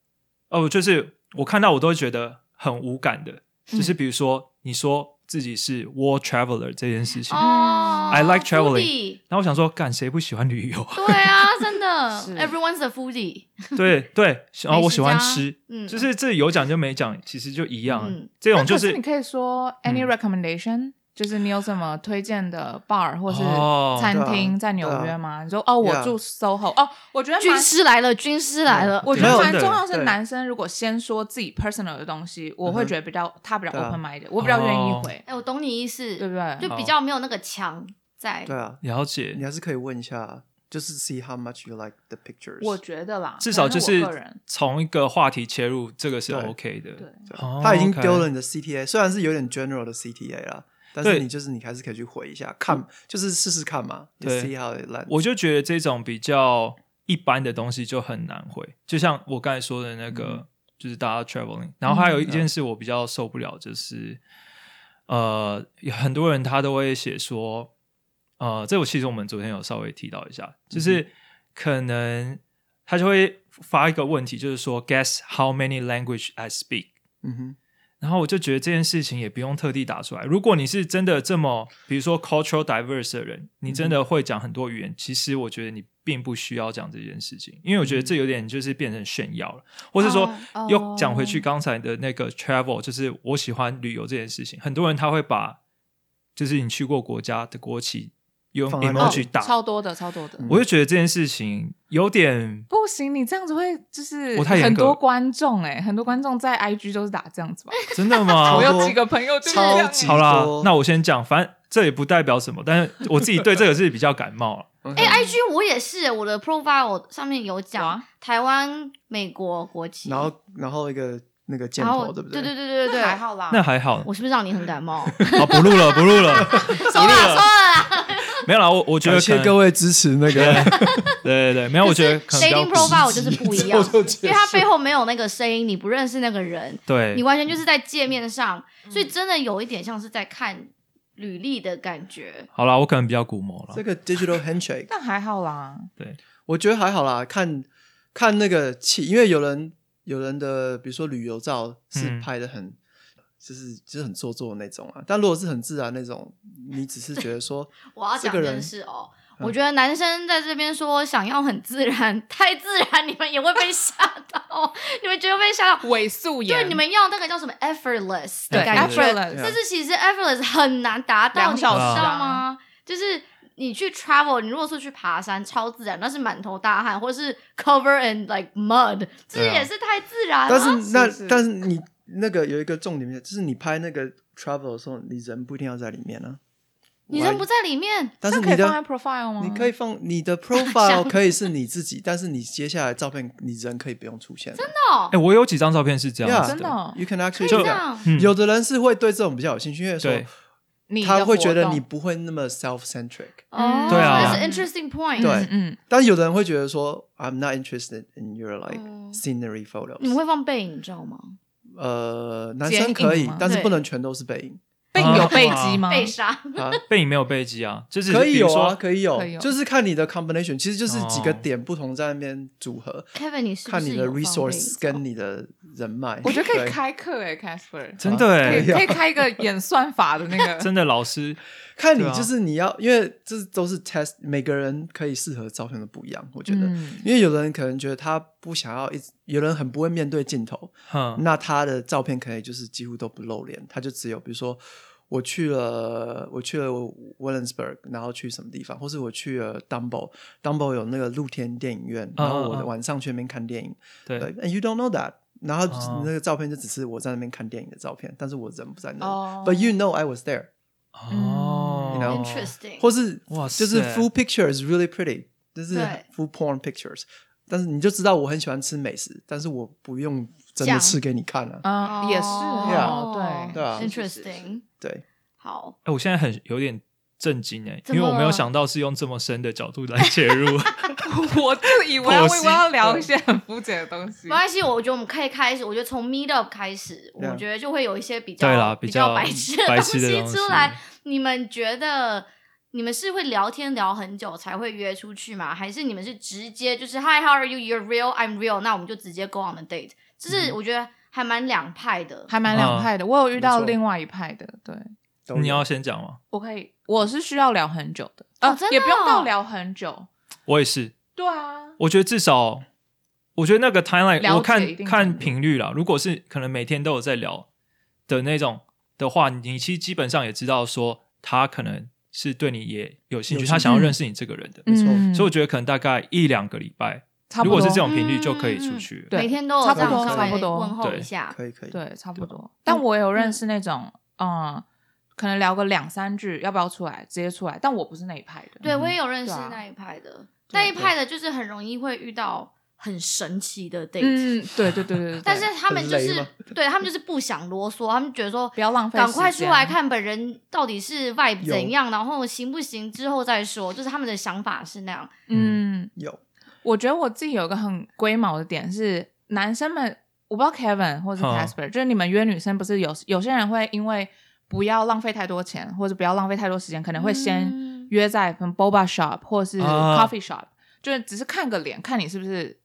Speaker 2: 哦，就是我看到我都会觉得很无感的，
Speaker 3: 嗯
Speaker 2: 就是比如说你说自己是 world traveler 这件事情，
Speaker 1: 哦、
Speaker 2: I like traveling
Speaker 1: foodie
Speaker 2: 然后我想说，干谁不喜欢旅游？ <laughs>
Speaker 1: 对啊，真的
Speaker 3: <laughs> 是
Speaker 1: ，everyone's a foodie。
Speaker 2: 对对，然后我喜欢吃，
Speaker 1: 嗯
Speaker 2: 就是这有讲就没讲，其实就一样啊。
Speaker 1: 嗯
Speaker 2: 这种就
Speaker 3: 你哎可以说
Speaker 2: 嗯
Speaker 3: any recommendation，就是你有什么推荐的 bar 或是
Speaker 2: 哦
Speaker 3: 餐
Speaker 4: 对
Speaker 3: 厅
Speaker 4: 啊
Speaker 3: 在纽约吗？你说哦，
Speaker 4: Yeah
Speaker 3: 我住 SOHO，哦，我觉得
Speaker 1: 军
Speaker 3: 蛮。
Speaker 1: 师来了，军师来了。
Speaker 3: 我觉得
Speaker 2: 对真
Speaker 3: 蛮
Speaker 2: 的
Speaker 3: 重要的是，
Speaker 4: 对
Speaker 3: 男生如果先说自己 personal 的东西，我
Speaker 4: 嗯
Speaker 3: 会
Speaker 4: 哼
Speaker 3: 觉得比较他比较
Speaker 4: 对啊
Speaker 3: open minded，我比
Speaker 2: 哦
Speaker 3: 较愿意回，
Speaker 1: 哎、我懂你意思，
Speaker 3: 对不对？
Speaker 1: 就比较没有那个墙在。
Speaker 4: 对啊，
Speaker 2: 了解
Speaker 4: 你，还是可以问一下，就是 see how much you like the pictures。
Speaker 3: 我觉得啦，
Speaker 2: 至少
Speaker 3: 可
Speaker 2: 就
Speaker 3: 能
Speaker 2: 是
Speaker 3: 我个人
Speaker 2: 从一个话题切入，这个是
Speaker 4: 对
Speaker 2: OK 的。
Speaker 3: 对，
Speaker 4: 对
Speaker 2: 哦
Speaker 4: 他已经
Speaker 2: OK
Speaker 4: 丢了你的 CTA，虽然是有点 general 的 CTA 啦，但是
Speaker 2: 对
Speaker 4: 你就是你还是可以去回一下，看就是试试看嘛，you
Speaker 2: 对
Speaker 4: ，see how it lands。
Speaker 2: 我就觉得这种比较一般的东西就很难回，就像我刚才说的那个，
Speaker 3: 嗯
Speaker 2: 就是大家 traveling。然后还有一件事我比较受不了，就是、呃，有很多人他都会写说，呃，这我其实我们昨天有稍微提到一下，
Speaker 3: 嗯
Speaker 2: 就是可能他就会发一个问题，就是说 guess how many language I speak。
Speaker 4: 嗯哼，
Speaker 2: 然后我就觉得这件事情也不用特地打出来。如果你是真的这么，比如说 cultural diverse 的人，你真
Speaker 1: 嗯
Speaker 2: 的会讲很多语言，其实我觉得你并不需要讲这件事情，因为我觉得这有点就是变成炫耀了，或是说、
Speaker 1: 嗯哦
Speaker 2: 又讲回去刚才的那个 travel，就是我喜欢旅游这件事情，很多人他会把就是你去过国家的国旗用
Speaker 4: 放在那里
Speaker 2: emoji 打，
Speaker 3: 超多的，超多的。
Speaker 4: 嗯
Speaker 2: 我就觉得这件事情有点
Speaker 3: 不行，你这样子会就是
Speaker 2: 我太严
Speaker 3: 很
Speaker 2: 格
Speaker 3: 多
Speaker 2: 了
Speaker 3: 观众哎、很多观众在 IG 都是打这样子吧。
Speaker 2: 真的
Speaker 4: <laughs>
Speaker 2: 吗？
Speaker 3: 我
Speaker 4: 要
Speaker 3: 有几个朋友就是这样
Speaker 4: 超
Speaker 3: 欸、
Speaker 4: 级
Speaker 2: 好啦
Speaker 4: 多，
Speaker 2: 那我先讲，反正这也不代表什么，但是我自己对这个是比较感冒了。
Speaker 4: 嗯
Speaker 1: 哎、i g 我也是，我的 profile 上面有讲
Speaker 3: 哇
Speaker 1: 台湾、美国国旗，
Speaker 4: 然后然后一个那个箭
Speaker 1: 然后
Speaker 4: 头，对不
Speaker 1: 对
Speaker 4: 对
Speaker 1: 对对对对，
Speaker 3: 还。好啦。
Speaker 2: 那还好，
Speaker 1: 我是不是让你很感
Speaker 4: <laughs>
Speaker 1: 冒？
Speaker 2: 好不录了，不录
Speaker 1: <laughs>
Speaker 2: 了，
Speaker 1: 收啊了收了啦。
Speaker 2: 没有啦。我我觉得
Speaker 4: 感
Speaker 2: 可
Speaker 4: 谢
Speaker 2: 能
Speaker 4: 各，位支持那
Speaker 2: 对
Speaker 4: 个，
Speaker 2: 对对对，没有，我觉得可能比较
Speaker 1: dating profile 就是不一样，
Speaker 4: <laughs> 我就
Speaker 1: <laughs>
Speaker 4: 结
Speaker 1: 因为它
Speaker 4: 束
Speaker 1: 背后没有那个声音，你不认识那个人，
Speaker 2: 对
Speaker 1: 你，完全就是在界面上，所以真的有一点像是在看履历的感觉。
Speaker 2: 好啦，我可能比较古魔
Speaker 4: 这
Speaker 2: 了。
Speaker 4: 个
Speaker 3: <laughs>
Speaker 4: digital handshake，
Speaker 3: 但还好啦，
Speaker 4: 我觉得还好啦，看看那个气，因为有人有人的，比如说旅游照是
Speaker 2: 嗯
Speaker 4: 拍的很，就是就是很做作的那种啊。但如果是很自然那种，你只是觉得说
Speaker 1: 我要
Speaker 4: 这
Speaker 1: 讲
Speaker 4: 个
Speaker 1: 的
Speaker 4: 人
Speaker 1: 是哦，我觉得男生在这边说想要很自然，太自然，你们也会被吓到， <laughs> 你们绝对被吓到。
Speaker 3: 伪素颜，
Speaker 1: 对，你们要那个叫什么 effortless
Speaker 3: 对
Speaker 1: 的感觉
Speaker 3: effortless
Speaker 1: 但是其实 effortless 很难达到，
Speaker 3: 两
Speaker 1: 你知
Speaker 3: 小
Speaker 1: 道
Speaker 2: 时啊
Speaker 1: 吗？就是你去 travel，你如果说去爬山，超自然，那是满头大汗，或者是 cover in like mud，这
Speaker 2: 对啊
Speaker 1: 也是太自然了。
Speaker 4: 但是那
Speaker 3: 是是
Speaker 4: 但是你那个有一个重点，就是你拍那个 travel 的时候，你人不一定要在里面啊。
Speaker 1: 你
Speaker 4: 我还
Speaker 1: 人不，在里面，
Speaker 4: 但是
Speaker 3: 那可
Speaker 4: 你
Speaker 3: 以放在啊
Speaker 4: 的
Speaker 3: profile 吗？
Speaker 4: 你可以放你的 profile 可以是你自己，但是你接下来照片你人可以不用出现。真的
Speaker 1: 哦
Speaker 2: 哎，，我有几张照片是这样
Speaker 4: Yeah，
Speaker 2: 子
Speaker 3: 真的哦
Speaker 4: ，You can
Speaker 1: 可
Speaker 4: actually
Speaker 1: 以
Speaker 4: do
Speaker 1: 这
Speaker 4: that
Speaker 1: 样。
Speaker 2: 嗯，
Speaker 4: 有的人是会对这种比较有兴趣，因为说
Speaker 2: 对
Speaker 3: 你的
Speaker 4: 他会觉
Speaker 3: 活
Speaker 4: 得
Speaker 3: 动
Speaker 4: 你不会那么 self centric，
Speaker 1: 哦，
Speaker 2: 对啊
Speaker 1: 这是 interesting point。
Speaker 4: 对
Speaker 3: 嗯嗯，
Speaker 4: 但有的人会觉得说 I'm not interested in your like
Speaker 1: 哦
Speaker 4: scenery photos。
Speaker 1: 你们会放背影照吗？
Speaker 4: 呃，男
Speaker 3: 剪
Speaker 4: 生
Speaker 3: 影
Speaker 4: 可以
Speaker 3: 吗，
Speaker 4: 但是
Speaker 1: 对
Speaker 4: 不能全都是背影
Speaker 3: 背有背肌吗？
Speaker 1: 被杀，
Speaker 4: 啊，
Speaker 2: 背影没有背肌啊， <laughs> 就是
Speaker 4: 可以
Speaker 2: 比如
Speaker 4: 有啊，
Speaker 2: 说，
Speaker 4: 可以有
Speaker 3: 可以有，
Speaker 4: 就是看你的 combination，其实就是几个
Speaker 2: 哦
Speaker 4: 点不同在那边组合，
Speaker 1: Kevin，你是不
Speaker 4: 看
Speaker 1: 是
Speaker 4: 你
Speaker 1: 有
Speaker 4: 的
Speaker 1: 放哦背影
Speaker 4: resource
Speaker 1: 照
Speaker 4: 跟你的人脉。
Speaker 3: 我觉得可以
Speaker 4: 对，
Speaker 3: 开课哎，Casper，
Speaker 2: 真的
Speaker 3: 可以
Speaker 2: 哎，
Speaker 4: 啊
Speaker 3: 可以开一个演算法的那
Speaker 4: <laughs>
Speaker 3: 个。
Speaker 2: 真的老师，
Speaker 4: 看你
Speaker 2: 对啊
Speaker 4: 就是你要，因为这都是 test，每个人可以适合照片的不一样，我觉得。
Speaker 3: 嗯
Speaker 4: 因为有的人可能觉得他不想要一直，有人很不会面对镜头，
Speaker 1: <laughs>
Speaker 2: 哼，
Speaker 4: 那他的照片可能就是几乎都不露脸，他就只有比如说我去了我去了 Williamsburg，然后去什么地方，或是我去了 Dumbo，Dumbo 有那个露天电影院，然后
Speaker 2: 嗯嗯
Speaker 4: 我
Speaker 2: 嗯
Speaker 4: 晚上去那边看电影，
Speaker 2: 对，
Speaker 4: ，And you don't know that，然后
Speaker 2: 哦
Speaker 4: 那个照片就只是我在那边看电影的照片，但是我人不在那里、
Speaker 3: 哦
Speaker 4: b u t you know I was there，
Speaker 2: 哦
Speaker 4: You know
Speaker 1: 嗯 Interesting，
Speaker 4: 或是
Speaker 2: 哇塞
Speaker 4: 就是 food picture is really pretty，就是
Speaker 1: 对
Speaker 4: food porn pictures，但是你就知道我很喜欢吃美食，但是我不用真
Speaker 1: 讲
Speaker 4: 的吃给你看啊，
Speaker 3: 嗯，也是哦，
Speaker 1: Yeah
Speaker 3: 对
Speaker 4: 对啊
Speaker 3: 是是是
Speaker 1: 哦 Interesting，
Speaker 4: 对。
Speaker 1: 好，
Speaker 2: 哎，我现在很有点震惊哎，
Speaker 1: 怎
Speaker 2: 因
Speaker 1: 么
Speaker 2: 为
Speaker 1: 了
Speaker 2: 我没有想到是用这么深的角度来切
Speaker 1: <laughs>
Speaker 2: 入。
Speaker 3: <laughs> 我自以为
Speaker 2: 剖
Speaker 3: 我
Speaker 2: 析
Speaker 3: 以为要聊一些很肤浅的东西
Speaker 1: 没。关系，我觉得我们可以开始，我觉得从 Meet Up 开始，我
Speaker 4: Yeah
Speaker 3: 啊
Speaker 1: 觉得就会有一些比
Speaker 2: 对啦
Speaker 1: 较
Speaker 2: 比较
Speaker 1: 较白痴
Speaker 2: 白痴
Speaker 1: 东
Speaker 2: 的
Speaker 1: 西
Speaker 2: 东西
Speaker 1: 出来。你们觉得你们是会聊天聊很久才会约出去吗？还是你们是直接就是 Hi，How are you? You're real, I'm real，那我们就直接 Go on a date？就是我觉得还蛮两派的。
Speaker 3: 嗯还蛮两派的。我有遇到
Speaker 4: 啊没错
Speaker 3: 另外一派的，对
Speaker 4: 都
Speaker 2: 你
Speaker 4: 有
Speaker 2: 要先讲吗？
Speaker 3: 我可以，我是需要聊很久的，
Speaker 1: 哦
Speaker 3: 呃
Speaker 1: 真的哦
Speaker 3: 也不用到聊很久。
Speaker 2: 我也是，
Speaker 3: 对啊，
Speaker 2: 我觉得至少，我觉得那个 timeline，
Speaker 3: 了
Speaker 2: 我
Speaker 3: 解
Speaker 2: 看
Speaker 3: 一定程
Speaker 2: 看
Speaker 3: 度
Speaker 2: 频率啦。如果是可能每天都有在聊的那种的话，你其实基本上也知道说他可能是对你也有兴趣，
Speaker 4: 有兴趣
Speaker 2: 他想要认识你这个人的。
Speaker 4: 没错
Speaker 3: 嗯
Speaker 2: 所以我觉得可能大概一两个礼拜，
Speaker 3: 差不
Speaker 2: 如
Speaker 3: 多嗯
Speaker 2: 果是这种频率就可以出去。
Speaker 3: 对
Speaker 1: 每天都有
Speaker 3: 差
Speaker 1: 这
Speaker 4: 不多
Speaker 1: 样稍
Speaker 4: 差
Speaker 1: 微
Speaker 4: 不
Speaker 3: 多
Speaker 1: 问候
Speaker 2: 对
Speaker 1: 一下。
Speaker 4: 可以可以，
Speaker 3: 对，差不多。但我有认识那种，嗯，可能聊个两三句，要不要出来？直接出来。但我不是那一派的。
Speaker 1: 对，我也有认识
Speaker 3: 对啊
Speaker 1: 那一派的，
Speaker 3: 对
Speaker 1: 那一派的就是很容易会遇到很神奇的 date，、
Speaker 3: 嗯，对对对对对。
Speaker 1: <laughs> 但是他们就
Speaker 4: 很雷
Speaker 1: 是
Speaker 4: 吗
Speaker 1: <laughs> 对他们就是不想啰嗦，他们觉得说
Speaker 3: 不要浪费
Speaker 1: 赶快
Speaker 3: 时
Speaker 1: 出
Speaker 3: 间
Speaker 1: 来看本人到底是 vibe
Speaker 4: 有
Speaker 1: 怎样，然后行不行之后再说，就是他们的想法是那样。
Speaker 3: 嗯，
Speaker 4: 有
Speaker 3: 我觉得我自己有一个很龟毛的点是，男生们我不知道 Kevin 或是
Speaker 2: 嗯
Speaker 3: Casper，、就是你们约女生不是有有些人会因为不要浪费太多钱，或者不要浪费太多时间，可能会先
Speaker 1: 嗯
Speaker 3: 约在什么 boba shop 或是
Speaker 2: 啊
Speaker 3: coffee shop，、就是只是看个脸，看你是不是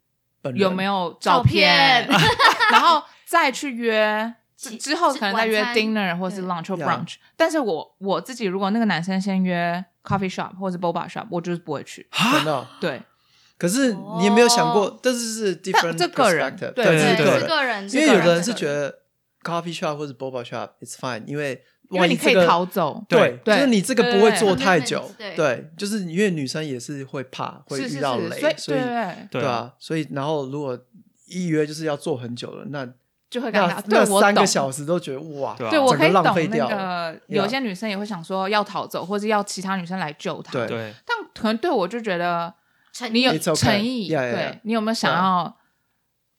Speaker 4: 本人
Speaker 3: 有没有
Speaker 1: 照
Speaker 3: 片，
Speaker 1: 片
Speaker 3: <laughs> 然后再去约。之
Speaker 1: 其
Speaker 3: 之后可能再约
Speaker 1: 晚餐
Speaker 3: dinner 或是
Speaker 1: 对
Speaker 3: lunch 或
Speaker 4: Yeah
Speaker 3: brunch，但是我我自己如果那个男生先约 coffee shop 或是 boba shop，我就是不会去。
Speaker 4: 真的哦。
Speaker 3: 对，
Speaker 4: 可是你也没有想过，这是是 different
Speaker 3: 这个人
Speaker 4: perspective，
Speaker 3: 对
Speaker 4: 对，
Speaker 2: 对
Speaker 4: 这是
Speaker 1: 对
Speaker 4: 个
Speaker 1: 是
Speaker 4: 人。
Speaker 1: 个人，
Speaker 4: 因为
Speaker 1: 是个
Speaker 4: 有的人
Speaker 1: 这
Speaker 4: 是
Speaker 1: 个
Speaker 4: 觉得 coffee shop 或者 boba shop it's fine，因为
Speaker 3: 因为
Speaker 4: 万一
Speaker 3: 你可以
Speaker 4: 这个
Speaker 3: 逃走。
Speaker 4: 对，
Speaker 3: 对
Speaker 4: 就是你这个不会做太久，
Speaker 1: 对对
Speaker 4: 对，就是因为女生也是会怕，会
Speaker 3: 是是
Speaker 4: 遇
Speaker 3: 是，
Speaker 4: 到
Speaker 3: 所
Speaker 4: 雷，
Speaker 3: 以
Speaker 4: 所
Speaker 3: 对对对，
Speaker 2: 对啊，
Speaker 4: 啊，所以然后如果一约就是要做很久了，那
Speaker 3: 就会感
Speaker 4: 那
Speaker 3: 到对
Speaker 4: 那
Speaker 3: 我
Speaker 4: 三个
Speaker 3: 懂
Speaker 4: 小时都觉得哇，
Speaker 2: 对啊
Speaker 3: 对我
Speaker 4: 整
Speaker 3: 可
Speaker 4: 个
Speaker 3: 以
Speaker 4: 浪
Speaker 3: 懂
Speaker 4: 费掉
Speaker 3: 那个，
Speaker 4: Yeah
Speaker 3: 有些女生也会想说要逃走，或是要其他女生来救她。
Speaker 4: 对
Speaker 2: 对，
Speaker 3: 但可能对我就觉得
Speaker 1: 成
Speaker 3: 你有
Speaker 4: It's okay 啊
Speaker 3: 诚意，
Speaker 4: Yeah, yeah,
Speaker 3: 对
Speaker 4: yeah
Speaker 3: 你有没有想要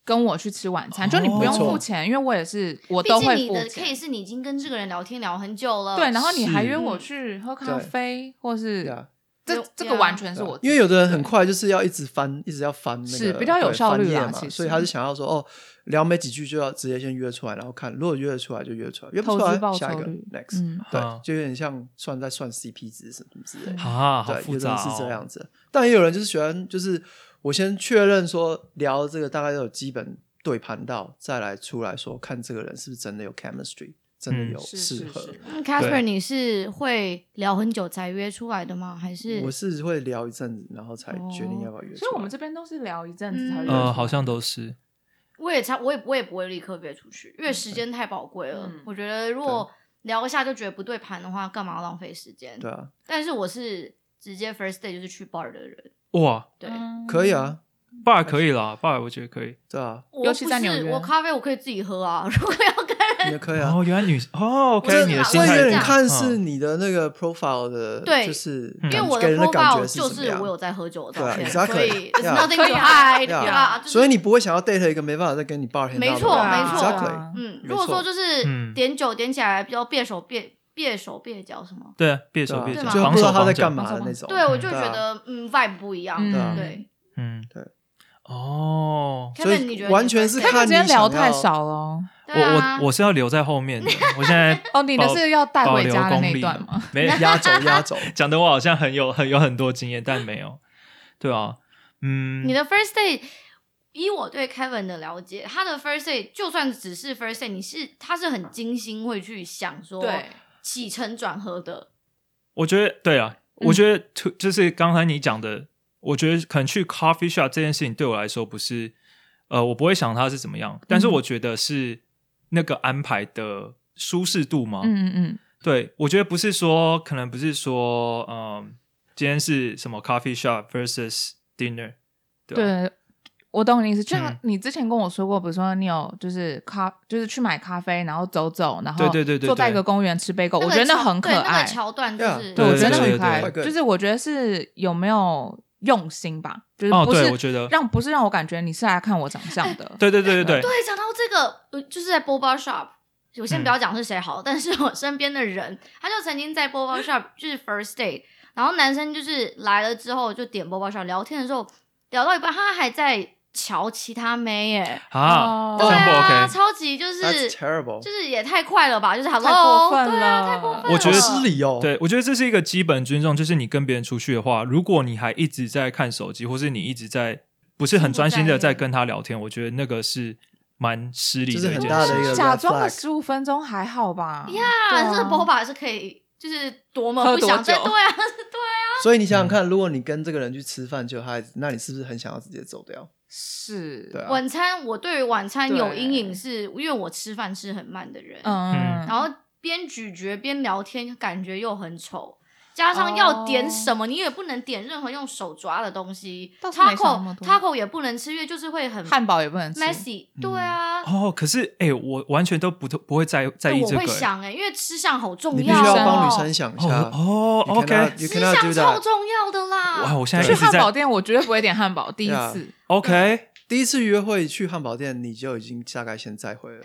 Speaker 3: 跟我去吃晚
Speaker 4: 哦
Speaker 3: 餐？就你不用
Speaker 4: 没错
Speaker 3: 付钱，因为我也是我
Speaker 1: 毕
Speaker 3: 都
Speaker 1: 竟
Speaker 3: 会
Speaker 1: 你
Speaker 3: 付
Speaker 1: 的
Speaker 3: 钱。
Speaker 1: case 你已经跟这个人聊天聊很久了，
Speaker 3: 对，然后你还
Speaker 2: 是
Speaker 3: 约我去喝咖
Speaker 4: 对
Speaker 3: 啡，或
Speaker 4: 对
Speaker 3: 是
Speaker 4: 啊
Speaker 3: 这
Speaker 1: 对
Speaker 3: 这个完全是我自己
Speaker 4: 因为有的人很快就是要一直翻，一直要翻那个，
Speaker 3: 是比较有
Speaker 4: 对
Speaker 3: 效率
Speaker 4: 翻页
Speaker 3: 啦
Speaker 4: 嘛
Speaker 3: 其实
Speaker 4: 所以他是想要说哦，聊没几句就要直接先约出来，然后看如果约得出来就约出来，约不
Speaker 3: 投
Speaker 4: 出来
Speaker 3: 资报酬
Speaker 4: 下一个
Speaker 3: 率
Speaker 4: next，
Speaker 3: 嗯，
Speaker 4: 对
Speaker 2: 啊，
Speaker 4: 就有点像算在算 CP 值什么之类的。
Speaker 2: 啊，好
Speaker 4: 对，
Speaker 2: 复
Speaker 4: 有的
Speaker 2: 杂
Speaker 4: 人
Speaker 2: 哦
Speaker 4: 是这样子，但也有人就是喜欢，就是我先确认说聊这个大概有基本对盘到，再来出来说看这个人是不是真的有 chemistry，真的
Speaker 2: 嗯
Speaker 4: 有
Speaker 3: 是
Speaker 4: 适
Speaker 3: 是
Speaker 4: 合。
Speaker 3: 是，
Speaker 1: 嗯 Casper，
Speaker 2: 对
Speaker 1: 你是会聊很久才约出来的吗？还是
Speaker 4: 我是会聊一阵子，然后才决定
Speaker 1: 哦
Speaker 4: 要不要约出来。
Speaker 3: 所以我们这边都是聊一阵子才会
Speaker 1: 嗯
Speaker 3: 约出来
Speaker 2: 呃，好像都是
Speaker 1: 我也差，我也我也不会立刻约出去，因为
Speaker 4: 嗯
Speaker 1: 时间太宝贵了。
Speaker 3: 嗯
Speaker 1: 我觉得如果聊一下就觉得不对盘的话，干嘛浪费时间？
Speaker 4: 对啊，
Speaker 1: 但是我是直接 first day 就是去 bar 的人，
Speaker 2: 哇
Speaker 1: 对。
Speaker 3: 嗯
Speaker 4: 可以，啊，
Speaker 2: ，bar 可以啦，bar 我觉得可以。
Speaker 1: <laughs>
Speaker 4: 对啊，
Speaker 1: 我
Speaker 3: 尤其
Speaker 1: 不
Speaker 3: 在
Speaker 1: 是
Speaker 3: 纽约
Speaker 1: 我咖啡我可以自己喝啊。如果要跟
Speaker 4: 你也可以啊。
Speaker 2: 哦，原来女哦
Speaker 1: 我
Speaker 2: ，OK，你的
Speaker 1: 是
Speaker 2: 心
Speaker 1: 啦
Speaker 4: 会
Speaker 2: 态
Speaker 1: 我也是这
Speaker 4: 有人
Speaker 1: 样
Speaker 4: 看是
Speaker 2: 嗯
Speaker 4: 你的那个 profile 的，
Speaker 1: 对
Speaker 4: 就是
Speaker 2: 因为
Speaker 1: 因为
Speaker 4: 感
Speaker 1: 我
Speaker 4: 给
Speaker 1: 的
Speaker 4: 嗯人的感觉
Speaker 1: profile
Speaker 4: 是
Speaker 1: 就
Speaker 4: 怎么
Speaker 1: 是
Speaker 4: 样
Speaker 1: 我有在喝酒的照
Speaker 4: 对
Speaker 1: 片，
Speaker 4: 啊
Speaker 1: 所
Speaker 4: ，exactly，
Speaker 1: 以啊
Speaker 4: yeah，
Speaker 1: it's nothing to
Speaker 3: yeah，
Speaker 1: hide，
Speaker 4: yeah
Speaker 1: 对吧？就是
Speaker 4: 所以你不会想要 date 一个没办法再跟你 bar
Speaker 1: 没错
Speaker 3: 对啊
Speaker 1: 没错
Speaker 4: exactly，
Speaker 1: 嗯，
Speaker 4: 没
Speaker 1: 如果说
Speaker 4: 错
Speaker 1: 就是
Speaker 2: 嗯
Speaker 1: 点酒点起来比较别手别别手别脚什么，
Speaker 2: 对，别
Speaker 4: 对
Speaker 2: 手
Speaker 4: 啊
Speaker 2: 别
Speaker 1: 对
Speaker 2: 脚，
Speaker 1: 嘛
Speaker 4: 就
Speaker 2: 防
Speaker 4: 不知道
Speaker 2: 守
Speaker 4: 他在
Speaker 2: 防脚
Speaker 4: 干，嘛的那种。
Speaker 1: 对我就
Speaker 4: 对啊啊
Speaker 1: 觉得嗯 vibe 不一样，
Speaker 3: 嗯
Speaker 1: 对。
Speaker 2: 嗯，
Speaker 4: 对，
Speaker 2: 哦，
Speaker 4: 所
Speaker 1: Kevin，你觉
Speaker 4: 以
Speaker 1: 得
Speaker 4: 完全是
Speaker 3: 但
Speaker 4: 看
Speaker 3: 你今
Speaker 4: 你
Speaker 3: 天
Speaker 4: 想
Speaker 3: 聊太
Speaker 4: 要
Speaker 3: 少了哦。
Speaker 1: 我
Speaker 2: 我我我是要留在后面的，我现在
Speaker 3: 哦， <laughs> 你的
Speaker 2: 保
Speaker 3: 是要带
Speaker 2: 保
Speaker 3: 回
Speaker 2: 留
Speaker 3: 家的
Speaker 2: 功
Speaker 3: 那一
Speaker 2: 力啊
Speaker 3: 段吗？
Speaker 2: <laughs> 没
Speaker 4: <laughs> 压轴压轴，
Speaker 2: 讲的我好像很有很有很多经验，但没有，对啊，嗯，
Speaker 1: 你的 first day，以我对 Kevin 的了解，他的 first day 就算只是 first day，你是他是很精心会去想说
Speaker 3: 对
Speaker 1: 起承转合的，
Speaker 2: 我觉得对啊，
Speaker 3: 嗯
Speaker 2: 我觉得 to- 就是刚才你讲的，我觉得可能去 coffee shop 这件事情对我来说不是，呃，我不会想它是怎么样，但是
Speaker 3: 嗯
Speaker 2: 我觉得是那个安排的舒适度吗？
Speaker 3: 嗯嗯嗯，
Speaker 2: 对，我觉得不是说，可能不是说，嗯，今天是什么 coffee shop versus dinner，对啊
Speaker 3: 对，我懂你意思。就像
Speaker 2: 嗯
Speaker 3: 你之前跟我说过，比如说你有就是咖，就是去买咖啡，然后走走，然后
Speaker 2: 对对对对
Speaker 3: 坐在一
Speaker 2: 对
Speaker 3: 个公园吃 bagel，我
Speaker 1: 个
Speaker 3: 觉得那
Speaker 1: 桥
Speaker 3: 很可
Speaker 1: 对那
Speaker 3: 爱
Speaker 1: 个。桥段就是
Speaker 4: Yeah，
Speaker 3: 对，我觉得
Speaker 2: 对
Speaker 3: 那
Speaker 2: 对
Speaker 3: 很
Speaker 2: 对
Speaker 3: 可爱。
Speaker 4: 对对
Speaker 3: 就是我觉得是有没有用心吧，就是
Speaker 2: 哦，
Speaker 3: 嗯不
Speaker 2: 对，我
Speaker 3: 是
Speaker 2: 觉得，
Speaker 3: 让不是让我感觉你是来看我长相
Speaker 1: <laughs>
Speaker 3: 的。
Speaker 2: 对对对对对，
Speaker 1: 对，讲到这个，呃就是在 Boba Shop，我先
Speaker 2: 嗯
Speaker 1: 不要讲是谁好了，但是我身边的人，他就曾经在 Boba Shop 就是 first date，然后男生就是来了之后就点 Boba Shop 聊天的时候，聊到一半，他还在瞧其他妹耶，
Speaker 2: 啊，
Speaker 3: 哦
Speaker 2: 这
Speaker 1: 对
Speaker 2: 样不
Speaker 1: 啊，
Speaker 2: OK，
Speaker 1: 超级就是
Speaker 4: That's terrible，
Speaker 1: 就是也太快了吧，就是 hello，
Speaker 3: 过分
Speaker 1: 对啊，
Speaker 3: 了
Speaker 1: 太过分了，
Speaker 2: 我觉得
Speaker 4: 失礼哦，
Speaker 2: 对，我觉得这是一个基本尊重，就是你跟别人出去的话，如果你还一直在看手机，或是你一直在不是很专心的在跟他聊天，我觉得那个是蛮失礼
Speaker 4: 就是
Speaker 2: 的一
Speaker 4: 很
Speaker 2: 件
Speaker 4: 大的
Speaker 2: 事
Speaker 4: 一
Speaker 2: 情
Speaker 4: 个。
Speaker 3: 假
Speaker 4: red
Speaker 3: 装个
Speaker 4: flag
Speaker 3: 十五分钟还好吧？呀
Speaker 1: 啊，这 Boba 是可以。就是多么
Speaker 3: 喝
Speaker 1: 不想
Speaker 3: 多
Speaker 1: 再
Speaker 3: 久
Speaker 1: 对啊，
Speaker 4: 所以你想想看，如果你跟这个人去吃饭就还，那你是不是很想要直接走掉？
Speaker 3: 是，
Speaker 4: 对啊，
Speaker 1: 晚餐我对于晚餐有
Speaker 3: 对
Speaker 1: 阴影是，因为我吃饭吃很慢的人，
Speaker 3: 嗯，
Speaker 1: 然后边咀嚼边聊天，感觉又很丑。加上要点什么你也不能点任何用手抓的东西
Speaker 3: 倒是没想那么
Speaker 1: ，taco
Speaker 3: 多
Speaker 1: taco 也不能吃，因为就是会很
Speaker 3: 汉堡也不能吃。
Speaker 1: messy。
Speaker 2: 嗯
Speaker 1: 对啊，
Speaker 2: 哦，可是哎、我完全都不不会在在
Speaker 1: 对
Speaker 2: 意
Speaker 1: 我
Speaker 2: 这个、
Speaker 1: 会
Speaker 2: 欸。
Speaker 1: 想哎，因为吃相好重
Speaker 4: 你
Speaker 1: 要，
Speaker 4: 必须要帮女
Speaker 1: 哦
Speaker 4: 生想一下。
Speaker 2: 哦哦
Speaker 4: You cannot-
Speaker 2: ，OK，
Speaker 1: 吃
Speaker 4: you
Speaker 1: 相
Speaker 4: cannot do
Speaker 1: 超
Speaker 4: that。
Speaker 1: 重要的
Speaker 2: 哇，
Speaker 1: 啦。
Speaker 2: 我现在
Speaker 3: 去
Speaker 2: 一直
Speaker 3: 汉堡
Speaker 2: 在
Speaker 3: 店，我绝对不会点汉堡。第一
Speaker 4: Yeah
Speaker 3: 次，
Speaker 2: OK，
Speaker 4: 第一次约会去汉堡店，你就已经大概先再会了。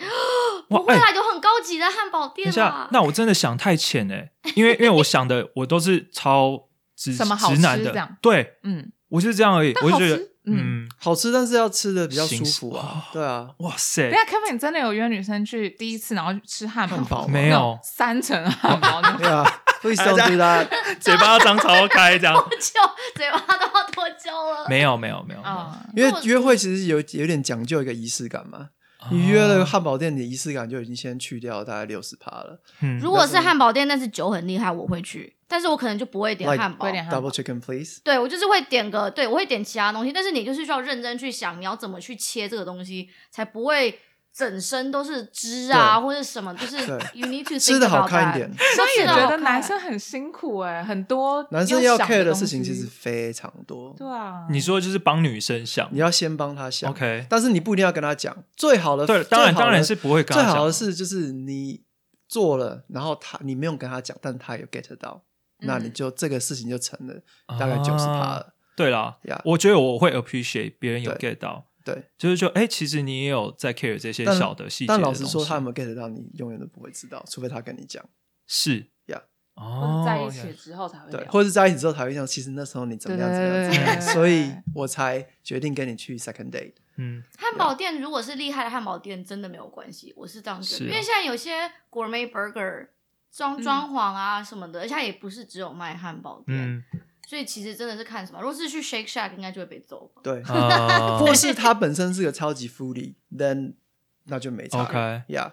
Speaker 2: 哇
Speaker 1: 不，会
Speaker 2: 哎
Speaker 1: 啦，有很高级的汉堡
Speaker 2: 等一
Speaker 1: 店
Speaker 2: 下
Speaker 3: 啊
Speaker 1: 啦，。
Speaker 2: 那我真的想太浅哎、因为因为我想的我都是超直
Speaker 3: 什么好
Speaker 2: 直男
Speaker 3: 吃这
Speaker 2: 的
Speaker 3: 样，
Speaker 2: 对
Speaker 3: 嗯，
Speaker 2: 我就是这样而已，
Speaker 3: 但
Speaker 2: 我就
Speaker 3: 好
Speaker 2: 觉
Speaker 3: 吃
Speaker 2: 得
Speaker 3: 嗯
Speaker 2: 嗯，
Speaker 4: 好吃，但是要吃的比较舒
Speaker 2: 形式
Speaker 4: 服啊
Speaker 2: 哦。
Speaker 4: 对啊，
Speaker 2: 哇塞
Speaker 3: 等一，下 Kevin 你真的有约女生去第一次，然后去吃汉堡
Speaker 4: 汉堡
Speaker 3: 吗
Speaker 2: 没有
Speaker 4: <laughs>
Speaker 3: 那种三层汉堡，那种
Speaker 4: 对啊， Please don't
Speaker 1: <laughs>
Speaker 4: do that。
Speaker 2: 嘴巴要张超开这样 <laughs>
Speaker 1: 多。久？嘴巴都要多久了？
Speaker 2: 没有没有没有，没有
Speaker 3: 啊，
Speaker 4: 因为
Speaker 1: 我
Speaker 4: 约会其实有有点讲究一个仪式感嘛。
Speaker 2: 啊
Speaker 4: 你约
Speaker 2: 哦
Speaker 4: 了汉堡店，你的仪式感就已经先去掉大概六十趴了。
Speaker 2: 嗯
Speaker 1: 如果是汉堡店，但是酒很厉害，我会去，但是我可能就不会点
Speaker 4: Like-
Speaker 1: 汉堡
Speaker 3: 会。点汉堡
Speaker 4: Double chicken please。
Speaker 1: 对，我就是会点个，对我会点其他东西，但是你就是需要认真去想你要怎么去切这个东西，才不会整身都是汁啊
Speaker 4: 对
Speaker 1: 或者什么，就是
Speaker 4: 对
Speaker 1: you need to
Speaker 4: 吃得
Speaker 1: think
Speaker 4: 好
Speaker 1: about
Speaker 4: 看一
Speaker 1: that
Speaker 4: 点
Speaker 1: 所
Speaker 3: 我也觉得男生很辛苦哎、很多
Speaker 4: 男生要
Speaker 3: 想
Speaker 4: care 的
Speaker 3: 东
Speaker 4: 事情其
Speaker 3: 西
Speaker 4: 实非常多，
Speaker 3: 对啊，
Speaker 2: 你说就是帮女生想
Speaker 4: 你要先帮他想。
Speaker 2: ，OK，
Speaker 4: 但是你不一定要跟他讲。最好的
Speaker 2: 对，当然
Speaker 4: 最好的
Speaker 2: 当然是不会跟
Speaker 4: 最
Speaker 2: 他
Speaker 4: 好的
Speaker 2: 讲，
Speaker 4: 是就是你做了，然后他你没有跟他讲，但他有 get 到，
Speaker 3: 嗯
Speaker 4: 那你就这个事情就成了，大概九十趴
Speaker 2: 啊
Speaker 4: 了。
Speaker 2: 对啦，
Speaker 4: 呀，
Speaker 2: 我觉得我会 appreciate 别人有
Speaker 4: 对
Speaker 2: get 到，
Speaker 4: 对。
Speaker 2: 就是说，哎，其实你也有在 care 这些
Speaker 4: 但
Speaker 2: 小的细节的
Speaker 4: 但
Speaker 2: 东西。
Speaker 4: 老实说，他有没有 get 到，你永远都不会知道，除非他跟你讲。
Speaker 2: 是
Speaker 4: Yeah
Speaker 3: 或
Speaker 2: 哦
Speaker 3: 者，在一起之后才会
Speaker 4: 对，
Speaker 3: 聊。
Speaker 4: 或者是在一起之后才会想，其实那时候你怎么样怎么样怎么样，
Speaker 3: 对
Speaker 4: 所以我才决定跟你去 second date。
Speaker 2: 嗯，
Speaker 1: 汉堡店如果是厉害的汉堡店，真的没有关系，我是这样觉
Speaker 2: 是
Speaker 1: 得。
Speaker 2: 啊
Speaker 1: 因为现在有些 gourmet burger 装
Speaker 3: 嗯
Speaker 1: 装潢啊什么的，而且它也不是只有卖汉堡店，
Speaker 2: 嗯
Speaker 1: 所以其实真的是看什么。如果是去 Shake Shack，应该就会被揍吧。 <laughs>
Speaker 4: 对，
Speaker 2: 啊
Speaker 4: 或是他本身是个超级 foodie，then 那就没差。
Speaker 2: OK
Speaker 4: Yeah，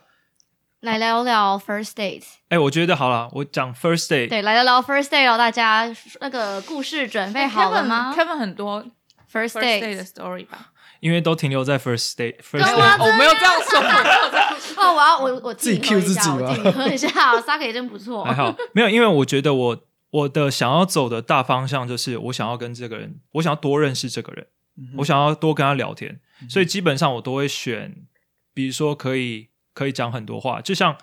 Speaker 1: 来聊聊 first date，
Speaker 2: 哎，我觉得好了，我讲 first date，
Speaker 1: 对，来聊聊 first date 哦，大家那个故事准备好了哎吗
Speaker 3: Kevin 很多
Speaker 1: ？first
Speaker 3: first day 的
Speaker 1: date，
Speaker 3: story 吧？
Speaker 2: 因为都停留在 first date，first
Speaker 1: 对啊
Speaker 2: date，
Speaker 1: 真
Speaker 3: 我没有这样说，
Speaker 1: <laughs> 哦，我要我我
Speaker 4: 自己
Speaker 1: 喝
Speaker 4: cue
Speaker 1: 一
Speaker 4: 自己
Speaker 1: 下，我
Speaker 4: 吗
Speaker 1: 自己喝一下 s a k 真不 <laughs> 错
Speaker 2: 还。好，没有，因为我觉得我我的想要走的大方向就是我想要跟这个人，我想要多认识这个人，
Speaker 4: 嗯
Speaker 2: 我想要多跟他聊天，所以基本上我都会选，比如说可以可以讲很多话，就像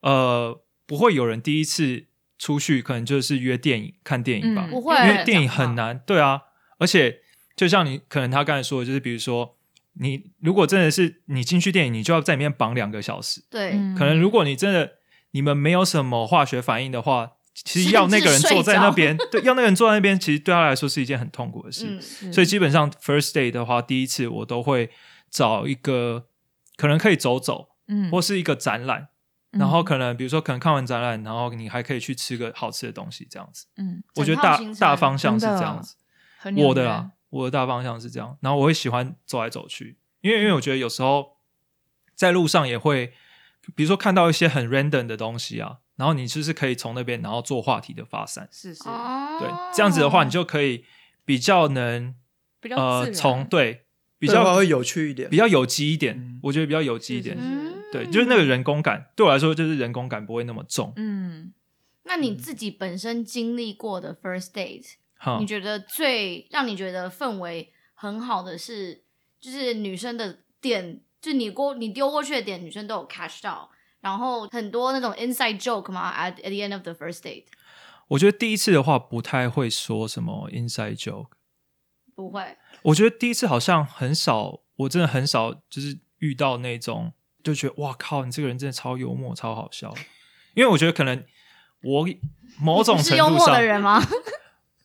Speaker 2: 呃，不会有人第一次出去可能就是约电影看电影吧，
Speaker 3: 嗯
Speaker 1: 不会
Speaker 2: 因
Speaker 1: 因
Speaker 2: 为电影很难，对啊，而且就像你可能他刚才说的，就是比如说。你如果真的是你进去电影，你就要在里面绑两个小时，
Speaker 1: 对，嗯
Speaker 3: 嗯
Speaker 2: 可能如果你真的你们没有什么化学反应的话，其实要那个人坐在那边，对， <laughs> 要那个人坐在那边，其实对他来说是一件很痛苦的事。
Speaker 1: 嗯，
Speaker 2: 所以基本上 first day 的话，第一次我都会找一个可能可以走走，
Speaker 3: 嗯
Speaker 2: 或是一个展览，然
Speaker 1: 嗯
Speaker 2: 后可能比如说可能看完展览，然后你还可以去吃个好吃的东西，这样子。
Speaker 3: 嗯，
Speaker 2: 我觉得
Speaker 1: 整套
Speaker 2: 大
Speaker 1: 行程
Speaker 2: 大方向是
Speaker 3: 真的
Speaker 2: 这样子，
Speaker 3: 很
Speaker 2: 我的啊
Speaker 3: 有
Speaker 2: 啦，我的大方向是这样。然后我会喜欢走来走去，因为因为我觉得有时候在路上也会，比如说看到一些很 random 的东西啊，然后你就是可以从那边然后做话题的发散
Speaker 3: 缘，是是
Speaker 1: 哦，
Speaker 2: 对，这样子的话你就可以比较能
Speaker 3: 比较自
Speaker 2: 呃
Speaker 3: 然
Speaker 2: 从对比
Speaker 4: 比较
Speaker 2: 较
Speaker 4: 会有趣一点
Speaker 2: 比。较有机一点
Speaker 4: 嗯，
Speaker 2: 我觉得比较有机一点
Speaker 3: 是，
Speaker 1: 嗯，
Speaker 2: 对，就是那个人工感对我来说就是人工感不会那么重，
Speaker 3: 嗯
Speaker 1: 那你自己本身经历过的 first date，、
Speaker 2: 哈
Speaker 1: 你，觉得最让你觉得氛围很好的是，就是女生的点，就你过你丢过去的点，女生都有 catch 到，然后很多那种 inside joke 嘛，at at the end of the first date
Speaker 2: 我觉得第一次的话不太会说什么 inside joke。
Speaker 1: 不会，
Speaker 2: 我觉得第一次好像很少，我真的很少就是遇到那种就觉得哇靠，你这个人真的超幽默、超好笑。因为我觉得可能我某种
Speaker 1: 你是
Speaker 2: 程
Speaker 1: 幽
Speaker 2: 度
Speaker 1: 默
Speaker 2: 上
Speaker 1: 的人
Speaker 2: <laughs>
Speaker 1: 吗？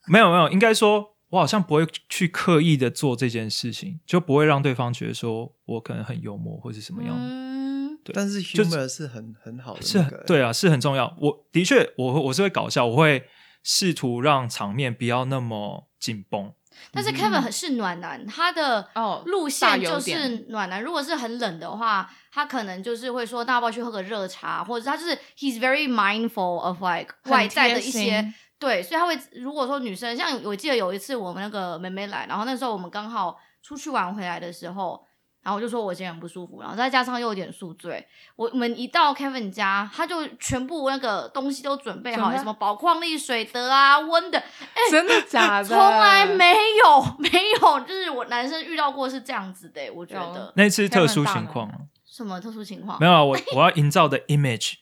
Speaker 2: 没有没有，应该说我好像不会去刻意的做这件事情，就不会让对方觉得说我可能很幽默或是什么样。
Speaker 1: 嗯，
Speaker 2: 对
Speaker 4: 但是
Speaker 2: 就
Speaker 4: humor 是很很好的
Speaker 2: 是
Speaker 4: 那
Speaker 2: 很
Speaker 4: 个，
Speaker 2: 对啊，是很重要。我的确，我我是会搞笑，我会试图让场面不要那么紧绷。
Speaker 1: 但
Speaker 2: 嗯
Speaker 1: 是 Kevin 很是暖男，他的
Speaker 3: 哦
Speaker 1: 路
Speaker 3: 大
Speaker 1: 线
Speaker 3: 有
Speaker 1: 就是
Speaker 3: 点
Speaker 1: 暖男。如果是很冷的话，他可能就是会说，那要不要去喝个热茶，或者是他就是 he's very mindful of like
Speaker 3: 很
Speaker 1: 外在的
Speaker 3: 贴
Speaker 1: 一些
Speaker 3: 心
Speaker 1: 对，所以他会如果说女生像我记得有一次我们那个妹妹来，然后那时候我们刚好出去玩回来的时候。然后我就说我今天很不舒服，然后再加上又有点宿醉，我我们一到 Kevin 家，他就全部那个东西都准备
Speaker 3: 准
Speaker 1: 好，
Speaker 3: 备
Speaker 1: 什么宝矿力水的啊、温的，
Speaker 3: 真的假的？
Speaker 1: 从来没有 <laughs> 没有，就是我男生遇到过是这样子的欸、我觉
Speaker 3: 有
Speaker 1: 得
Speaker 2: 那次特殊
Speaker 3: Kevin 大
Speaker 2: 情
Speaker 3: 男
Speaker 2: 况
Speaker 3: 孩
Speaker 2: 啊
Speaker 1: 什么特殊情况
Speaker 2: <laughs> 没有啊，我我要营造的
Speaker 1: <laughs>
Speaker 2: image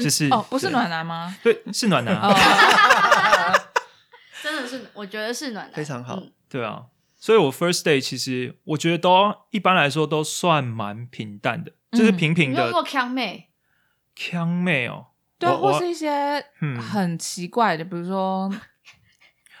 Speaker 2: 就是
Speaker 3: 哦，不是
Speaker 2: 对
Speaker 3: 暖男吗？
Speaker 2: 对，是暖男、
Speaker 3: 哦
Speaker 2: 啊，，
Speaker 1: 真的是我觉得是暖男，
Speaker 4: 非常好
Speaker 1: 嗯
Speaker 2: 对啊，所以我 first day 其实我觉得都一般来说都算蛮平淡的，
Speaker 3: 嗯
Speaker 2: 就是平
Speaker 1: 你
Speaker 2: 平
Speaker 1: 有遇过
Speaker 2: 的。
Speaker 1: 康妹？
Speaker 2: 腔妹哦，
Speaker 3: 对啊，
Speaker 2: 我
Speaker 3: 或
Speaker 2: 我
Speaker 3: 是一些
Speaker 2: 嗯
Speaker 3: 很奇怪的，比如说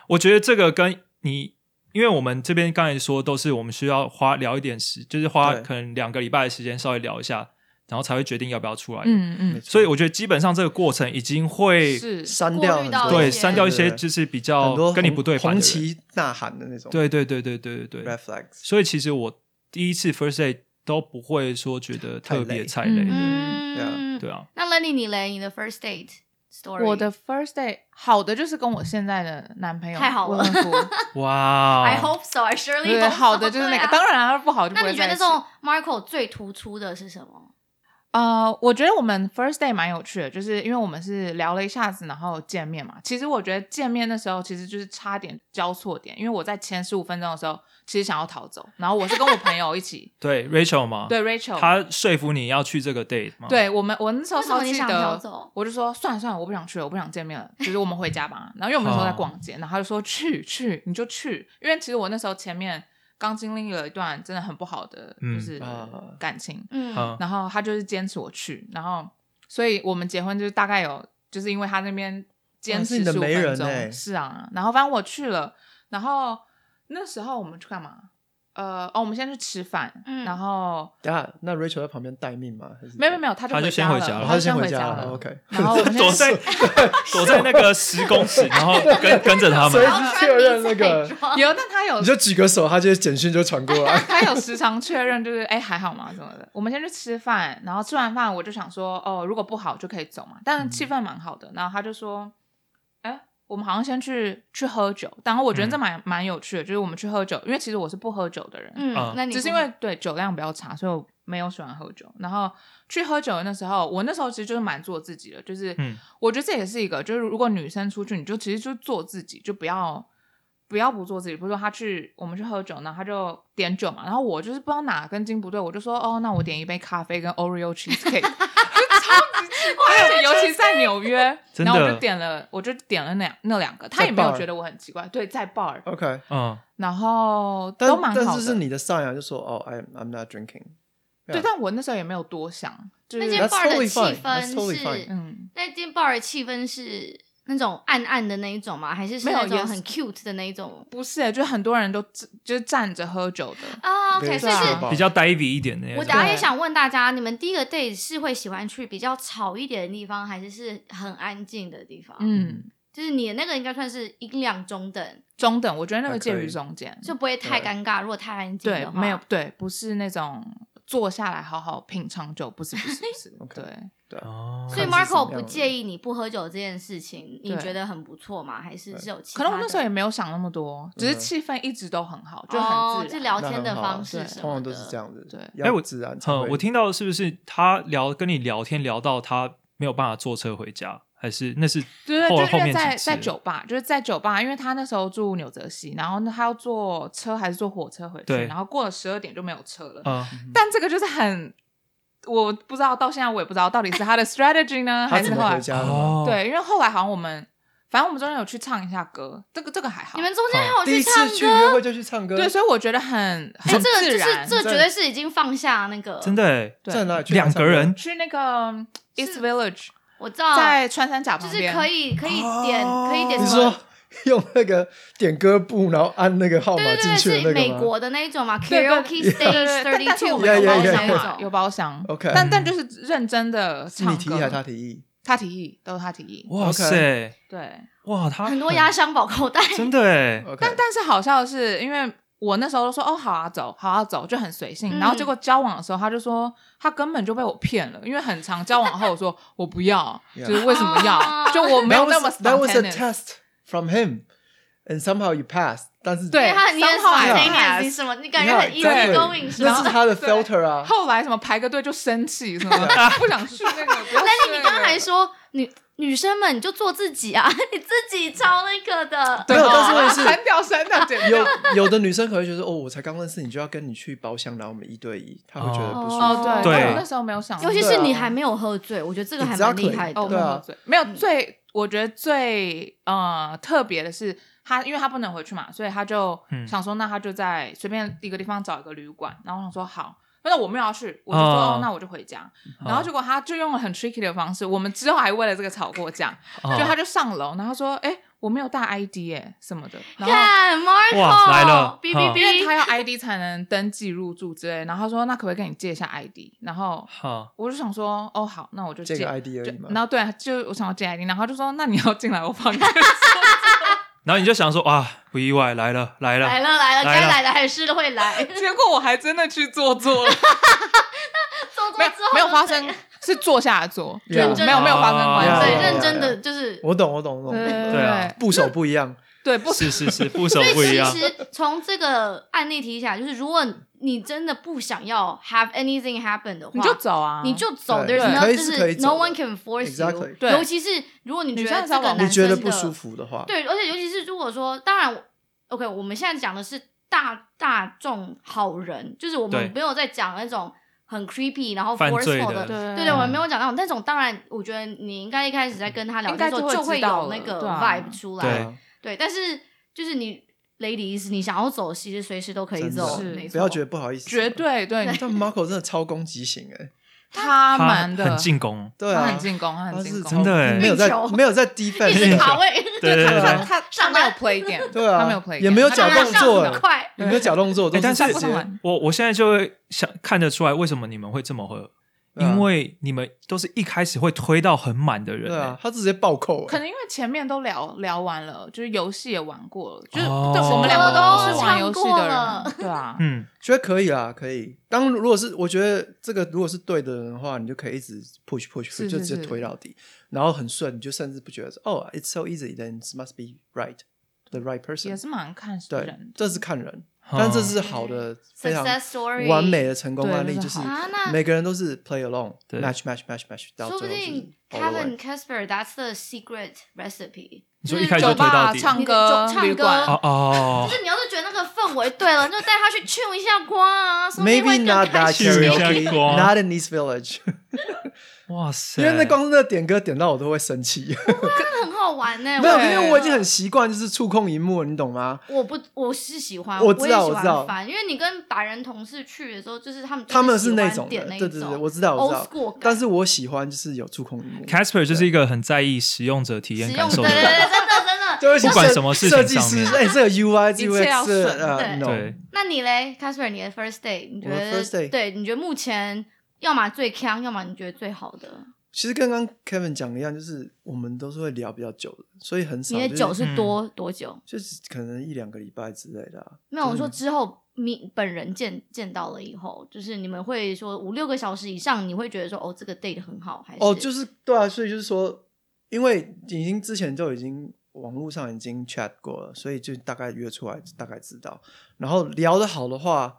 Speaker 2: 我觉得这个跟你，因为我们这边刚才说都是我们需要花聊一点时，就是花
Speaker 4: 对
Speaker 2: 可能两个礼拜的时间稍微聊一下，然后才会决定要不要出来。
Speaker 3: 嗯
Speaker 4: 没
Speaker 3: 嗯，
Speaker 4: 错
Speaker 2: 所以我觉得基本上这个过程已经会
Speaker 3: 是
Speaker 4: 删
Speaker 1: 过
Speaker 4: 掉
Speaker 1: 滤
Speaker 4: 很
Speaker 1: 到
Speaker 4: 多
Speaker 1: 一
Speaker 2: 对
Speaker 1: 些
Speaker 2: 删掉一
Speaker 4: 对
Speaker 2: 些
Speaker 4: 对对
Speaker 2: 就是比
Speaker 4: 很多
Speaker 2: 较跟你不对
Speaker 4: 红
Speaker 2: 盘的
Speaker 4: 红
Speaker 2: 人。
Speaker 4: 旗呐喊的那种
Speaker 2: 对对对对对对对
Speaker 4: red。flags。
Speaker 2: 所以其实我第一次 first date 都不会说觉得特别
Speaker 4: 太
Speaker 2: 踩雷的，
Speaker 1: 嗯，
Speaker 4: 嗯
Speaker 2: 对啊，
Speaker 1: 那 Lenny 你嘞，你的 first date story，
Speaker 3: 我的 first day 好的就是跟我现在的男朋友
Speaker 1: 太好了 <laughs>
Speaker 3: 未婚夫
Speaker 2: 哇
Speaker 1: I hope so, I surely
Speaker 3: 哦对
Speaker 1: hope
Speaker 3: 好的就是那个，
Speaker 1: 对啊
Speaker 3: 当然啊不好就不
Speaker 1: 那
Speaker 3: 会
Speaker 1: 你觉
Speaker 3: 在
Speaker 1: 得
Speaker 3: 一
Speaker 1: 这
Speaker 3: 起。
Speaker 1: 种 Marco 最突出的是什么？
Speaker 3: 呃，我觉得我们 first day 蛮有趣的，就是因为我们是聊了一下子，然后见面嘛。其实我觉得见面的时候，其实就是差点交错点，因为我在前十五分钟的时候，其实想要逃走，然后我是跟我朋友
Speaker 2: <laughs>
Speaker 3: 一起，
Speaker 2: 对 Rachel 嘛，
Speaker 3: 对 Rachel，
Speaker 2: 他说服你要去这个 date
Speaker 4: 嗯
Speaker 2: 嘛，，
Speaker 3: 对我们，我那时候
Speaker 1: 为什么
Speaker 3: 超
Speaker 1: 你
Speaker 3: 记
Speaker 1: 想逃
Speaker 3: 得
Speaker 1: 走，
Speaker 3: 我就说算了算了，我不想去了，我不想见面了，就是我们回家吧。然后因为我们那时候在逛街，然后他就说去去，你就去，因为其实我那时候前面刚经历了一段真的很不好的，
Speaker 2: 嗯
Speaker 3: 就是
Speaker 4: 啊
Speaker 3: 感情，
Speaker 1: 嗯，
Speaker 2: 嗯，
Speaker 3: 然后他就是坚持我去，然后所以我们结婚就是大概有，就是因为他那边坚
Speaker 4: 哦哇是
Speaker 3: 持
Speaker 4: 你的
Speaker 3: 十五
Speaker 4: 媒
Speaker 3: 分
Speaker 4: 人
Speaker 3: 钟，
Speaker 4: 欸
Speaker 3: 是啊，然后反正我去了，然后那时候我们去干嘛？呃，哦，我们先去吃饭，
Speaker 1: 嗯
Speaker 3: 然后。
Speaker 4: 等一下，那 Rachel 在旁边待命吗？还是
Speaker 3: 没有没有没有，他就
Speaker 2: 他就先回家
Speaker 3: 了，
Speaker 2: 了
Speaker 4: 他
Speaker 3: 他就
Speaker 4: 就先
Speaker 3: 先
Speaker 4: 回
Speaker 3: 家
Speaker 4: 家了
Speaker 3: 了。
Speaker 4: ，OK
Speaker 3: <laughs>
Speaker 2: <laughs>
Speaker 3: 然后我们
Speaker 2: 躲
Speaker 3: 先
Speaker 2: 在躲在那个十公尺，然后跟跟着
Speaker 3: 嗯
Speaker 2: 他
Speaker 4: 所以
Speaker 2: 们
Speaker 1: 然，后
Speaker 4: 确认那个
Speaker 1: 穿迷彩
Speaker 3: <laughs>
Speaker 1: 装
Speaker 3: 有，但他有
Speaker 4: 你就举个手，他就简讯就传过
Speaker 1: <laughs>
Speaker 4: 来。
Speaker 3: 他有时常确认，就是哎还好吗什么的。我们先去吃饭，然后吃完饭我就想说哦，如果不好就可以走嘛。但是气氛蛮好的，然后他就说，哎，我们好像先去去喝酒。然后我觉得这蛮、蛮有趣的，就是我们去喝酒，因为其实我是不喝酒的人，
Speaker 1: 嗯
Speaker 2: 啊，
Speaker 1: 那你
Speaker 3: 只是因为对酒量比较差，所以我没有喜欢喝酒。然后去喝酒的那时候，我那时候其实就是蛮做自己的，就是、
Speaker 2: 嗯
Speaker 3: 我觉得这也是一个，就是如果女生出去，你就其实就做自己，就不要不要不做自己。比如说她去我们去喝酒，然后她就点酒嘛，然后我就是不知道哪根筋不对，我就说哦，那我点一杯咖啡跟 Oreo cheesecake，就超级奇怪，尤其在纽
Speaker 4: <laughs>
Speaker 3: 约，
Speaker 2: 真的
Speaker 3: 然后我就点了，我就点了那两那两个，她也没有
Speaker 4: bar
Speaker 3: 觉得我很奇怪，对，在 bar，
Speaker 4: OK，
Speaker 2: 嗯，
Speaker 3: 然后
Speaker 4: 但
Speaker 3: 都蛮好的。
Speaker 4: 但是是你的 sign 啊，就说哦，I'm I'm not drinking。
Speaker 3: 对，但我那时候也没有多想，就
Speaker 1: 那
Speaker 3: 是
Speaker 1: 间
Speaker 4: That's
Speaker 1: bar 的
Speaker 4: totally
Speaker 1: 气
Speaker 4: fine. That's
Speaker 1: 氛
Speaker 4: totally
Speaker 1: 是
Speaker 4: fine.
Speaker 3: 嗯，
Speaker 1: 那间 bar 的气氛是那种暗暗的那一种吗？还是是
Speaker 3: 没有
Speaker 1: 那种
Speaker 3: 也是
Speaker 1: 很 cute 的那一种？
Speaker 3: 不是、欸就很多人都自就是站着喝酒的，
Speaker 1: 啊，OK，
Speaker 4: 对
Speaker 1: 所以
Speaker 3: 对
Speaker 1: 是
Speaker 3: 啊
Speaker 2: 比较 divey 一点的那
Speaker 1: 我
Speaker 2: 种
Speaker 1: 等，下也
Speaker 3: 对
Speaker 1: 想问大家，你们第一个 date 是会喜欢去比较吵一点的地方，还是是很安静的地方？，
Speaker 3: 嗯，
Speaker 1: 就是你的那个应该算是音量中等，
Speaker 3: 中等，我觉得那
Speaker 4: 还
Speaker 3: 个
Speaker 4: 可以
Speaker 3: 介于中间，
Speaker 1: 就不会太
Speaker 4: 对
Speaker 1: 尴尬。如果太安静
Speaker 3: 对
Speaker 1: 的，话，
Speaker 3: 没有对，不是那种坐下来好好品尝酒，不是不是不是
Speaker 4: OK
Speaker 3: 对，
Speaker 2: 哦，
Speaker 1: 所以
Speaker 4: 看是什
Speaker 1: Marco
Speaker 4: 么
Speaker 1: 不
Speaker 4: 样的
Speaker 1: 介意你不喝酒这件事情，你
Speaker 3: 对
Speaker 1: 觉得很不错吗？还是是有其
Speaker 3: 可
Speaker 1: 他
Speaker 3: 能
Speaker 1: 的？
Speaker 3: 我那时候也没有想那么多，只是
Speaker 4: 嗯
Speaker 3: 气氛一直都很好，就
Speaker 1: 哦
Speaker 3: 很，自
Speaker 1: 就
Speaker 3: 然，
Speaker 1: 聊
Speaker 4: 那
Speaker 1: 天
Speaker 4: 很
Speaker 1: 的
Speaker 4: 好啊
Speaker 1: 方式
Speaker 3: 对
Speaker 1: 什么的，
Speaker 4: 通常都是这样子。
Speaker 3: 对
Speaker 4: 要
Speaker 2: 哎我
Speaker 4: 自然才
Speaker 2: 嗯
Speaker 4: 会。，
Speaker 2: 我听到是不是他聊跟你聊天聊到他没有办法坐车回家，还是那是
Speaker 3: 对对，
Speaker 2: 后
Speaker 3: 就是
Speaker 2: 后
Speaker 3: 因为
Speaker 2: 面
Speaker 3: 在
Speaker 2: 几次
Speaker 3: 在酒吧，就是在酒吧，因为他那时候住纽泽西，然后呢他要坐车还是坐火车回去，
Speaker 2: 对
Speaker 3: 然后过了十二点就没有车了，
Speaker 2: 啊，
Speaker 4: 嗯
Speaker 3: 但这个就是很，我不知道到现在我也不知道到底是他
Speaker 4: <laughs>
Speaker 3: 的 strategy 呢，
Speaker 4: 他
Speaker 3: 还
Speaker 4: 怎
Speaker 3: 是后
Speaker 4: 么
Speaker 3: 来
Speaker 4: 回家的哦吗？
Speaker 2: 哦
Speaker 3: 对，因为后来好像我们，反正我们中间有去唱一下歌，这个这个还好。
Speaker 1: 你们中间还有
Speaker 4: 第一
Speaker 1: 去
Speaker 4: 次
Speaker 1: 哦唱
Speaker 4: 去约
Speaker 1: 歌，
Speaker 4: 会就去唱歌，
Speaker 3: 对，所以我觉得很
Speaker 1: 哎，这
Speaker 3: 很
Speaker 1: 个
Speaker 3: 自
Speaker 1: 就是
Speaker 3: 然。
Speaker 1: 这绝对是已经放下那个，
Speaker 2: 真的欸，
Speaker 3: 对
Speaker 4: 在哪里去
Speaker 2: 两个人
Speaker 3: 去那个 East Village，
Speaker 1: 我知道，
Speaker 3: 在穿山甲
Speaker 1: 哦就
Speaker 3: 旁
Speaker 1: 是
Speaker 3: 边，哦
Speaker 1: 可以可以点可以点
Speaker 4: 你
Speaker 1: 什
Speaker 4: 说
Speaker 1: 么？
Speaker 4: 用那个点歌簿，然后按那个号码
Speaker 1: 对
Speaker 4: 进
Speaker 1: 对
Speaker 4: 去的
Speaker 1: 对，
Speaker 4: 那
Speaker 1: 是
Speaker 4: 个
Speaker 1: 美
Speaker 4: 吗
Speaker 1: 国的那一种嘛
Speaker 3: 对对
Speaker 1: ，Karaoke
Speaker 3: 对对对
Speaker 1: Stage
Speaker 3: 但但是
Speaker 1: Thirty Two
Speaker 3: 我们有包
Speaker 4: Yeah, yeah,
Speaker 3: 厢
Speaker 4: yeah,
Speaker 3: 嘛，
Speaker 1: 那
Speaker 3: 有
Speaker 1: 种。
Speaker 3: 包厢。
Speaker 4: OK
Speaker 3: 但但就是认真的
Speaker 4: 是你
Speaker 3: 唱
Speaker 4: 提议还
Speaker 3: 歌。
Speaker 4: 是他提议？
Speaker 3: 他提议，都是他提议。
Speaker 2: 哇
Speaker 4: OK
Speaker 2: 塞，
Speaker 3: 对，
Speaker 2: 哇，他
Speaker 1: 很多压
Speaker 2: 很
Speaker 1: 箱宝口袋，
Speaker 2: 真的哎，
Speaker 4: OK，
Speaker 3: 但但是好笑的是，因为我那时候都说哦好啊走，好啊走，就很随性。
Speaker 1: 嗯
Speaker 3: 然后结果交往的时候，他就说他根本就被我骗了，因为很长交往后我说我不要，
Speaker 4: <laughs> Yeah
Speaker 3: 就是为什么
Speaker 1: 啊
Speaker 3: 要？就我没有
Speaker 4: That
Speaker 3: 那么
Speaker 4: was- <laughs> That was a
Speaker 3: spontaneous
Speaker 4: test from him, and somehow you passed. 但是
Speaker 1: 因
Speaker 3: 对
Speaker 1: 为他很
Speaker 3: <laughs>
Speaker 1: 你很
Speaker 3: somehow I
Speaker 1: spontaneous，
Speaker 3: passed
Speaker 1: 你什么，你感觉很
Speaker 4: Yeah,
Speaker 1: easy
Speaker 4: exactly.
Speaker 1: going 是
Speaker 4: 那
Speaker 1: 吗
Speaker 4: 是？他的
Speaker 3: 啊对
Speaker 4: filter 啊。
Speaker 3: 后来什么排个队就生气什么
Speaker 4: <laughs>
Speaker 3: 的，不想去那个，不要
Speaker 1: 但
Speaker 3: 去
Speaker 1: 是
Speaker 3: 那
Speaker 1: 你
Speaker 3: 个
Speaker 1: 刚才说女女生们，你就做自己啊， <laughs> 你自己超那个的。
Speaker 4: 没有，但是问题是
Speaker 3: 删掉删掉剪掉。
Speaker 4: 有有的女生可能会觉得，哦，我才刚认识你就要跟你去包厢，然后我们一对一，她会觉得不舒服。
Speaker 1: 哦
Speaker 3: 对，
Speaker 2: 对
Speaker 3: 但我那时候没有想那
Speaker 1: 尤
Speaker 3: 么多，
Speaker 1: 其是你
Speaker 4: 对啊
Speaker 1: 还没有喝醉，我觉得这个还蛮厉害的。
Speaker 3: 哦，
Speaker 4: 对啊
Speaker 3: 没有最没有最，我觉得最呃特别的是他，因为他不能回去嘛，所以他就
Speaker 2: 嗯
Speaker 3: 想说，那他就在随便一个地方找一个旅馆，然后我想说好。那我没有要去，我就说
Speaker 2: 哦
Speaker 3: 哦那我就回家。然后结果他就用了很 tricky 的方式，我们之后还为了这个吵过架。
Speaker 2: 啊
Speaker 3: 就他就上楼，然后他说：“哎、我没有带 ID 哎什么的，
Speaker 4: 啊
Speaker 3: 然后
Speaker 1: 看 Marco，
Speaker 2: 哇来了
Speaker 1: 哔
Speaker 2: 哈
Speaker 1: 哔
Speaker 3: 因为
Speaker 1: 哔，
Speaker 3: 他要 ID 才能登记入住之类，然后他说那可不可以跟你借一下 ID？然后
Speaker 2: 哈，
Speaker 3: 我就想说哦好，那我就
Speaker 4: 借
Speaker 3: 借
Speaker 4: 个 ID 而
Speaker 3: 就
Speaker 4: 已嘛。
Speaker 3: 然后对啊，就我想要借 ID，然后他就说那你要进来我房
Speaker 1: <laughs>
Speaker 3: 间，
Speaker 2: 然后你就想说啊，不意外，来了来了，
Speaker 1: 来了来了，
Speaker 2: 来
Speaker 1: 该
Speaker 2: 了
Speaker 1: 来的还是会
Speaker 4: <laughs>
Speaker 1: 来。
Speaker 3: 结果我还真的去做做了，
Speaker 1: 做过
Speaker 3: 没有
Speaker 1: 之后
Speaker 3: 没有
Speaker 1: 就
Speaker 3: 发
Speaker 1: 对
Speaker 3: 生，是坐下来做，就
Speaker 4: Yeah
Speaker 3: 没有没有发生
Speaker 2: 啊
Speaker 3: 关
Speaker 1: 对，
Speaker 4: Yeah
Speaker 3: 系，
Speaker 1: 认真的就是
Speaker 4: 我懂，我懂，我
Speaker 3: 对
Speaker 4: 懂，
Speaker 2: 对啊
Speaker 4: 部首不一样，
Speaker 3: 对不
Speaker 2: 是是是，副手不一
Speaker 1: 其
Speaker 2: 样，
Speaker 1: 实从这个案例提起来，就是如果你真的不想要 have anything happen 的话，
Speaker 3: 你就走啊，
Speaker 1: 你就走
Speaker 4: 对
Speaker 1: there's no-
Speaker 4: 可以
Speaker 1: 就是
Speaker 4: 可以
Speaker 1: 是
Speaker 4: 走
Speaker 1: no one can force you
Speaker 4: Exactly。
Speaker 3: 对
Speaker 1: 尤其是如果你觉
Speaker 3: 女
Speaker 1: 得
Speaker 3: 生
Speaker 1: 这
Speaker 3: 交
Speaker 1: 个
Speaker 3: 往
Speaker 1: 男
Speaker 4: 你觉
Speaker 1: 生
Speaker 4: 得
Speaker 1: 的
Speaker 4: 不舒，服的话，
Speaker 1: 对，而且尤其是如果说，当然我，OK，我们现在讲的是大大众好人，就是我
Speaker 2: 对
Speaker 1: 们没有在讲那种很 creepy 然后
Speaker 2: 犯罪
Speaker 1: forceful 的
Speaker 2: 的
Speaker 3: 对
Speaker 1: 对对，我们没有讲到那种。当然，我觉得你应该一开始在跟他聊
Speaker 3: 应
Speaker 1: 天
Speaker 3: 该
Speaker 1: 的时
Speaker 3: 就
Speaker 1: 候，就
Speaker 3: 会
Speaker 1: 会
Speaker 3: 知道
Speaker 1: 有
Speaker 3: 了
Speaker 1: 那个
Speaker 3: 对啊
Speaker 1: vibe 出来。
Speaker 2: 对
Speaker 4: 啊
Speaker 1: 对但是就是你 ladies，你想要走，其实随时都可以
Speaker 4: 真
Speaker 1: 走，
Speaker 3: 是
Speaker 1: 没
Speaker 4: 的，不要
Speaker 1: 错
Speaker 4: 觉得不好意思，
Speaker 3: 绝。对对，
Speaker 4: 但 Marco 真的超攻击型哎，
Speaker 3: 他
Speaker 2: 他
Speaker 3: 们的
Speaker 2: 很进攻，
Speaker 4: 对
Speaker 3: 他
Speaker 4: 啊，
Speaker 3: 很进攻，他
Speaker 4: 他
Speaker 3: 很进
Speaker 4: 是
Speaker 3: 攻，
Speaker 2: 真的欸
Speaker 4: 没有在
Speaker 1: 运球
Speaker 4: 没有在
Speaker 1: 一
Speaker 4: defense，
Speaker 1: 直卡
Speaker 3: 欸
Speaker 1: 位，
Speaker 2: 对对对
Speaker 4: 对
Speaker 2: 对
Speaker 3: 他
Speaker 4: 啊
Speaker 3: 他他没有 play 点，
Speaker 4: 对啊
Speaker 3: 他没有 play，
Speaker 4: 也没有
Speaker 3: 他
Speaker 4: 假
Speaker 3: 他
Speaker 4: 动作欸
Speaker 1: 快。
Speaker 4: 有没有假动作？都
Speaker 2: 欸但是
Speaker 4: 直接
Speaker 3: 上不上
Speaker 2: 我我现在就会想看得出来，为什么你们会这么喝？
Speaker 4: 对啊
Speaker 2: 因为你们都是一开始会推到很满的人、
Speaker 4: 对啊
Speaker 2: 欸，，
Speaker 4: 他直接暴扣
Speaker 3: 可
Speaker 4: 欸，
Speaker 3: 能因为前面都聊聊完了，就是游戏也玩过了，就是、
Speaker 2: 哦
Speaker 3: 对我们两个都是玩游戏的
Speaker 1: 都
Speaker 3: 人，对啊，
Speaker 2: 嗯，
Speaker 4: 觉得可以啦，可以。当如果是我觉得这个如果是对的人的话，你就可以一直 push push
Speaker 3: 是
Speaker 4: push，就是直接
Speaker 3: 是
Speaker 4: 推到底，然后很顺，你就甚至不觉得说哦，it's so easy，then it must be right the right
Speaker 3: 也
Speaker 4: person。
Speaker 3: 是蛮看
Speaker 4: 对
Speaker 3: 人，的。
Speaker 4: 这是看人，
Speaker 2: 哦
Speaker 4: 但这是好的，非常
Speaker 1: Success story
Speaker 4: 完美的成功
Speaker 3: 对
Speaker 4: 案例，
Speaker 3: 这
Speaker 4: 就是是
Speaker 3: 好
Speaker 1: 啊那
Speaker 4: 每个人都是 play
Speaker 2: 对
Speaker 4: along，match match match match，到
Speaker 1: 说不
Speaker 4: 最后是
Speaker 1: 定
Speaker 4: all the way
Speaker 1: Kevin Casper that's the secret recipe。
Speaker 2: 你
Speaker 1: 就
Speaker 2: 说
Speaker 1: 是
Speaker 2: 一开始
Speaker 3: 酒
Speaker 2: 就推到
Speaker 3: 吧
Speaker 2: 底，
Speaker 3: 唱歌、
Speaker 1: 你的酒
Speaker 3: 旅馆，
Speaker 2: 哦哦
Speaker 1: 就，是你要是觉得那个氛围对了，你就带他去 tune 一下光啊，说不定
Speaker 4: Maybe
Speaker 1: 会
Speaker 4: not
Speaker 1: 更
Speaker 4: that
Speaker 1: 开心。
Speaker 2: 去一下
Speaker 4: karaoke,
Speaker 2: 光
Speaker 4: not in East Village，
Speaker 2: 哇塞！
Speaker 4: 因为那光是那点歌点到我都会生气。
Speaker 1: 那很好玩呢。
Speaker 4: <laughs> 没有，
Speaker 1: 觉得
Speaker 4: 因为我已经很习惯就是触控荧幕了，你懂吗？
Speaker 1: 我不，我是喜欢，
Speaker 4: 我
Speaker 1: 我
Speaker 4: 知道
Speaker 1: 也喜
Speaker 4: 我知道
Speaker 1: 欢翻，因为你跟白人同事去的时候，就是他们就是
Speaker 4: 他们是
Speaker 1: 喜
Speaker 4: 那
Speaker 1: 欢
Speaker 4: 种的，
Speaker 1: 点那
Speaker 4: 对
Speaker 1: 一
Speaker 4: 对对，
Speaker 1: 种
Speaker 4: 我知道我
Speaker 1: old
Speaker 4: 知道
Speaker 1: school 感，
Speaker 4: 但是我喜欢就是有触控荧幕，
Speaker 2: Casper 就是一个很在意使用者体验
Speaker 1: 使用对
Speaker 2: 感受的
Speaker 1: 对对，
Speaker 2: 人，
Speaker 1: 对真的真的。
Speaker 4: 就会想
Speaker 2: 不管
Speaker 4: 设
Speaker 2: 什么事情
Speaker 4: 设计
Speaker 2: 上
Speaker 4: 师
Speaker 2: 面，
Speaker 4: 哎，这个 UI
Speaker 3: 一切要
Speaker 4: UX 是
Speaker 3: 省
Speaker 4: 呃
Speaker 1: 对
Speaker 4: no，
Speaker 2: 对，
Speaker 1: 那你嘞，Casper，你的 first day，你觉
Speaker 4: 我的
Speaker 1: 得
Speaker 4: first date
Speaker 1: 对？你觉得目前要么最强，要么你觉得最好的？
Speaker 4: 其实跟刚刚 Kevin 讲的一样，就是我们都是会聊比较久的，所以很少
Speaker 1: 你的
Speaker 4: 就
Speaker 1: 酒
Speaker 2: 嗯
Speaker 1: 是多多久？
Speaker 4: 就是可能一两个礼拜之类的啊。
Speaker 1: 没有，我说之后你本人见见到了以后，就是你们会说五六个小时以上，你会觉得说哦，这个 date 很好，还是
Speaker 4: 哦，就是对啊，所以就是说，因为已经之前就已经网络上已经 chat 过了，所以就大概约出来，大概知道。然后聊得好的话，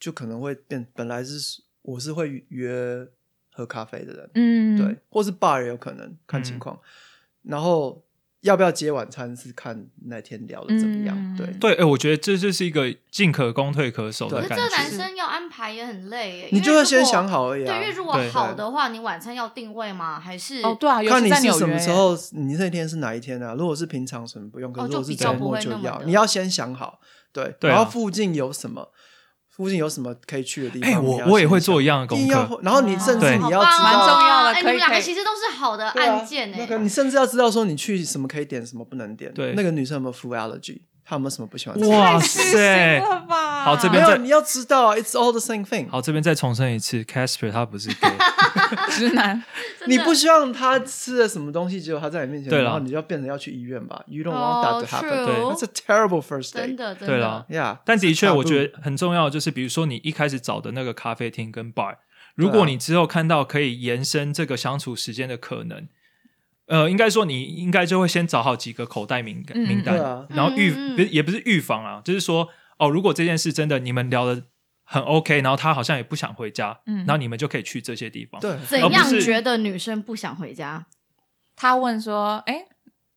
Speaker 4: 就可能会变。本来是我是会约喝咖啡的人，
Speaker 3: 嗯，
Speaker 4: 对，或是 bar 也有可能看情况。然后要不要接晚餐是看那天聊的怎么样。
Speaker 3: 嗯
Speaker 4: 对，
Speaker 2: 对，哎、我觉得这就是一个进可攻退可守
Speaker 1: 可
Speaker 2: 的
Speaker 1: 是这
Speaker 2: 感
Speaker 1: 个男
Speaker 2: 觉。
Speaker 1: 生要安排也很累耶，
Speaker 4: 你
Speaker 1: 因
Speaker 4: 就
Speaker 1: 为
Speaker 4: 会
Speaker 1: 如
Speaker 4: 先
Speaker 1: 果
Speaker 4: 想好而已、啊。
Speaker 1: 对，因为如果
Speaker 2: 对
Speaker 1: 好的话，你晚餐要定位吗？还是
Speaker 3: 哦对啊，尤
Speaker 4: 看
Speaker 3: 其
Speaker 4: 你
Speaker 3: 在
Speaker 4: 是
Speaker 3: 纽约
Speaker 4: 什么时候，你那天是哪一天啊？如果是平常什么不用，可
Speaker 1: 哦
Speaker 4: 是如果
Speaker 1: 就是比
Speaker 4: 周
Speaker 1: 较
Speaker 4: 末就
Speaker 1: 不会那
Speaker 4: 要，
Speaker 1: 么的
Speaker 4: 你要先想好，对，
Speaker 2: 对啊
Speaker 4: 然后附近有什么，附近有什么可以去的地方？
Speaker 2: 哎、
Speaker 4: 你要
Speaker 2: 我
Speaker 4: 先
Speaker 2: 我也会做一
Speaker 4: 想，
Speaker 2: 样的
Speaker 4: 一
Speaker 2: 功
Speaker 4: 定
Speaker 2: 课
Speaker 4: 要，，然后你甚至
Speaker 2: 对
Speaker 4: 你
Speaker 1: 好
Speaker 4: 要
Speaker 1: 棒
Speaker 4: 知
Speaker 1: 哦
Speaker 3: 蛮重
Speaker 4: 道，
Speaker 3: 要的
Speaker 1: 哎，你
Speaker 3: 可以
Speaker 1: 们两
Speaker 3: 可
Speaker 1: 个
Speaker 3: 以
Speaker 1: 其实都是好的
Speaker 4: 对啊
Speaker 1: 案件哎
Speaker 4: 那个
Speaker 1: 呢。
Speaker 4: 你甚至要知道说你去什么可以点什么不能点，
Speaker 2: 对
Speaker 4: 那个女生有没有 food allergy，她有没有什么不喜欢吃？
Speaker 2: 哇
Speaker 3: 太开
Speaker 2: 塞
Speaker 3: 心！了吧？
Speaker 2: 好这
Speaker 4: 没
Speaker 2: 边
Speaker 4: 有，
Speaker 2: 再
Speaker 4: 你要知道啊，it's all the same thing。
Speaker 2: 好，这边再重申一次，Casper 他不是
Speaker 1: <laughs>
Speaker 2: gay，
Speaker 3: <laughs> 直男，
Speaker 1: 真的
Speaker 4: 你不希望她吃了什么东西，结果她在你面前，
Speaker 2: 对啦
Speaker 4: 然后你就要变成要去医院吧？You don't want that
Speaker 1: 哦
Speaker 4: to happen. That's a
Speaker 1: ，true，
Speaker 4: terrible first
Speaker 1: 真
Speaker 4: date.
Speaker 1: 的真
Speaker 2: 对啦
Speaker 1: 的，
Speaker 4: Yeah.
Speaker 2: 但的确，
Speaker 4: Taboo
Speaker 2: 我觉得很重要，就是比如说你一开始找的那个咖啡厅跟
Speaker 4: 啊
Speaker 2: bar，如果你之后看到可以延伸这个相处时间的可能，呃，应该说你应该就会先找好几个口袋名
Speaker 3: 嗯
Speaker 2: 名单，
Speaker 4: 对啊
Speaker 2: 然后预
Speaker 1: 嗯嗯嗯
Speaker 2: 不是也不是预防啊，就是说哦，如果这件事真的你们聊的很 OK，然后他好像也不想回家，
Speaker 3: 嗯
Speaker 2: 然后你们就可以去这些地方。
Speaker 4: 对，
Speaker 1: 怎
Speaker 2: 而不
Speaker 1: 样
Speaker 2: 是
Speaker 1: 觉得女生不想回家？
Speaker 3: 他问说，哎，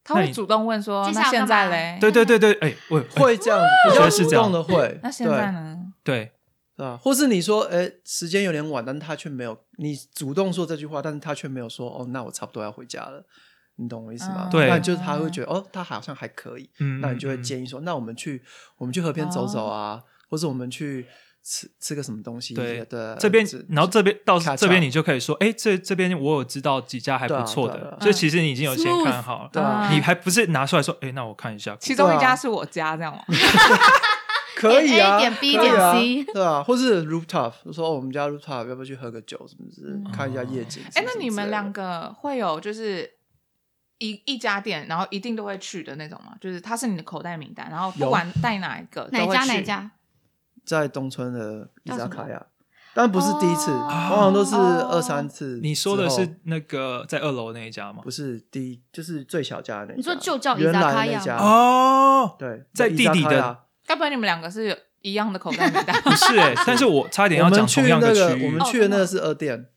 Speaker 3: 他
Speaker 2: 那
Speaker 3: 会
Speaker 2: 你
Speaker 3: 主动问说，
Speaker 1: 接下
Speaker 3: 那
Speaker 1: 来
Speaker 3: 现
Speaker 1: 要干
Speaker 3: 在
Speaker 1: 嘛
Speaker 3: 嘞？
Speaker 2: 对对对对，哎、我会
Speaker 4: 会这样子，
Speaker 2: 我
Speaker 4: 比
Speaker 2: 觉
Speaker 4: 较
Speaker 2: 得是
Speaker 4: 主
Speaker 2: 这样
Speaker 4: 动的会。
Speaker 3: 那现在
Speaker 4: 对
Speaker 3: 呢？
Speaker 2: 对
Speaker 4: 对啊，或是你说，哎，时间有点晚，但他却没有，你主动说这句话，但是他却没有说，哦，那我差不多要回家了，你懂我意思吗？
Speaker 3: 嗯
Speaker 2: 对
Speaker 4: 那就是他会觉得，哦，他好像还可以，
Speaker 2: 嗯，
Speaker 4: 那你就会
Speaker 2: 嗯嗯
Speaker 3: 哦
Speaker 4: 建议说，那我们去，我们去河边走走啊，或是我们去吃吃个什么东西，
Speaker 2: 对
Speaker 4: 对，
Speaker 2: 这边
Speaker 4: 是，
Speaker 2: 然后这边到
Speaker 4: catch up
Speaker 2: 这边你就可以说，哎，这这边我有知道几家还不错
Speaker 4: 对啊对啊
Speaker 2: 的，
Speaker 4: 对啊
Speaker 2: 所以其实你已经有先
Speaker 1: Smooth
Speaker 2: 看好
Speaker 4: 对
Speaker 2: 了，
Speaker 4: 啊
Speaker 2: 你还不是拿出来说，哎，那我看一下，
Speaker 3: 其中一
Speaker 4: 对啊
Speaker 3: 家是我家，这样
Speaker 4: <laughs>
Speaker 3: 吗？
Speaker 4: 可以啊，
Speaker 1: 点 A 点 B
Speaker 4: 可以啊
Speaker 1: 点 C
Speaker 4: 对啊，或是 rooftop，就说哦我们家 rooftop 要不要去喝个酒，什么之类的，看一下夜景。
Speaker 3: 嗯哎，那你们两
Speaker 4: 个
Speaker 3: 个会有就是一一家店，然后一定都会去的那种吗？就是它是你的口袋名单，然后不
Speaker 4: 有
Speaker 3: 管带哪一个，
Speaker 1: 哪
Speaker 3: 都会
Speaker 1: 家
Speaker 3: 去
Speaker 1: 哪？家？
Speaker 4: 在东村的伊扎
Speaker 1: 叫
Speaker 4: 卡
Speaker 1: 什
Speaker 4: 亚，但不是第一次，
Speaker 3: 哦
Speaker 4: 通常都是
Speaker 3: 哦
Speaker 4: 二三次。
Speaker 2: 你说的是那个在二楼那一家吗
Speaker 4: 不？是第一，就是最小家的那家？
Speaker 1: 你说就叫伊
Speaker 4: 原
Speaker 1: 扎
Speaker 4: 来
Speaker 1: 卡亚
Speaker 4: 的那家？
Speaker 2: 哦，
Speaker 4: 对，
Speaker 2: 在地底的
Speaker 4: 伊扎卡亚
Speaker 3: 该不会你们两个是有一样的口袋
Speaker 1: <laughs>
Speaker 3: 名单？
Speaker 2: 不是哎，但是我差点
Speaker 4: 我
Speaker 2: 要讲
Speaker 4: 们去
Speaker 2: 同样
Speaker 4: 那
Speaker 2: 的
Speaker 4: 个，
Speaker 2: 区
Speaker 4: 我
Speaker 2: 域
Speaker 4: 们，
Speaker 1: 哦
Speaker 4: 去的那个是二店，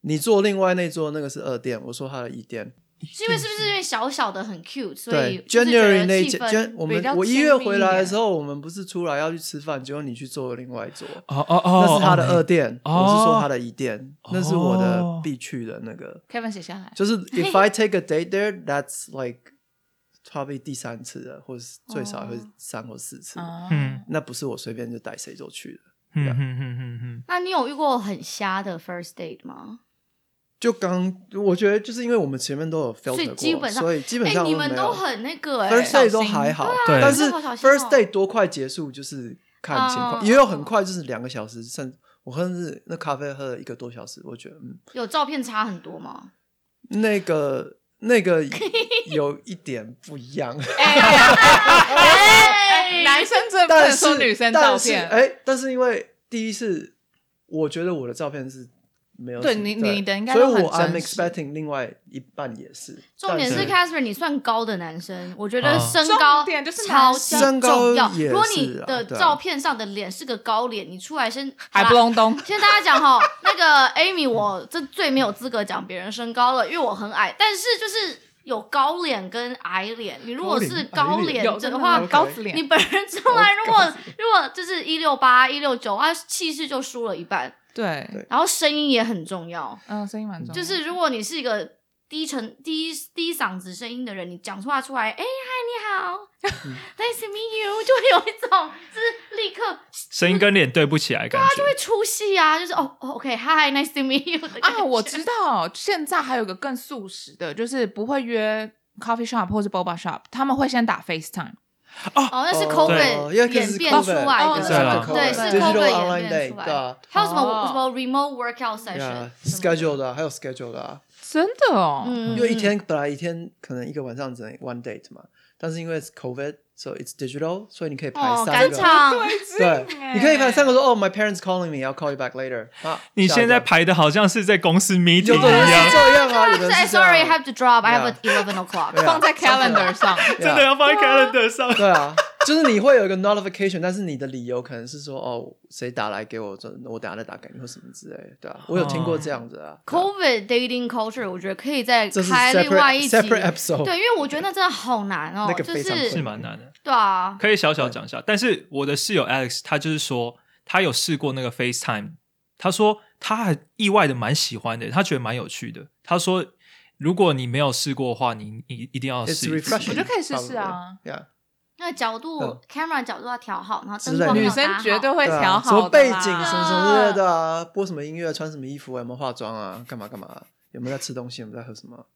Speaker 4: 你坐另外那桌那个是二店，我说他的一店。
Speaker 1: 是因为是不是因为小小的很 cute，所以
Speaker 4: 对
Speaker 1: 就是觉
Speaker 4: ，January
Speaker 1: 得
Speaker 4: 那一
Speaker 1: 气
Speaker 4: 间
Speaker 1: 氛
Speaker 4: ，Jan- 我
Speaker 3: 比
Speaker 4: 们
Speaker 3: 较
Speaker 4: 我一
Speaker 3: 亲
Speaker 4: 月
Speaker 3: 密
Speaker 4: 回
Speaker 3: 一
Speaker 4: 来的
Speaker 3: 点
Speaker 4: 时候，我们不是出来要去吃饭，结果你去坐了另外一桌，
Speaker 2: 哦哦哦，
Speaker 4: 那是他的
Speaker 2: 哦
Speaker 4: 二店，我是说他的一店，那是我的
Speaker 2: 哦
Speaker 4: 必去的那个。
Speaker 3: Kevin 写下来，
Speaker 4: 就是
Speaker 1: <laughs>
Speaker 4: if I take a date there, that's like probably 第三次了，或者是最少也会
Speaker 1: 哦
Speaker 4: 三或四次。
Speaker 3: 啊
Speaker 2: 嗯
Speaker 4: 那不是我随便就带谁就去的，
Speaker 2: 嗯嗯嗯嗯嗯，
Speaker 1: 那你有遇过很瞎的 first date 吗？
Speaker 4: 就刚我觉得就是因为我们前面都有 filter
Speaker 1: 所以
Speaker 4: 过，
Speaker 1: 基本上
Speaker 4: 所以基本
Speaker 1: 哎、
Speaker 4: 上
Speaker 1: 你
Speaker 4: 都没
Speaker 1: 们
Speaker 4: 有
Speaker 1: 都很那个哎、
Speaker 4: first
Speaker 1: 欸
Speaker 4: day 都还好，
Speaker 2: 对啊
Speaker 4: 但是
Speaker 1: 真的好小心哦
Speaker 4: first day 多快结束就是看情况，
Speaker 1: 嗯
Speaker 4: 也有很快就是两个小时，甚至我甚至那咖啡喝了一个多小时，我觉得嗯，
Speaker 1: 有照片差很多吗？
Speaker 4: 那个那个有一点不一样，
Speaker 3: <laughs> 哎哎哎 <laughs> 哎
Speaker 1: 哎
Speaker 3: 哎男生真的 <laughs> 不
Speaker 4: 但
Speaker 3: 能
Speaker 4: 是
Speaker 3: 说女生照
Speaker 4: 但是
Speaker 3: 片，
Speaker 4: 哎、但是因为第一次，我觉得我的照片是没有
Speaker 3: 对
Speaker 4: 什么
Speaker 3: 你你的应该
Speaker 4: 所以
Speaker 3: 都很
Speaker 4: 我 I'm
Speaker 3: 真实
Speaker 4: expecting 另外一半也是，
Speaker 1: 重点是
Speaker 4: 但
Speaker 1: Catherine，你算高的男生，我觉得
Speaker 2: 嗯
Speaker 1: 身高
Speaker 3: 重点就是
Speaker 1: 超
Speaker 3: 男
Speaker 1: 级
Speaker 3: 生
Speaker 4: 身高
Speaker 1: 重要。
Speaker 4: 也
Speaker 1: 如果你
Speaker 4: 是啊
Speaker 1: 的
Speaker 4: 对啊
Speaker 1: 照片上的脸是个高脸，你出来身
Speaker 3: 还不。隆咚。
Speaker 1: 先大家讲哈，那个 Amy，我这最没有资格讲别人身高了，因为我很矮。但是就是有高脸跟矮脸，你如果是高
Speaker 4: 高脸
Speaker 1: 脸
Speaker 3: 有
Speaker 1: 的
Speaker 3: 的
Speaker 1: 话
Speaker 4: 吗，
Speaker 3: 高子脸，哦
Speaker 1: 你本人出来如果如果就是一六八一六九啊，气势就输了一半。
Speaker 3: 对，
Speaker 4: 对
Speaker 1: 然后声音也很重要，
Speaker 3: 嗯，声音蛮重要的，
Speaker 1: 就是如果你是一个低沉、低低嗓子声音的人，你讲出话出来，哎、嗨，你好、n
Speaker 3: 嗯
Speaker 1: <laughs> i c e to meet you，就 <laughs> 会有一种就是立刻
Speaker 2: 声音跟脸对不起来，感觉
Speaker 1: 会出戏啊，就是哦哦，OK，Hi，Nice to meet you 的感觉
Speaker 3: 啊，我知道，现在还有个更速食的，就是不会约 coffee shop 或是 boba shop，他们会先打 FaceTime。
Speaker 1: 哦，那是
Speaker 4: 哦
Speaker 1: COVID
Speaker 4: 对因为这
Speaker 1: 演
Speaker 4: 是
Speaker 1: 变
Speaker 4: COVID，
Speaker 1: 出来
Speaker 3: 哦
Speaker 1: 的，
Speaker 3: 对
Speaker 2: 啦
Speaker 1: 对，
Speaker 3: COVID，
Speaker 1: 是
Speaker 4: digital
Speaker 1: COVID
Speaker 4: online
Speaker 1: 演变出
Speaker 4: date，对
Speaker 1: 来
Speaker 4: 啊。
Speaker 1: 还有什么
Speaker 3: 哦
Speaker 1: 什么 remote workout session
Speaker 4: 呀
Speaker 1: 什么的
Speaker 4: ，schedule 的啊、还有 schedule 的、啊，
Speaker 3: 真的哦，
Speaker 1: 嗯，
Speaker 4: 因为一天本来一天可能一个晚上只能 one date 嘛，但是因为 COVID，so it's digital，所以你可以排
Speaker 1: 哦，
Speaker 4: 三
Speaker 1: 赶
Speaker 4: 个，
Speaker 1: 场
Speaker 4: 对，你可以排三
Speaker 3: 个。
Speaker 4: 个说哦，my parents calling me，I'll call you back later 啊。
Speaker 2: 你现在
Speaker 4: 排。
Speaker 2: 排的好像是在公司
Speaker 4: 有
Speaker 2: meeting
Speaker 4: 的人
Speaker 2: 一
Speaker 4: 是
Speaker 2: 样，
Speaker 4: 这样
Speaker 1: <laughs>
Speaker 4: 啊，有的
Speaker 1: 是
Speaker 4: 人
Speaker 1: 哎
Speaker 4: 是这样啊
Speaker 1: ，sorry have to drop，I have at
Speaker 4: Yeah
Speaker 1: eleven o'clock。
Speaker 4: 对啊
Speaker 3: 放在 calendar 上，
Speaker 2: 真的哦要放在 calendar 上。
Speaker 4: 对啊，就是你会有一个 notification，但是你的理由可能是说哦，谁打来给我，这我等下再打给你或什么之类的，对啊，我有听过这样子啊。对啊
Speaker 1: COVID dating culture，我觉得可以再
Speaker 4: 这是
Speaker 1: 开哦另外
Speaker 4: separate
Speaker 1: 一集。
Speaker 4: separate episode，
Speaker 1: 对，因为我觉得那真的好难哦，
Speaker 4: 那个
Speaker 1: 就
Speaker 4: 非常
Speaker 1: 是
Speaker 4: 困
Speaker 2: 是
Speaker 4: 难
Speaker 2: 蛮难的，
Speaker 1: 对啊，
Speaker 2: 可以小小讲一下。但是我的室友 Alex 他就是说，他有试过那个 FaceTime，他说他还意外的蛮喜欢的，他觉得蛮有趣的。他说，如果你没有试过的话，你一一定要
Speaker 4: ，it's
Speaker 2: 试一次。
Speaker 4: refreshing，
Speaker 3: 我觉得可以试试啊
Speaker 4: probably，yeah，
Speaker 1: 那个角度
Speaker 4: 嗯
Speaker 1: camera 角度要调好，然后
Speaker 4: 之
Speaker 1: 灯
Speaker 4: 类的
Speaker 1: 光
Speaker 3: 女
Speaker 1: 要打
Speaker 3: 生
Speaker 1: 好
Speaker 3: 绝对会
Speaker 4: 对啊
Speaker 3: 调
Speaker 4: 什么
Speaker 3: 好的
Speaker 4: 背
Speaker 3: 啦
Speaker 4: 景什么什么之类的啊，播什么音乐，穿什么衣服，有没有化妆啊，干嘛干嘛啊，有没有在吃东西，有没有在喝什么？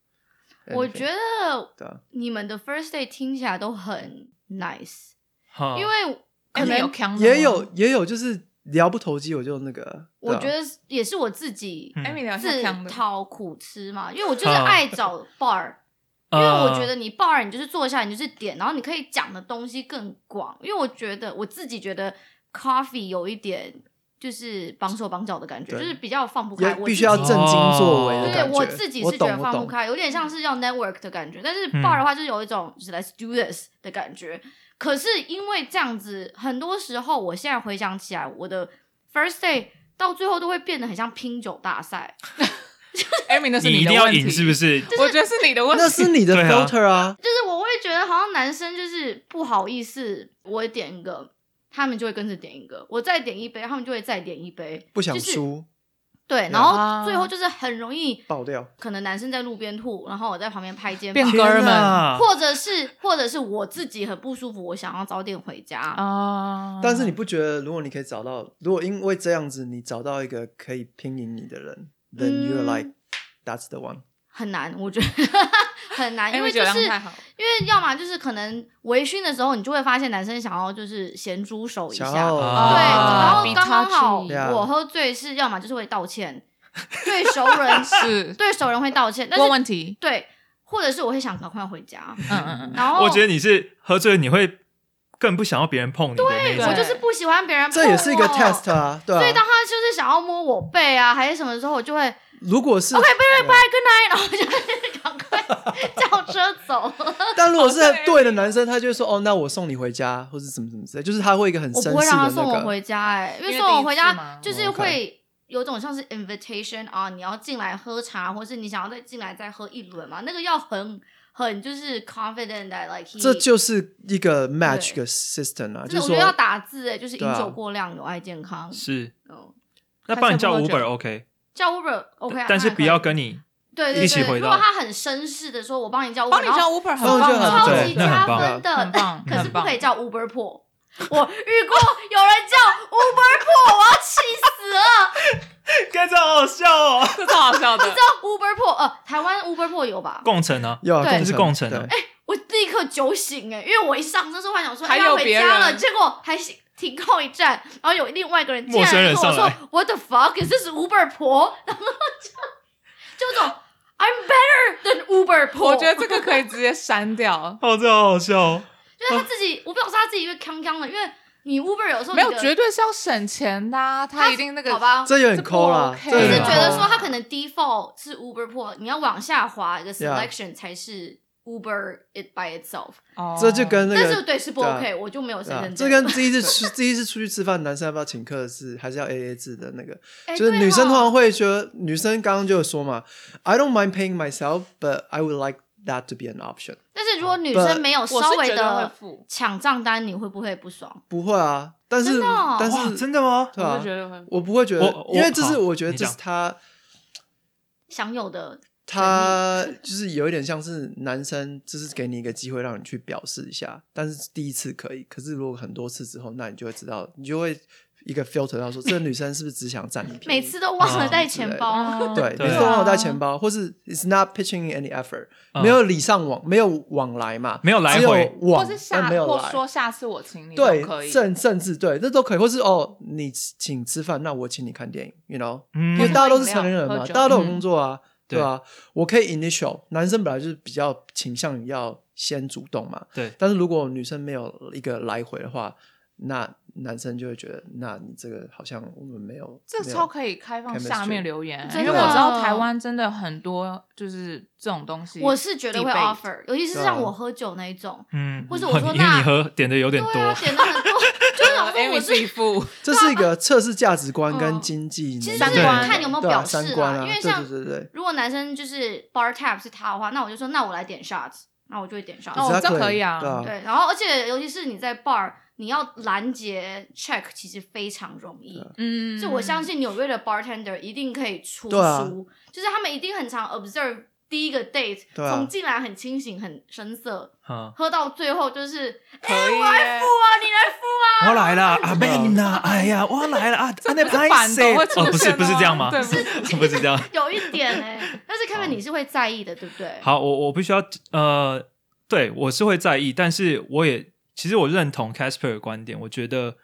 Speaker 1: 我觉得
Speaker 4: 对啊，
Speaker 1: 你们的 first day 听起来都很 nice，
Speaker 2: 哈
Speaker 1: 因为
Speaker 3: 哎
Speaker 1: 可
Speaker 3: 你有
Speaker 1: 能
Speaker 3: cam 的吗
Speaker 4: 也有也有就是聊不投机，我就那个，对
Speaker 1: 我
Speaker 4: 啊
Speaker 1: 觉得也是我自己
Speaker 2: 嗯
Speaker 3: Amy 聊一下
Speaker 1: 自
Speaker 3: cam 的
Speaker 1: 讨苦吃嘛，因为我就是
Speaker 4: 嗯
Speaker 1: 爱找 bar。因
Speaker 4: <laughs>
Speaker 2: 呃
Speaker 1: 为我觉得你 bar 你就是坐下，你就是点，然后你可以讲的东西更广。因为我觉得我自己觉得 coffee 有一点就是绑手绑脚的感觉，
Speaker 4: 对
Speaker 1: 就是比较放不开
Speaker 4: 也。
Speaker 1: 我
Speaker 4: 必须
Speaker 1: 自
Speaker 4: 要
Speaker 1: 己
Speaker 4: 正经作为的
Speaker 1: 对
Speaker 4: 感觉。
Speaker 1: 我自己是觉
Speaker 4: 懂
Speaker 1: 得
Speaker 4: 我
Speaker 1: 放不
Speaker 4: 懂
Speaker 1: 开，有点像是要 network 的感觉。但是
Speaker 2: 嗯
Speaker 1: bar 的话，就是有一种就是 let's do this 的感觉。可是因为这样子，很多时候我现在回想起来，我的 first day 到最后都会变得很像拼酒大赛。
Speaker 3: Amy 那是
Speaker 2: 呃你一
Speaker 3: 的
Speaker 2: 定要
Speaker 3: 问题
Speaker 2: 赢，是不？是？
Speaker 3: 我觉得是你的问题，
Speaker 4: 那是你的
Speaker 2: 对啊
Speaker 4: filter 啊，
Speaker 1: 就是我会觉得好像男生就是不好意思，我点一个，他们就会跟着点一个，我再点一杯，他们就会再点一杯，
Speaker 4: 不想
Speaker 1: 就是
Speaker 4: 输，
Speaker 1: 对，然
Speaker 4: 啊
Speaker 1: 后最后就是很容易，
Speaker 4: 爆掉。
Speaker 1: 可能男生在路边吐，然后我在旁边拍肩
Speaker 3: 变
Speaker 1: 膀，
Speaker 3: 哥们
Speaker 2: 天哪
Speaker 1: 或者是或者是我自己很不舒服，我想要早点回家。嗯
Speaker 3: 啊
Speaker 4: 但是你不觉得，如果你可以找到，如果因为这样子你找到一个可以拼赢你的人，then
Speaker 1: 嗯
Speaker 4: you're like that's the one。
Speaker 1: 很难，我觉得 <laughs> 很难，因为
Speaker 3: 酒
Speaker 1: 就
Speaker 3: 量
Speaker 1: 是 <laughs>
Speaker 3: 太好，
Speaker 1: 因为要么就是可能微醺的时候，你就会发现男生想要就是咸猪嗯手一
Speaker 4: 想
Speaker 1: 下，
Speaker 4: 要
Speaker 1: 对，
Speaker 2: 啊
Speaker 1: 然后
Speaker 3: 比
Speaker 1: 刚
Speaker 3: 他
Speaker 1: 刚好
Speaker 3: 去
Speaker 4: Yeah
Speaker 1: 我喝醉是要么就是会道歉，对熟
Speaker 3: <laughs>
Speaker 1: 人
Speaker 3: 是
Speaker 1: 对熟人会道歉，但
Speaker 3: 问
Speaker 1: 是
Speaker 3: 问题，
Speaker 1: 对，或者是我会想赶快回家，
Speaker 3: 嗯嗯嗯，
Speaker 1: 然后
Speaker 2: 我觉得你是喝醉，你会更不想要别人碰你的那一
Speaker 1: 我
Speaker 2: 种
Speaker 3: 对。
Speaker 1: 就是不喜欢别人碰
Speaker 4: 这也是一个
Speaker 1: 我
Speaker 4: test 啊，对
Speaker 1: 啊所以当
Speaker 4: 啊。
Speaker 1: 他就是想要摸我背啊，还是什么的时候，我就会哎
Speaker 4: 如果是 OK，拜拜
Speaker 1: 然后就 <laughs> 赶快叫车
Speaker 4: <laughs>
Speaker 1: 走。
Speaker 4: 嗯但如果
Speaker 1: 哦
Speaker 4: 是
Speaker 3: Okay
Speaker 4: 对的男生，他就会说哦，那我送你回家，或是怎么怎么之类，就是他会一个很
Speaker 1: 我
Speaker 4: 绅士
Speaker 1: 不会让他
Speaker 4: 的
Speaker 1: 送我
Speaker 4: 那个。
Speaker 1: 回家、哎，因
Speaker 3: 因
Speaker 1: 为
Speaker 3: 为
Speaker 1: 送我回
Speaker 3: 第一次嘛
Speaker 1: 家就是
Speaker 4: 嗯，OK
Speaker 1: 会有种像是 invitation 啊，你要进来喝茶，或是你想要再进来再喝一轮嘛，那个要很很就是 confident that like he,
Speaker 4: 这就是一个 match
Speaker 1: 对
Speaker 4: 个 system 啊，
Speaker 1: 真的
Speaker 4: 就是
Speaker 1: 我
Speaker 4: 说
Speaker 1: 觉得要打字哎、就是
Speaker 4: 对
Speaker 1: 饮
Speaker 4: 啊
Speaker 1: 酒过量有害健康。
Speaker 2: 是，
Speaker 1: 嗯，
Speaker 2: 那帮你叫
Speaker 3: 还是不喝
Speaker 2: Uber
Speaker 3: 酒
Speaker 2: OK，
Speaker 1: 叫 Uber OK，啊
Speaker 2: 但是
Speaker 1: 那也可
Speaker 2: 不
Speaker 1: 以
Speaker 2: 要跟 <laughs> 你
Speaker 1: 对对
Speaker 2: 一起
Speaker 1: 对，
Speaker 2: 回
Speaker 1: 如
Speaker 2: 到
Speaker 1: 果他很绅士的说，我帮你叫 Uber，
Speaker 3: 帮你
Speaker 1: 然后
Speaker 3: 叫 Uber 很
Speaker 4: 哦
Speaker 3: 棒
Speaker 4: 我觉得
Speaker 3: 啊，
Speaker 1: 超
Speaker 4: 很
Speaker 1: 级
Speaker 4: 对那
Speaker 1: 加
Speaker 4: 很棒
Speaker 1: 分
Speaker 3: 很
Speaker 1: 的。
Speaker 3: 棒，
Speaker 1: 可是
Speaker 3: 很
Speaker 1: 不
Speaker 3: 棒
Speaker 1: 可以叫 Uber 破。我遇过有人叫 Uber 破，我要气死了。
Speaker 2: 该这好好笑哦。
Speaker 3: 这 <laughs> 超好笑的，
Speaker 1: Uber 破，呃，台湾 Uber 破有吧？
Speaker 2: 共乘啊，
Speaker 4: 要啊
Speaker 1: 对
Speaker 4: 共
Speaker 2: 这是
Speaker 4: 乘
Speaker 2: 共乘
Speaker 4: 对
Speaker 2: 的。
Speaker 1: 我立刻酒醒哎、因为我一上车之后还想说，
Speaker 3: 还
Speaker 1: 哎呀
Speaker 3: 有
Speaker 1: 回
Speaker 3: 别
Speaker 1: 家了，
Speaker 3: 人
Speaker 1: 结果还停靠一站，然后有另外一个人竟
Speaker 2: 陌生
Speaker 1: 然
Speaker 2: 人
Speaker 1: 跟我
Speaker 2: 上
Speaker 1: 说
Speaker 2: 来，
Speaker 1: What the fuck？这是 Uber 婆，然后就就这种 I'm better than Uber 婆。
Speaker 3: <laughs> 我觉得这个可以直接删掉 <laughs>
Speaker 2: 哦，这好好笑哦。
Speaker 1: 就是他自己，我不知道是他自己越康康的，因为你 Uber 有时候
Speaker 3: 没有
Speaker 1: 你的
Speaker 3: 绝对是要省钱的啊，他一定那个
Speaker 1: 好吧，
Speaker 4: 这有点抠啦，
Speaker 3: 这不 OK
Speaker 4: 这
Speaker 1: 我
Speaker 4: 有
Speaker 1: 是
Speaker 4: 点
Speaker 1: 觉得
Speaker 4: 抠
Speaker 1: 说，它可能 default 是 Uber Pro，你要往下滑一个
Speaker 4: Yeah
Speaker 1: selection 才是 Uber it by itself。
Speaker 3: 哦
Speaker 4: 这就跟那
Speaker 1: 但是
Speaker 4: 个。
Speaker 1: 对是不
Speaker 4: 对啊
Speaker 1: OK，我就没有
Speaker 4: 对
Speaker 1: 身
Speaker 4: 啊
Speaker 1: 份，
Speaker 4: 这
Speaker 1: 证。
Speaker 4: 跟第一
Speaker 1: <laughs>
Speaker 4: 次出第一次出去吃饭，男生要不要请客是还是要 A A 制的那个，
Speaker 1: 哎
Speaker 4: 就是
Speaker 1: 对
Speaker 4: 女生
Speaker 1: 哦
Speaker 4: 通常会觉得，女生刚刚就有说嘛，I don't mind paying myself, but I would like that to be an option。
Speaker 1: 但是如果女
Speaker 4: But-
Speaker 1: 生没有
Speaker 3: 我
Speaker 1: 稍
Speaker 3: 是
Speaker 1: 微
Speaker 3: 绝对会
Speaker 1: 的
Speaker 3: 付，
Speaker 1: 抢账单，你会不会不爽？
Speaker 4: 不会啊，但是
Speaker 1: 真的哦
Speaker 4: 但
Speaker 2: 哇，
Speaker 4: 是
Speaker 2: 真的吗？
Speaker 4: 对
Speaker 3: 我
Speaker 4: 啊
Speaker 3: 是，绝对会付。
Speaker 4: 我不会觉得
Speaker 2: 我，我
Speaker 4: 因为这是
Speaker 2: 好
Speaker 4: 我觉得
Speaker 2: 你
Speaker 4: 这
Speaker 2: 讲
Speaker 4: 是他
Speaker 1: 享有的
Speaker 4: 他就是有一点像是男生，就是给你一个机会让你去表示一下，但是第一次可以，可是如果很多次之后，那你就会知道，你就会一个 filter 到说，这个女生是不是啊只想占你便宜？
Speaker 1: 每次都忘了带钱包，
Speaker 3: 哦
Speaker 4: 对，
Speaker 2: 对
Speaker 4: 每次都忘了带钱包，或是 it's not pitching any effort，、
Speaker 2: 嗯
Speaker 4: 没有礼尚往，没有往来嘛，
Speaker 2: 没有来
Speaker 4: 只有
Speaker 2: 回
Speaker 3: 或
Speaker 4: 往，
Speaker 3: 是
Speaker 4: 但
Speaker 3: 下
Speaker 4: 没有
Speaker 3: 或
Speaker 4: 来。
Speaker 3: 说下次我请你都可
Speaker 4: 对，
Speaker 3: 以，
Speaker 4: 甚甚至对，这都可以，或是哦，你请吃饭，那我请你看电影，you know，因为
Speaker 2: 嗯，
Speaker 4: 大家都是成年人
Speaker 3: 喝饮料
Speaker 4: 嘛，
Speaker 3: 喝酒
Speaker 4: 大家都有工作啊，
Speaker 2: 对
Speaker 4: 对吧、我可以 initial，男生本来就是比较倾向于要先主动嘛，
Speaker 2: 对，
Speaker 4: 但是如果女生没有一个来回的话，那男生就会觉得，那你这个好像我们没有，
Speaker 3: 这
Speaker 4: 没有
Speaker 3: 超可以开放
Speaker 4: Chemistry
Speaker 3: 下面留言，
Speaker 1: 真
Speaker 3: 因
Speaker 1: 的
Speaker 3: 为我知道台湾真的很多就是这种东西。
Speaker 1: 我是绝对会
Speaker 3: Debate
Speaker 1: offer，尤其是
Speaker 4: 对啊
Speaker 1: 像我喝酒那一种，
Speaker 2: 嗯，
Speaker 1: 或是我说
Speaker 2: 因为
Speaker 1: 那
Speaker 2: 你喝点的有点
Speaker 1: 对啊，
Speaker 2: 多，
Speaker 1: 点了很
Speaker 3: <laughs>
Speaker 1: 多，就是想说
Speaker 3: 呃 Amy
Speaker 1: 我
Speaker 3: 自己
Speaker 1: 是。
Speaker 3: 付，
Speaker 4: 这是一个测试价值观跟
Speaker 1: 啊嗯
Speaker 4: 经济
Speaker 1: 其实
Speaker 4: 能
Speaker 1: 就
Speaker 4: 力
Speaker 1: 是
Speaker 2: 对
Speaker 1: 看有没有
Speaker 4: 对啊
Speaker 1: 表示
Speaker 4: 三观
Speaker 1: 啦，
Speaker 4: 啊，
Speaker 1: 因为
Speaker 4: 对
Speaker 1: 像
Speaker 4: 对对对，
Speaker 1: 如果男生就是 bar tab 是他的话，那我就说那我来点 shots，那我就会点 shots。
Speaker 3: 哦
Speaker 4: Exactly，
Speaker 3: 这可以啊
Speaker 4: 对
Speaker 1: 对，然后而且尤其是你在 bar，你要拦截 check 其实非常容易。
Speaker 3: 嗯，
Speaker 1: 就我相信纽约的 bartender 一定可以出书，
Speaker 4: 对啊
Speaker 1: 就是他们一定很常 observe 第一个 date，、
Speaker 4: 对啊
Speaker 1: 从进来很清醒、很深色，
Speaker 2: 嗯，
Speaker 1: 喝到最后就是哎
Speaker 3: 可以耶，
Speaker 1: 哇，你来付啊，
Speaker 2: 我来了，阿
Speaker 4: 对啊
Speaker 2: 妹呐，哎呀，我来了啊，啊
Speaker 3: 不是反的会出现
Speaker 2: 哦，不是
Speaker 3: 的
Speaker 2: 不是这样吗？
Speaker 3: 对，
Speaker 4: <laughs>
Speaker 2: <laughs> 不是这样。
Speaker 1: <laughs> 有一点哎、但是 Kevin 你是会在意的，对不对？
Speaker 2: 好，我我必须要呃，对我是会在意，但是我也其实我认同 Casper 的观点，我觉得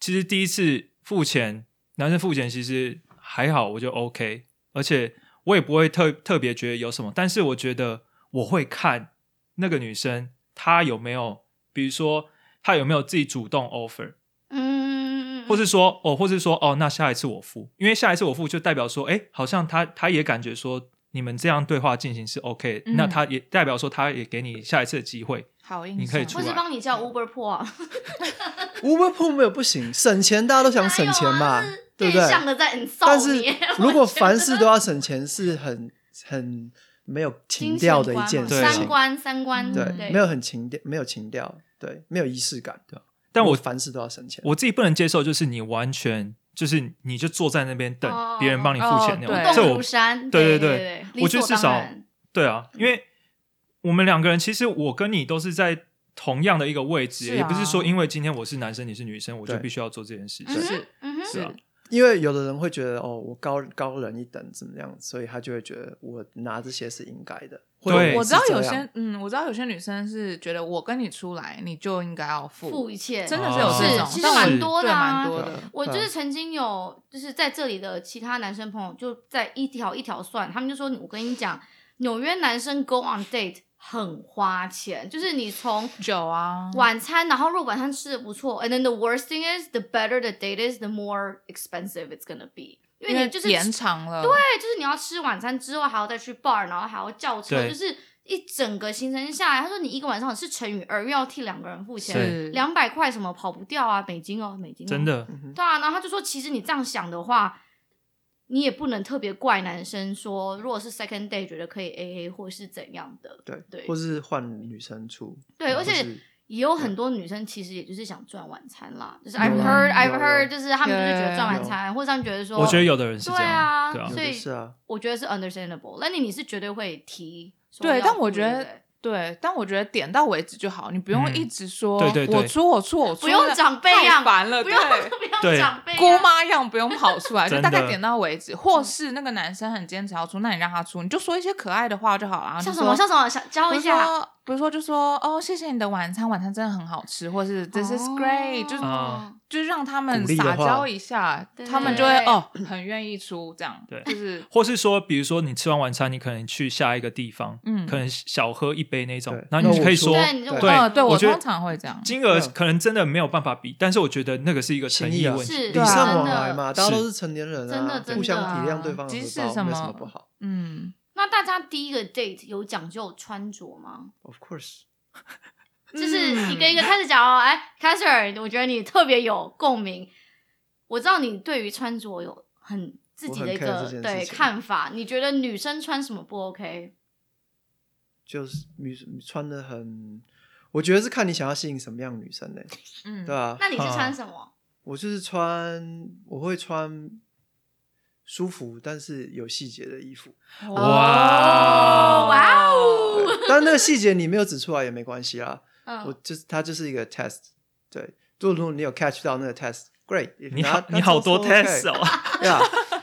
Speaker 2: 其实第一次付钱，男生付钱其实还好，我就 OK，而且我也不会特特别觉得有什么，但是我觉得我会看那个女生她有没有，比如说她有没有自己主动 offer，
Speaker 1: 嗯，
Speaker 2: 或是说哦，或是说哦，那下一次我付，因为下一次我付就代表说，哎，好像他他也感觉说你们这样对话进行是 OK，的、
Speaker 3: 嗯
Speaker 2: 那他也代表说他也给你下一次的机会，
Speaker 3: 好印象，
Speaker 2: 你可以出
Speaker 1: 或是
Speaker 2: 来
Speaker 1: 帮你
Speaker 4: 嗯
Speaker 1: 叫 Uber 破、啊，
Speaker 4: Uber Pool 没有不行，省钱大家都想省钱嘛
Speaker 1: 哪有啊，
Speaker 4: 对不对
Speaker 1: 变？相的在 insult
Speaker 4: 但是
Speaker 1: 你 <laughs>
Speaker 4: <laughs> 如果凡事都要省钱，是很很没有情
Speaker 1: 金
Speaker 4: 调
Speaker 1: 钱
Speaker 4: 的
Speaker 1: 观
Speaker 4: 一
Speaker 1: 嘛
Speaker 4: 件事
Speaker 1: 三
Speaker 4: 情，
Speaker 1: 观三观
Speaker 4: 对，
Speaker 1: 对
Speaker 4: 没有很情调，没有情调，对，没有仪式感。
Speaker 2: 啊但
Speaker 4: 如
Speaker 2: 我
Speaker 4: 果凡事都要省钱，
Speaker 2: 我自己不能接受就是你完全就是你就坐在那边等
Speaker 1: 哦
Speaker 2: 别人帮你付钱那
Speaker 3: 哦
Speaker 2: 种。
Speaker 3: 对
Speaker 2: 这
Speaker 1: 动
Speaker 2: 我
Speaker 1: 如山，
Speaker 2: 对对
Speaker 1: 对
Speaker 2: 对
Speaker 1: 理
Speaker 2: 我觉得
Speaker 1: 所当
Speaker 2: 至少
Speaker 1: 然
Speaker 2: 对啊，因为我们两个人其实我跟你都是在同样的一个位置，
Speaker 3: 是啊
Speaker 2: 也不是说因为今天我是男生你是女生，我就
Speaker 4: 对
Speaker 2: 必须要做这件事
Speaker 1: 嗯哼
Speaker 2: 情。
Speaker 3: 是
Speaker 1: 嗯哼，
Speaker 2: 是啊，
Speaker 4: 因为有的人会觉得哦，我高高人一等怎么样，所以他就会觉得我拿这些是应该的。
Speaker 2: 对
Speaker 4: 会
Speaker 3: 我知道
Speaker 4: 是这
Speaker 3: 有
Speaker 4: 样
Speaker 3: 些，嗯，我知道有些女生是觉得我跟你出来，你就应该要付，
Speaker 1: 付一切，
Speaker 3: 真的是有
Speaker 2: 哦
Speaker 3: 这种，
Speaker 1: 是其实
Speaker 3: 但我
Speaker 2: 蛮
Speaker 1: 多的
Speaker 3: 对
Speaker 1: 啊
Speaker 3: 蛮多
Speaker 4: 对
Speaker 3: 的嗯
Speaker 4: 啊。
Speaker 1: <laughs> 我就是曾经有，就是在这里的其他男生朋友，就在一条一条算，他们就说：“我跟你讲，纽约男生 go on date 很花钱，就是你从
Speaker 3: 酒啊，
Speaker 1: 晚餐，然后如果晚餐吃的不错，and then the worst thing is the better the date is, the more expensive it's gonna be，因为你就是
Speaker 3: 延长了，
Speaker 1: 对，就是你要吃晚餐之后还要再去 bar，然后还要叫车，
Speaker 2: 对
Speaker 1: 就是一整个行程下来，他说你一个晚上是乘以二，又要替两个人付钱，
Speaker 3: 是
Speaker 1: 两百块什么跑不掉啊，美金哦，美金、哦，
Speaker 2: 真的，
Speaker 4: 嗯
Speaker 1: 对啊，然后他就说，其实你这样想的话，你也不能特别怪男生说，如果是 second day 觉得可以 A A 或是怎样的，
Speaker 4: 对
Speaker 1: 对
Speaker 4: 或是换女生出，
Speaker 1: 对，而
Speaker 4: 或
Speaker 1: 且
Speaker 4: 哦是
Speaker 1: 也有很多女生其实也就是想赚晚餐啦，就是
Speaker 4: 有
Speaker 1: I've
Speaker 4: 啦
Speaker 1: heard
Speaker 4: 有
Speaker 1: I've
Speaker 4: 有
Speaker 1: heard，就是他们就是觉得
Speaker 3: 有
Speaker 1: 赚晚餐，或者他们觉
Speaker 3: 嗯
Speaker 1: 得说，
Speaker 2: 我觉得有的人是这
Speaker 1: 对啊
Speaker 2: 样，对啊
Speaker 4: 有，
Speaker 1: 所以
Speaker 4: 的是啊，
Speaker 1: 我觉得是 understandable，那你你是绝对会提说要付，
Speaker 3: 对但我觉得
Speaker 1: 对不对
Speaker 3: 对，但我觉得点到为止就好，你不用
Speaker 2: 嗯
Speaker 3: 一直说，
Speaker 2: 对对对
Speaker 3: 我出我出我出，
Speaker 1: 不用长辈
Speaker 3: 太
Speaker 1: 样
Speaker 3: 烦
Speaker 1: <laughs>
Speaker 3: 了，
Speaker 1: 不
Speaker 3: 对
Speaker 1: 用。不用
Speaker 2: 对
Speaker 1: 长辈啊
Speaker 3: 姑妈样不用跑出来，就
Speaker 2: 真
Speaker 3: 大
Speaker 2: 的
Speaker 3: 概点到为止。或是那个男生很坚持要出，那你让他出，你就说一些可爱的话就好了。然后啊就
Speaker 1: 像什
Speaker 3: 说
Speaker 1: 么像什么，想教
Speaker 3: 比
Speaker 1: 一
Speaker 3: 如
Speaker 1: 下。
Speaker 3: 说，比如说就说哦，谢谢你的晚餐，晚餐真的很好吃，或是 This
Speaker 1: 哦
Speaker 3: is great，、就是
Speaker 2: 啊
Speaker 3: 就是让他们
Speaker 4: 鼓励的
Speaker 3: 撒
Speaker 4: 话
Speaker 3: 娇一下
Speaker 1: 对，
Speaker 3: 他们就会哦很愿意出这样，
Speaker 2: 对
Speaker 3: 就是
Speaker 2: 或是说，比如说你吃完晚餐，你可能去下一个地方，
Speaker 3: 嗯
Speaker 2: 可能小喝一杯那种
Speaker 4: 对，
Speaker 2: 然后你
Speaker 4: 那
Speaker 2: 可以
Speaker 4: 我出
Speaker 2: 说，
Speaker 1: 对你就
Speaker 2: 对
Speaker 3: 呃，对
Speaker 2: 我
Speaker 3: 我
Speaker 2: 觉得
Speaker 3: 通常会这样，
Speaker 2: 金额
Speaker 4: 对啊
Speaker 2: 可能真的没有办法比，但是我觉得那个是一个诚
Speaker 4: 情
Speaker 2: 意
Speaker 4: 谊啊
Speaker 2: 问题，
Speaker 1: 是
Speaker 4: 礼
Speaker 1: 对啊
Speaker 4: 尚
Speaker 1: 真
Speaker 4: 往
Speaker 1: 的
Speaker 4: 来嘛，大家都是成年人
Speaker 1: 真的
Speaker 4: 啊，
Speaker 1: 真的
Speaker 4: 互相体
Speaker 3: 啊
Speaker 4: 谅对方的
Speaker 3: 即
Speaker 4: 荷
Speaker 3: 使
Speaker 4: 包
Speaker 3: 什
Speaker 4: 没有
Speaker 3: 么
Speaker 4: 什么不好。
Speaker 3: 嗯，
Speaker 1: 那大家第一个 date 有讲究穿着吗？
Speaker 4: Of course，
Speaker 1: 就是一个一
Speaker 3: 个
Speaker 1: 个开始讲哦。哎 c a t h e r i n 我觉得你特别有共鸣。我知道你对于穿着有很自己的一
Speaker 4: 我很
Speaker 1: 个
Speaker 4: care 这件事
Speaker 1: 对
Speaker 4: 情
Speaker 1: 看法，你觉得女生穿什么不 OK？
Speaker 4: 就是女穿的很，我觉得是看你想要吸引什么样的女生呢、
Speaker 3: 嗯，
Speaker 4: 对啊，
Speaker 1: 那你是穿什么？
Speaker 4: 我就是穿，我会穿舒服但是有细节的
Speaker 1: <laughs>
Speaker 4: 衣服，
Speaker 2: 哇
Speaker 1: 哦哇哦，
Speaker 4: 对但那个细节你没有指出来也没关系啦。我
Speaker 1: 嗯，
Speaker 4: 就是它就是一个 test，对，就如果你有 catch 到那个 test，great，
Speaker 2: 你好，你好多 test
Speaker 4: 哦，
Speaker 2: 哦。
Speaker 4: 呀，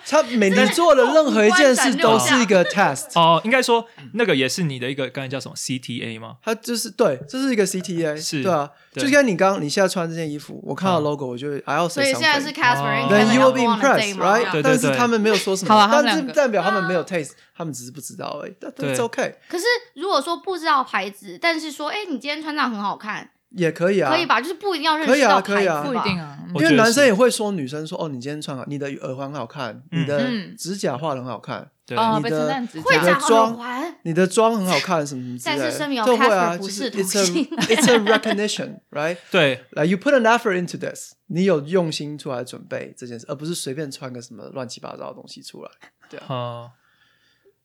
Speaker 4: 他每你做的任何一件事都是一个 test，
Speaker 2: 哦，应该说那个也是你的一个，刚才叫什么 CTA 吗？
Speaker 4: 它就是对，这是一个 CTA，
Speaker 2: 是
Speaker 4: 对啊，
Speaker 2: 对
Speaker 4: 就跟你刚你现在穿这件衣服，我看到
Speaker 2: 嗯
Speaker 4: logo 我就哎 I also
Speaker 1: 所以现在是 c a t h e r i n
Speaker 2: 哦
Speaker 1: e
Speaker 4: Then you will be
Speaker 1: impressed,
Speaker 4: impressed, right？
Speaker 2: 对对对
Speaker 4: 但是他们没有说什
Speaker 3: 好啊
Speaker 4: 么，
Speaker 3: 他们
Speaker 4: 但
Speaker 3: 两个
Speaker 4: 是代表他们没
Speaker 1: 啊
Speaker 4: 有 taste，他们只是不知道而已。但
Speaker 2: 对
Speaker 4: it's OK，
Speaker 1: 可是如果说不知道牌子，但是说哎，你今天穿这样很好看，
Speaker 4: 也可以啊，
Speaker 1: 可以？吧？就是不一定要认
Speaker 4: 可
Speaker 1: 识
Speaker 4: 以啊
Speaker 1: 到牌
Speaker 4: 可
Speaker 1: 子
Speaker 4: 以
Speaker 1: 吧
Speaker 4: 啊
Speaker 3: 不一定。啊，
Speaker 2: 我
Speaker 4: 因
Speaker 2: 觉
Speaker 4: 为
Speaker 2: 得
Speaker 4: 男生
Speaker 2: 是
Speaker 4: 也会说女生说哦，你今天穿好，你的耳环好看，
Speaker 2: 嗯
Speaker 4: 你的
Speaker 3: 嗯
Speaker 4: 指甲画得很好看，
Speaker 2: 对，
Speaker 3: 哦，
Speaker 4: 你
Speaker 3: 被
Speaker 4: 的
Speaker 3: 称赞指
Speaker 1: 会
Speaker 4: 你
Speaker 3: 甲
Speaker 4: 的
Speaker 1: 长耳
Speaker 4: 妆
Speaker 1: 环，
Speaker 4: 你的妆很好看，什么什么之
Speaker 1: 再
Speaker 4: 类
Speaker 1: 次
Speaker 4: 的，
Speaker 1: 声明哦
Speaker 4: 就会啊，
Speaker 1: Casper 不
Speaker 4: 就是 it's
Speaker 1: 同性
Speaker 4: a it's a recognition, right?
Speaker 2: 对，
Speaker 4: Like you put an effort into this，你有用心出来准备这件事，而不是随便穿个什么乱七八糟的东西出来，
Speaker 2: 嗯，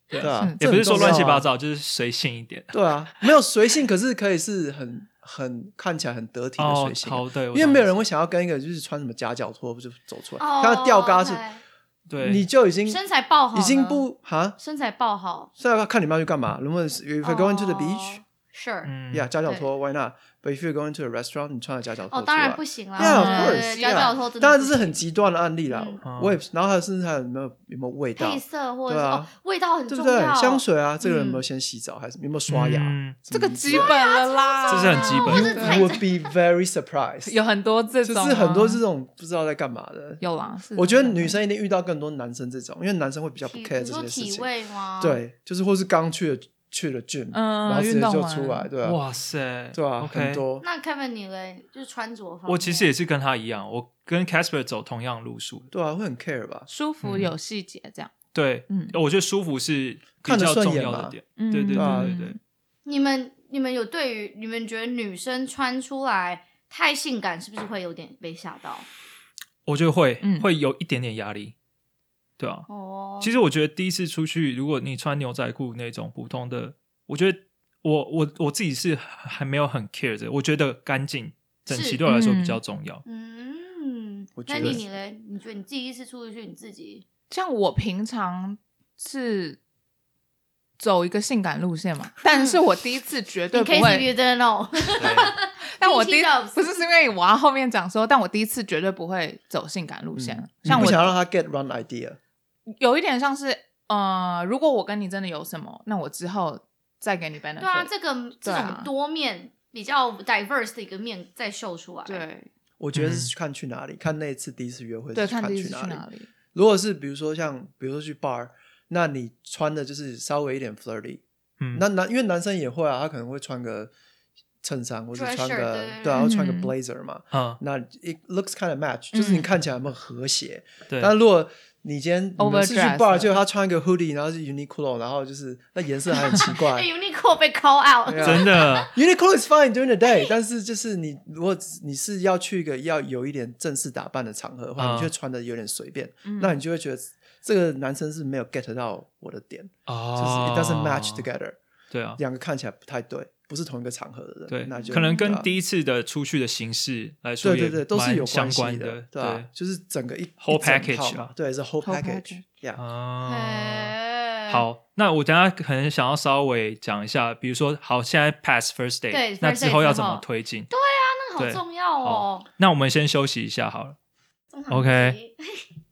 Speaker 4: 对啊
Speaker 3: 嗯，
Speaker 2: 也不是
Speaker 4: 这
Speaker 2: 说
Speaker 4: 很重要
Speaker 2: 乱七八
Speaker 4: 啊
Speaker 2: 糟，就是随性一点。
Speaker 4: 对啊，没有随性，可是可以是很很看起来很得体的
Speaker 2: 哦
Speaker 4: 随，性啊、
Speaker 2: 好，对，我
Speaker 4: 因为
Speaker 2: 懂
Speaker 4: 没有人会想要跟一个就是穿什么夹脚拖就走出来，
Speaker 1: 哦
Speaker 4: 看到吊嘎是，
Speaker 1: OK
Speaker 2: 对，
Speaker 4: 你就已经
Speaker 1: 身材爆好呢，
Speaker 4: 已经不哈，
Speaker 1: 身材爆好。
Speaker 4: 是要看你们要去干嘛。如果是 if you're going to the
Speaker 1: 哦
Speaker 4: beach，
Speaker 1: sure，
Speaker 2: 嗯
Speaker 4: yeah，夹脚拖 why not？But if you're going to a restaurant，你穿着夹脚拖
Speaker 1: 哦，
Speaker 4: 出
Speaker 1: 当
Speaker 4: 来
Speaker 1: 然不行啦。
Speaker 4: Yeah,
Speaker 3: of
Speaker 1: 对对
Speaker 4: course,
Speaker 1: 对夹
Speaker 4: yeah.
Speaker 1: 脚拖真的不行，
Speaker 4: 当然这是很极端的案例啦
Speaker 1: 嗯。
Speaker 2: 嗯
Speaker 4: 我也然后还有甚至还有没有有没有味道
Speaker 1: 配，色或者是
Speaker 4: 对啊
Speaker 1: 哦味道很
Speaker 4: 对
Speaker 1: 重
Speaker 4: 不
Speaker 1: 要，
Speaker 4: 对？香水啊，这个人有没有
Speaker 1: 嗯
Speaker 4: 先洗澡，还是有没有刷牙？
Speaker 2: 嗯
Speaker 4: 什
Speaker 3: 这个
Speaker 4: 么之
Speaker 3: 基
Speaker 4: 类的
Speaker 3: 本了啦，
Speaker 2: 这是很基本
Speaker 1: 或
Speaker 4: You
Speaker 1: 者踩
Speaker 4: would be very surprised。
Speaker 3: 有很多这
Speaker 4: 就
Speaker 3: 种啊，
Speaker 4: 是很多这种不知道在干嘛的。
Speaker 3: 有啦，是
Speaker 4: 我觉得女生一定遇到更多男生这种，因为男生会比较不
Speaker 1: 体
Speaker 4: care
Speaker 1: 你
Speaker 4: 这
Speaker 1: 说
Speaker 4: 些事
Speaker 1: 体
Speaker 4: 情。
Speaker 1: 味吗？，
Speaker 4: 对，就是或是刚去了去了 gym，、
Speaker 3: 嗯
Speaker 4: 然后直接
Speaker 3: 运动
Speaker 4: 就
Speaker 3: 完
Speaker 4: 出来，对啊，
Speaker 2: 哇塞，
Speaker 4: 对啊很
Speaker 2: ，OK。
Speaker 4: 多。
Speaker 1: 那 Kevin 你嘞，就是穿着方面，
Speaker 2: 我其实也是跟他一样，我跟 Casper 走同样路数。
Speaker 4: 对啊，会很 care 吧？
Speaker 3: 舒服
Speaker 2: 嗯
Speaker 3: 有细节这样，
Speaker 2: 对，
Speaker 3: 嗯
Speaker 2: 我觉得舒服是比
Speaker 4: 看得
Speaker 2: 较
Speaker 4: 顺
Speaker 2: 重
Speaker 4: 眼
Speaker 2: 要的
Speaker 4: 嘛
Speaker 2: 点。
Speaker 3: 嗯
Speaker 2: 对对对
Speaker 4: 啊
Speaker 2: 对对，
Speaker 1: 你们你们有对于你们觉得女生穿出来太性感，是不是会有点被吓到？
Speaker 2: 我觉得会
Speaker 3: 嗯
Speaker 2: 会有一点点压力，对啊。
Speaker 1: 哦，
Speaker 2: 其
Speaker 1: 实
Speaker 2: 实我觉得第一次出去，如果你穿牛仔裤那种普通的，我觉得我我我自己是还没有很 care 的。我觉得干净整齐
Speaker 1: 是
Speaker 2: 对我来说
Speaker 3: 嗯
Speaker 2: 比较重要。
Speaker 1: 嗯。
Speaker 4: 我觉
Speaker 1: 那
Speaker 4: 得
Speaker 1: 你你嘞？你觉得你自己第一次出去，你自己
Speaker 3: 像我平常是走一个性感路
Speaker 4: <laughs>
Speaker 3: 线嘛，但是我第一次绝对
Speaker 1: 你
Speaker 3: 不
Speaker 1: case if
Speaker 3: 会，
Speaker 1: you didn't know，
Speaker 2: 对
Speaker 3: 但我第一
Speaker 1: Teen Jobs
Speaker 3: 不是是因为我要后面讲说，但我第一次绝对不会走性感路线。
Speaker 2: 嗯
Speaker 3: 像
Speaker 4: 不
Speaker 3: 我
Speaker 4: 想让他 get wrong idea，
Speaker 3: 有一点像是，呃，如果我跟你真的有什么，那我之后再给你 benefit。
Speaker 1: 对啊，这个这
Speaker 3: 对啊
Speaker 1: 种多面比较 diverse 的一个面再秀出来，，
Speaker 3: 对啊
Speaker 4: 我觉得是看去哪里，看那一次第一次约会
Speaker 3: 对，
Speaker 4: 是
Speaker 3: 看第一
Speaker 4: 去
Speaker 3: 次去
Speaker 4: 哪里
Speaker 3: 哪。里。
Speaker 4: 如果是比如说像比如说去 bar，那你穿的就是稍微一点 flirty，
Speaker 2: 嗯，
Speaker 4: 那男因为男生也会啊，他可能会穿个衬衫或者
Speaker 1: Dress
Speaker 4: 穿
Speaker 1: shirt，
Speaker 4: 个
Speaker 1: 对对对
Speaker 4: 对啊，或穿个
Speaker 3: 嗯
Speaker 4: blazer 嘛。
Speaker 2: 嗯，
Speaker 4: 那 it looks kind of match，就是你看起来有没有和谐。
Speaker 2: 对，
Speaker 4: 但如果你今天我
Speaker 3: Overdressed
Speaker 4: 们是去 bar，
Speaker 3: 了
Speaker 4: 就他穿一个 hoodie，然后是 Uniqlo，然后就是那颜色还很奇怪
Speaker 1: <laughs> 哎。，Uniqlo 被 call out，
Speaker 4: 对
Speaker 1: <laughs>
Speaker 4: 啊
Speaker 2: 真
Speaker 4: <laughs>
Speaker 2: 的，
Speaker 4: Uniqlo is fine during the day，但是就是你如果你是要去一个要有一点正式打扮的场合的话，
Speaker 2: 嗯
Speaker 4: 你就会穿的有点随便，
Speaker 3: 嗯
Speaker 4: 那你就会觉得这个男生是没有 get 到我的点，就是 it
Speaker 2: 哦
Speaker 4: doesn't match together，
Speaker 2: 对啊，
Speaker 4: 两个看起来不太对，不是同一个场合的人，
Speaker 2: 对
Speaker 4: 那，就
Speaker 2: 可能跟
Speaker 4: 一
Speaker 2: 第一次的出去的形式来说
Speaker 4: 对
Speaker 2: 也
Speaker 4: 对对都是
Speaker 2: 蛮
Speaker 4: 有
Speaker 2: 相
Speaker 4: 系
Speaker 2: 关
Speaker 4: 对啊
Speaker 2: 对
Speaker 4: 吧、就是整个一
Speaker 2: Whole
Speaker 4: 一整套
Speaker 2: package
Speaker 4: 嘛
Speaker 2: 啊，
Speaker 4: 对，是 whole
Speaker 3: Whole
Speaker 4: package，yeah。
Speaker 2: 哦。
Speaker 1: 哎
Speaker 2: 好，那我等一下可能想要稍微讲一下，比如说，好，现在 pass first date，
Speaker 1: 对
Speaker 2: 那
Speaker 1: first
Speaker 2: 之
Speaker 1: date
Speaker 2: 后要
Speaker 1: 之
Speaker 2: 怎么
Speaker 1: 后
Speaker 2: 推进？
Speaker 1: 那个好重要哦。
Speaker 2: 那我们先休息一下好了。
Speaker 1: 中场
Speaker 2: OK
Speaker 1: 休息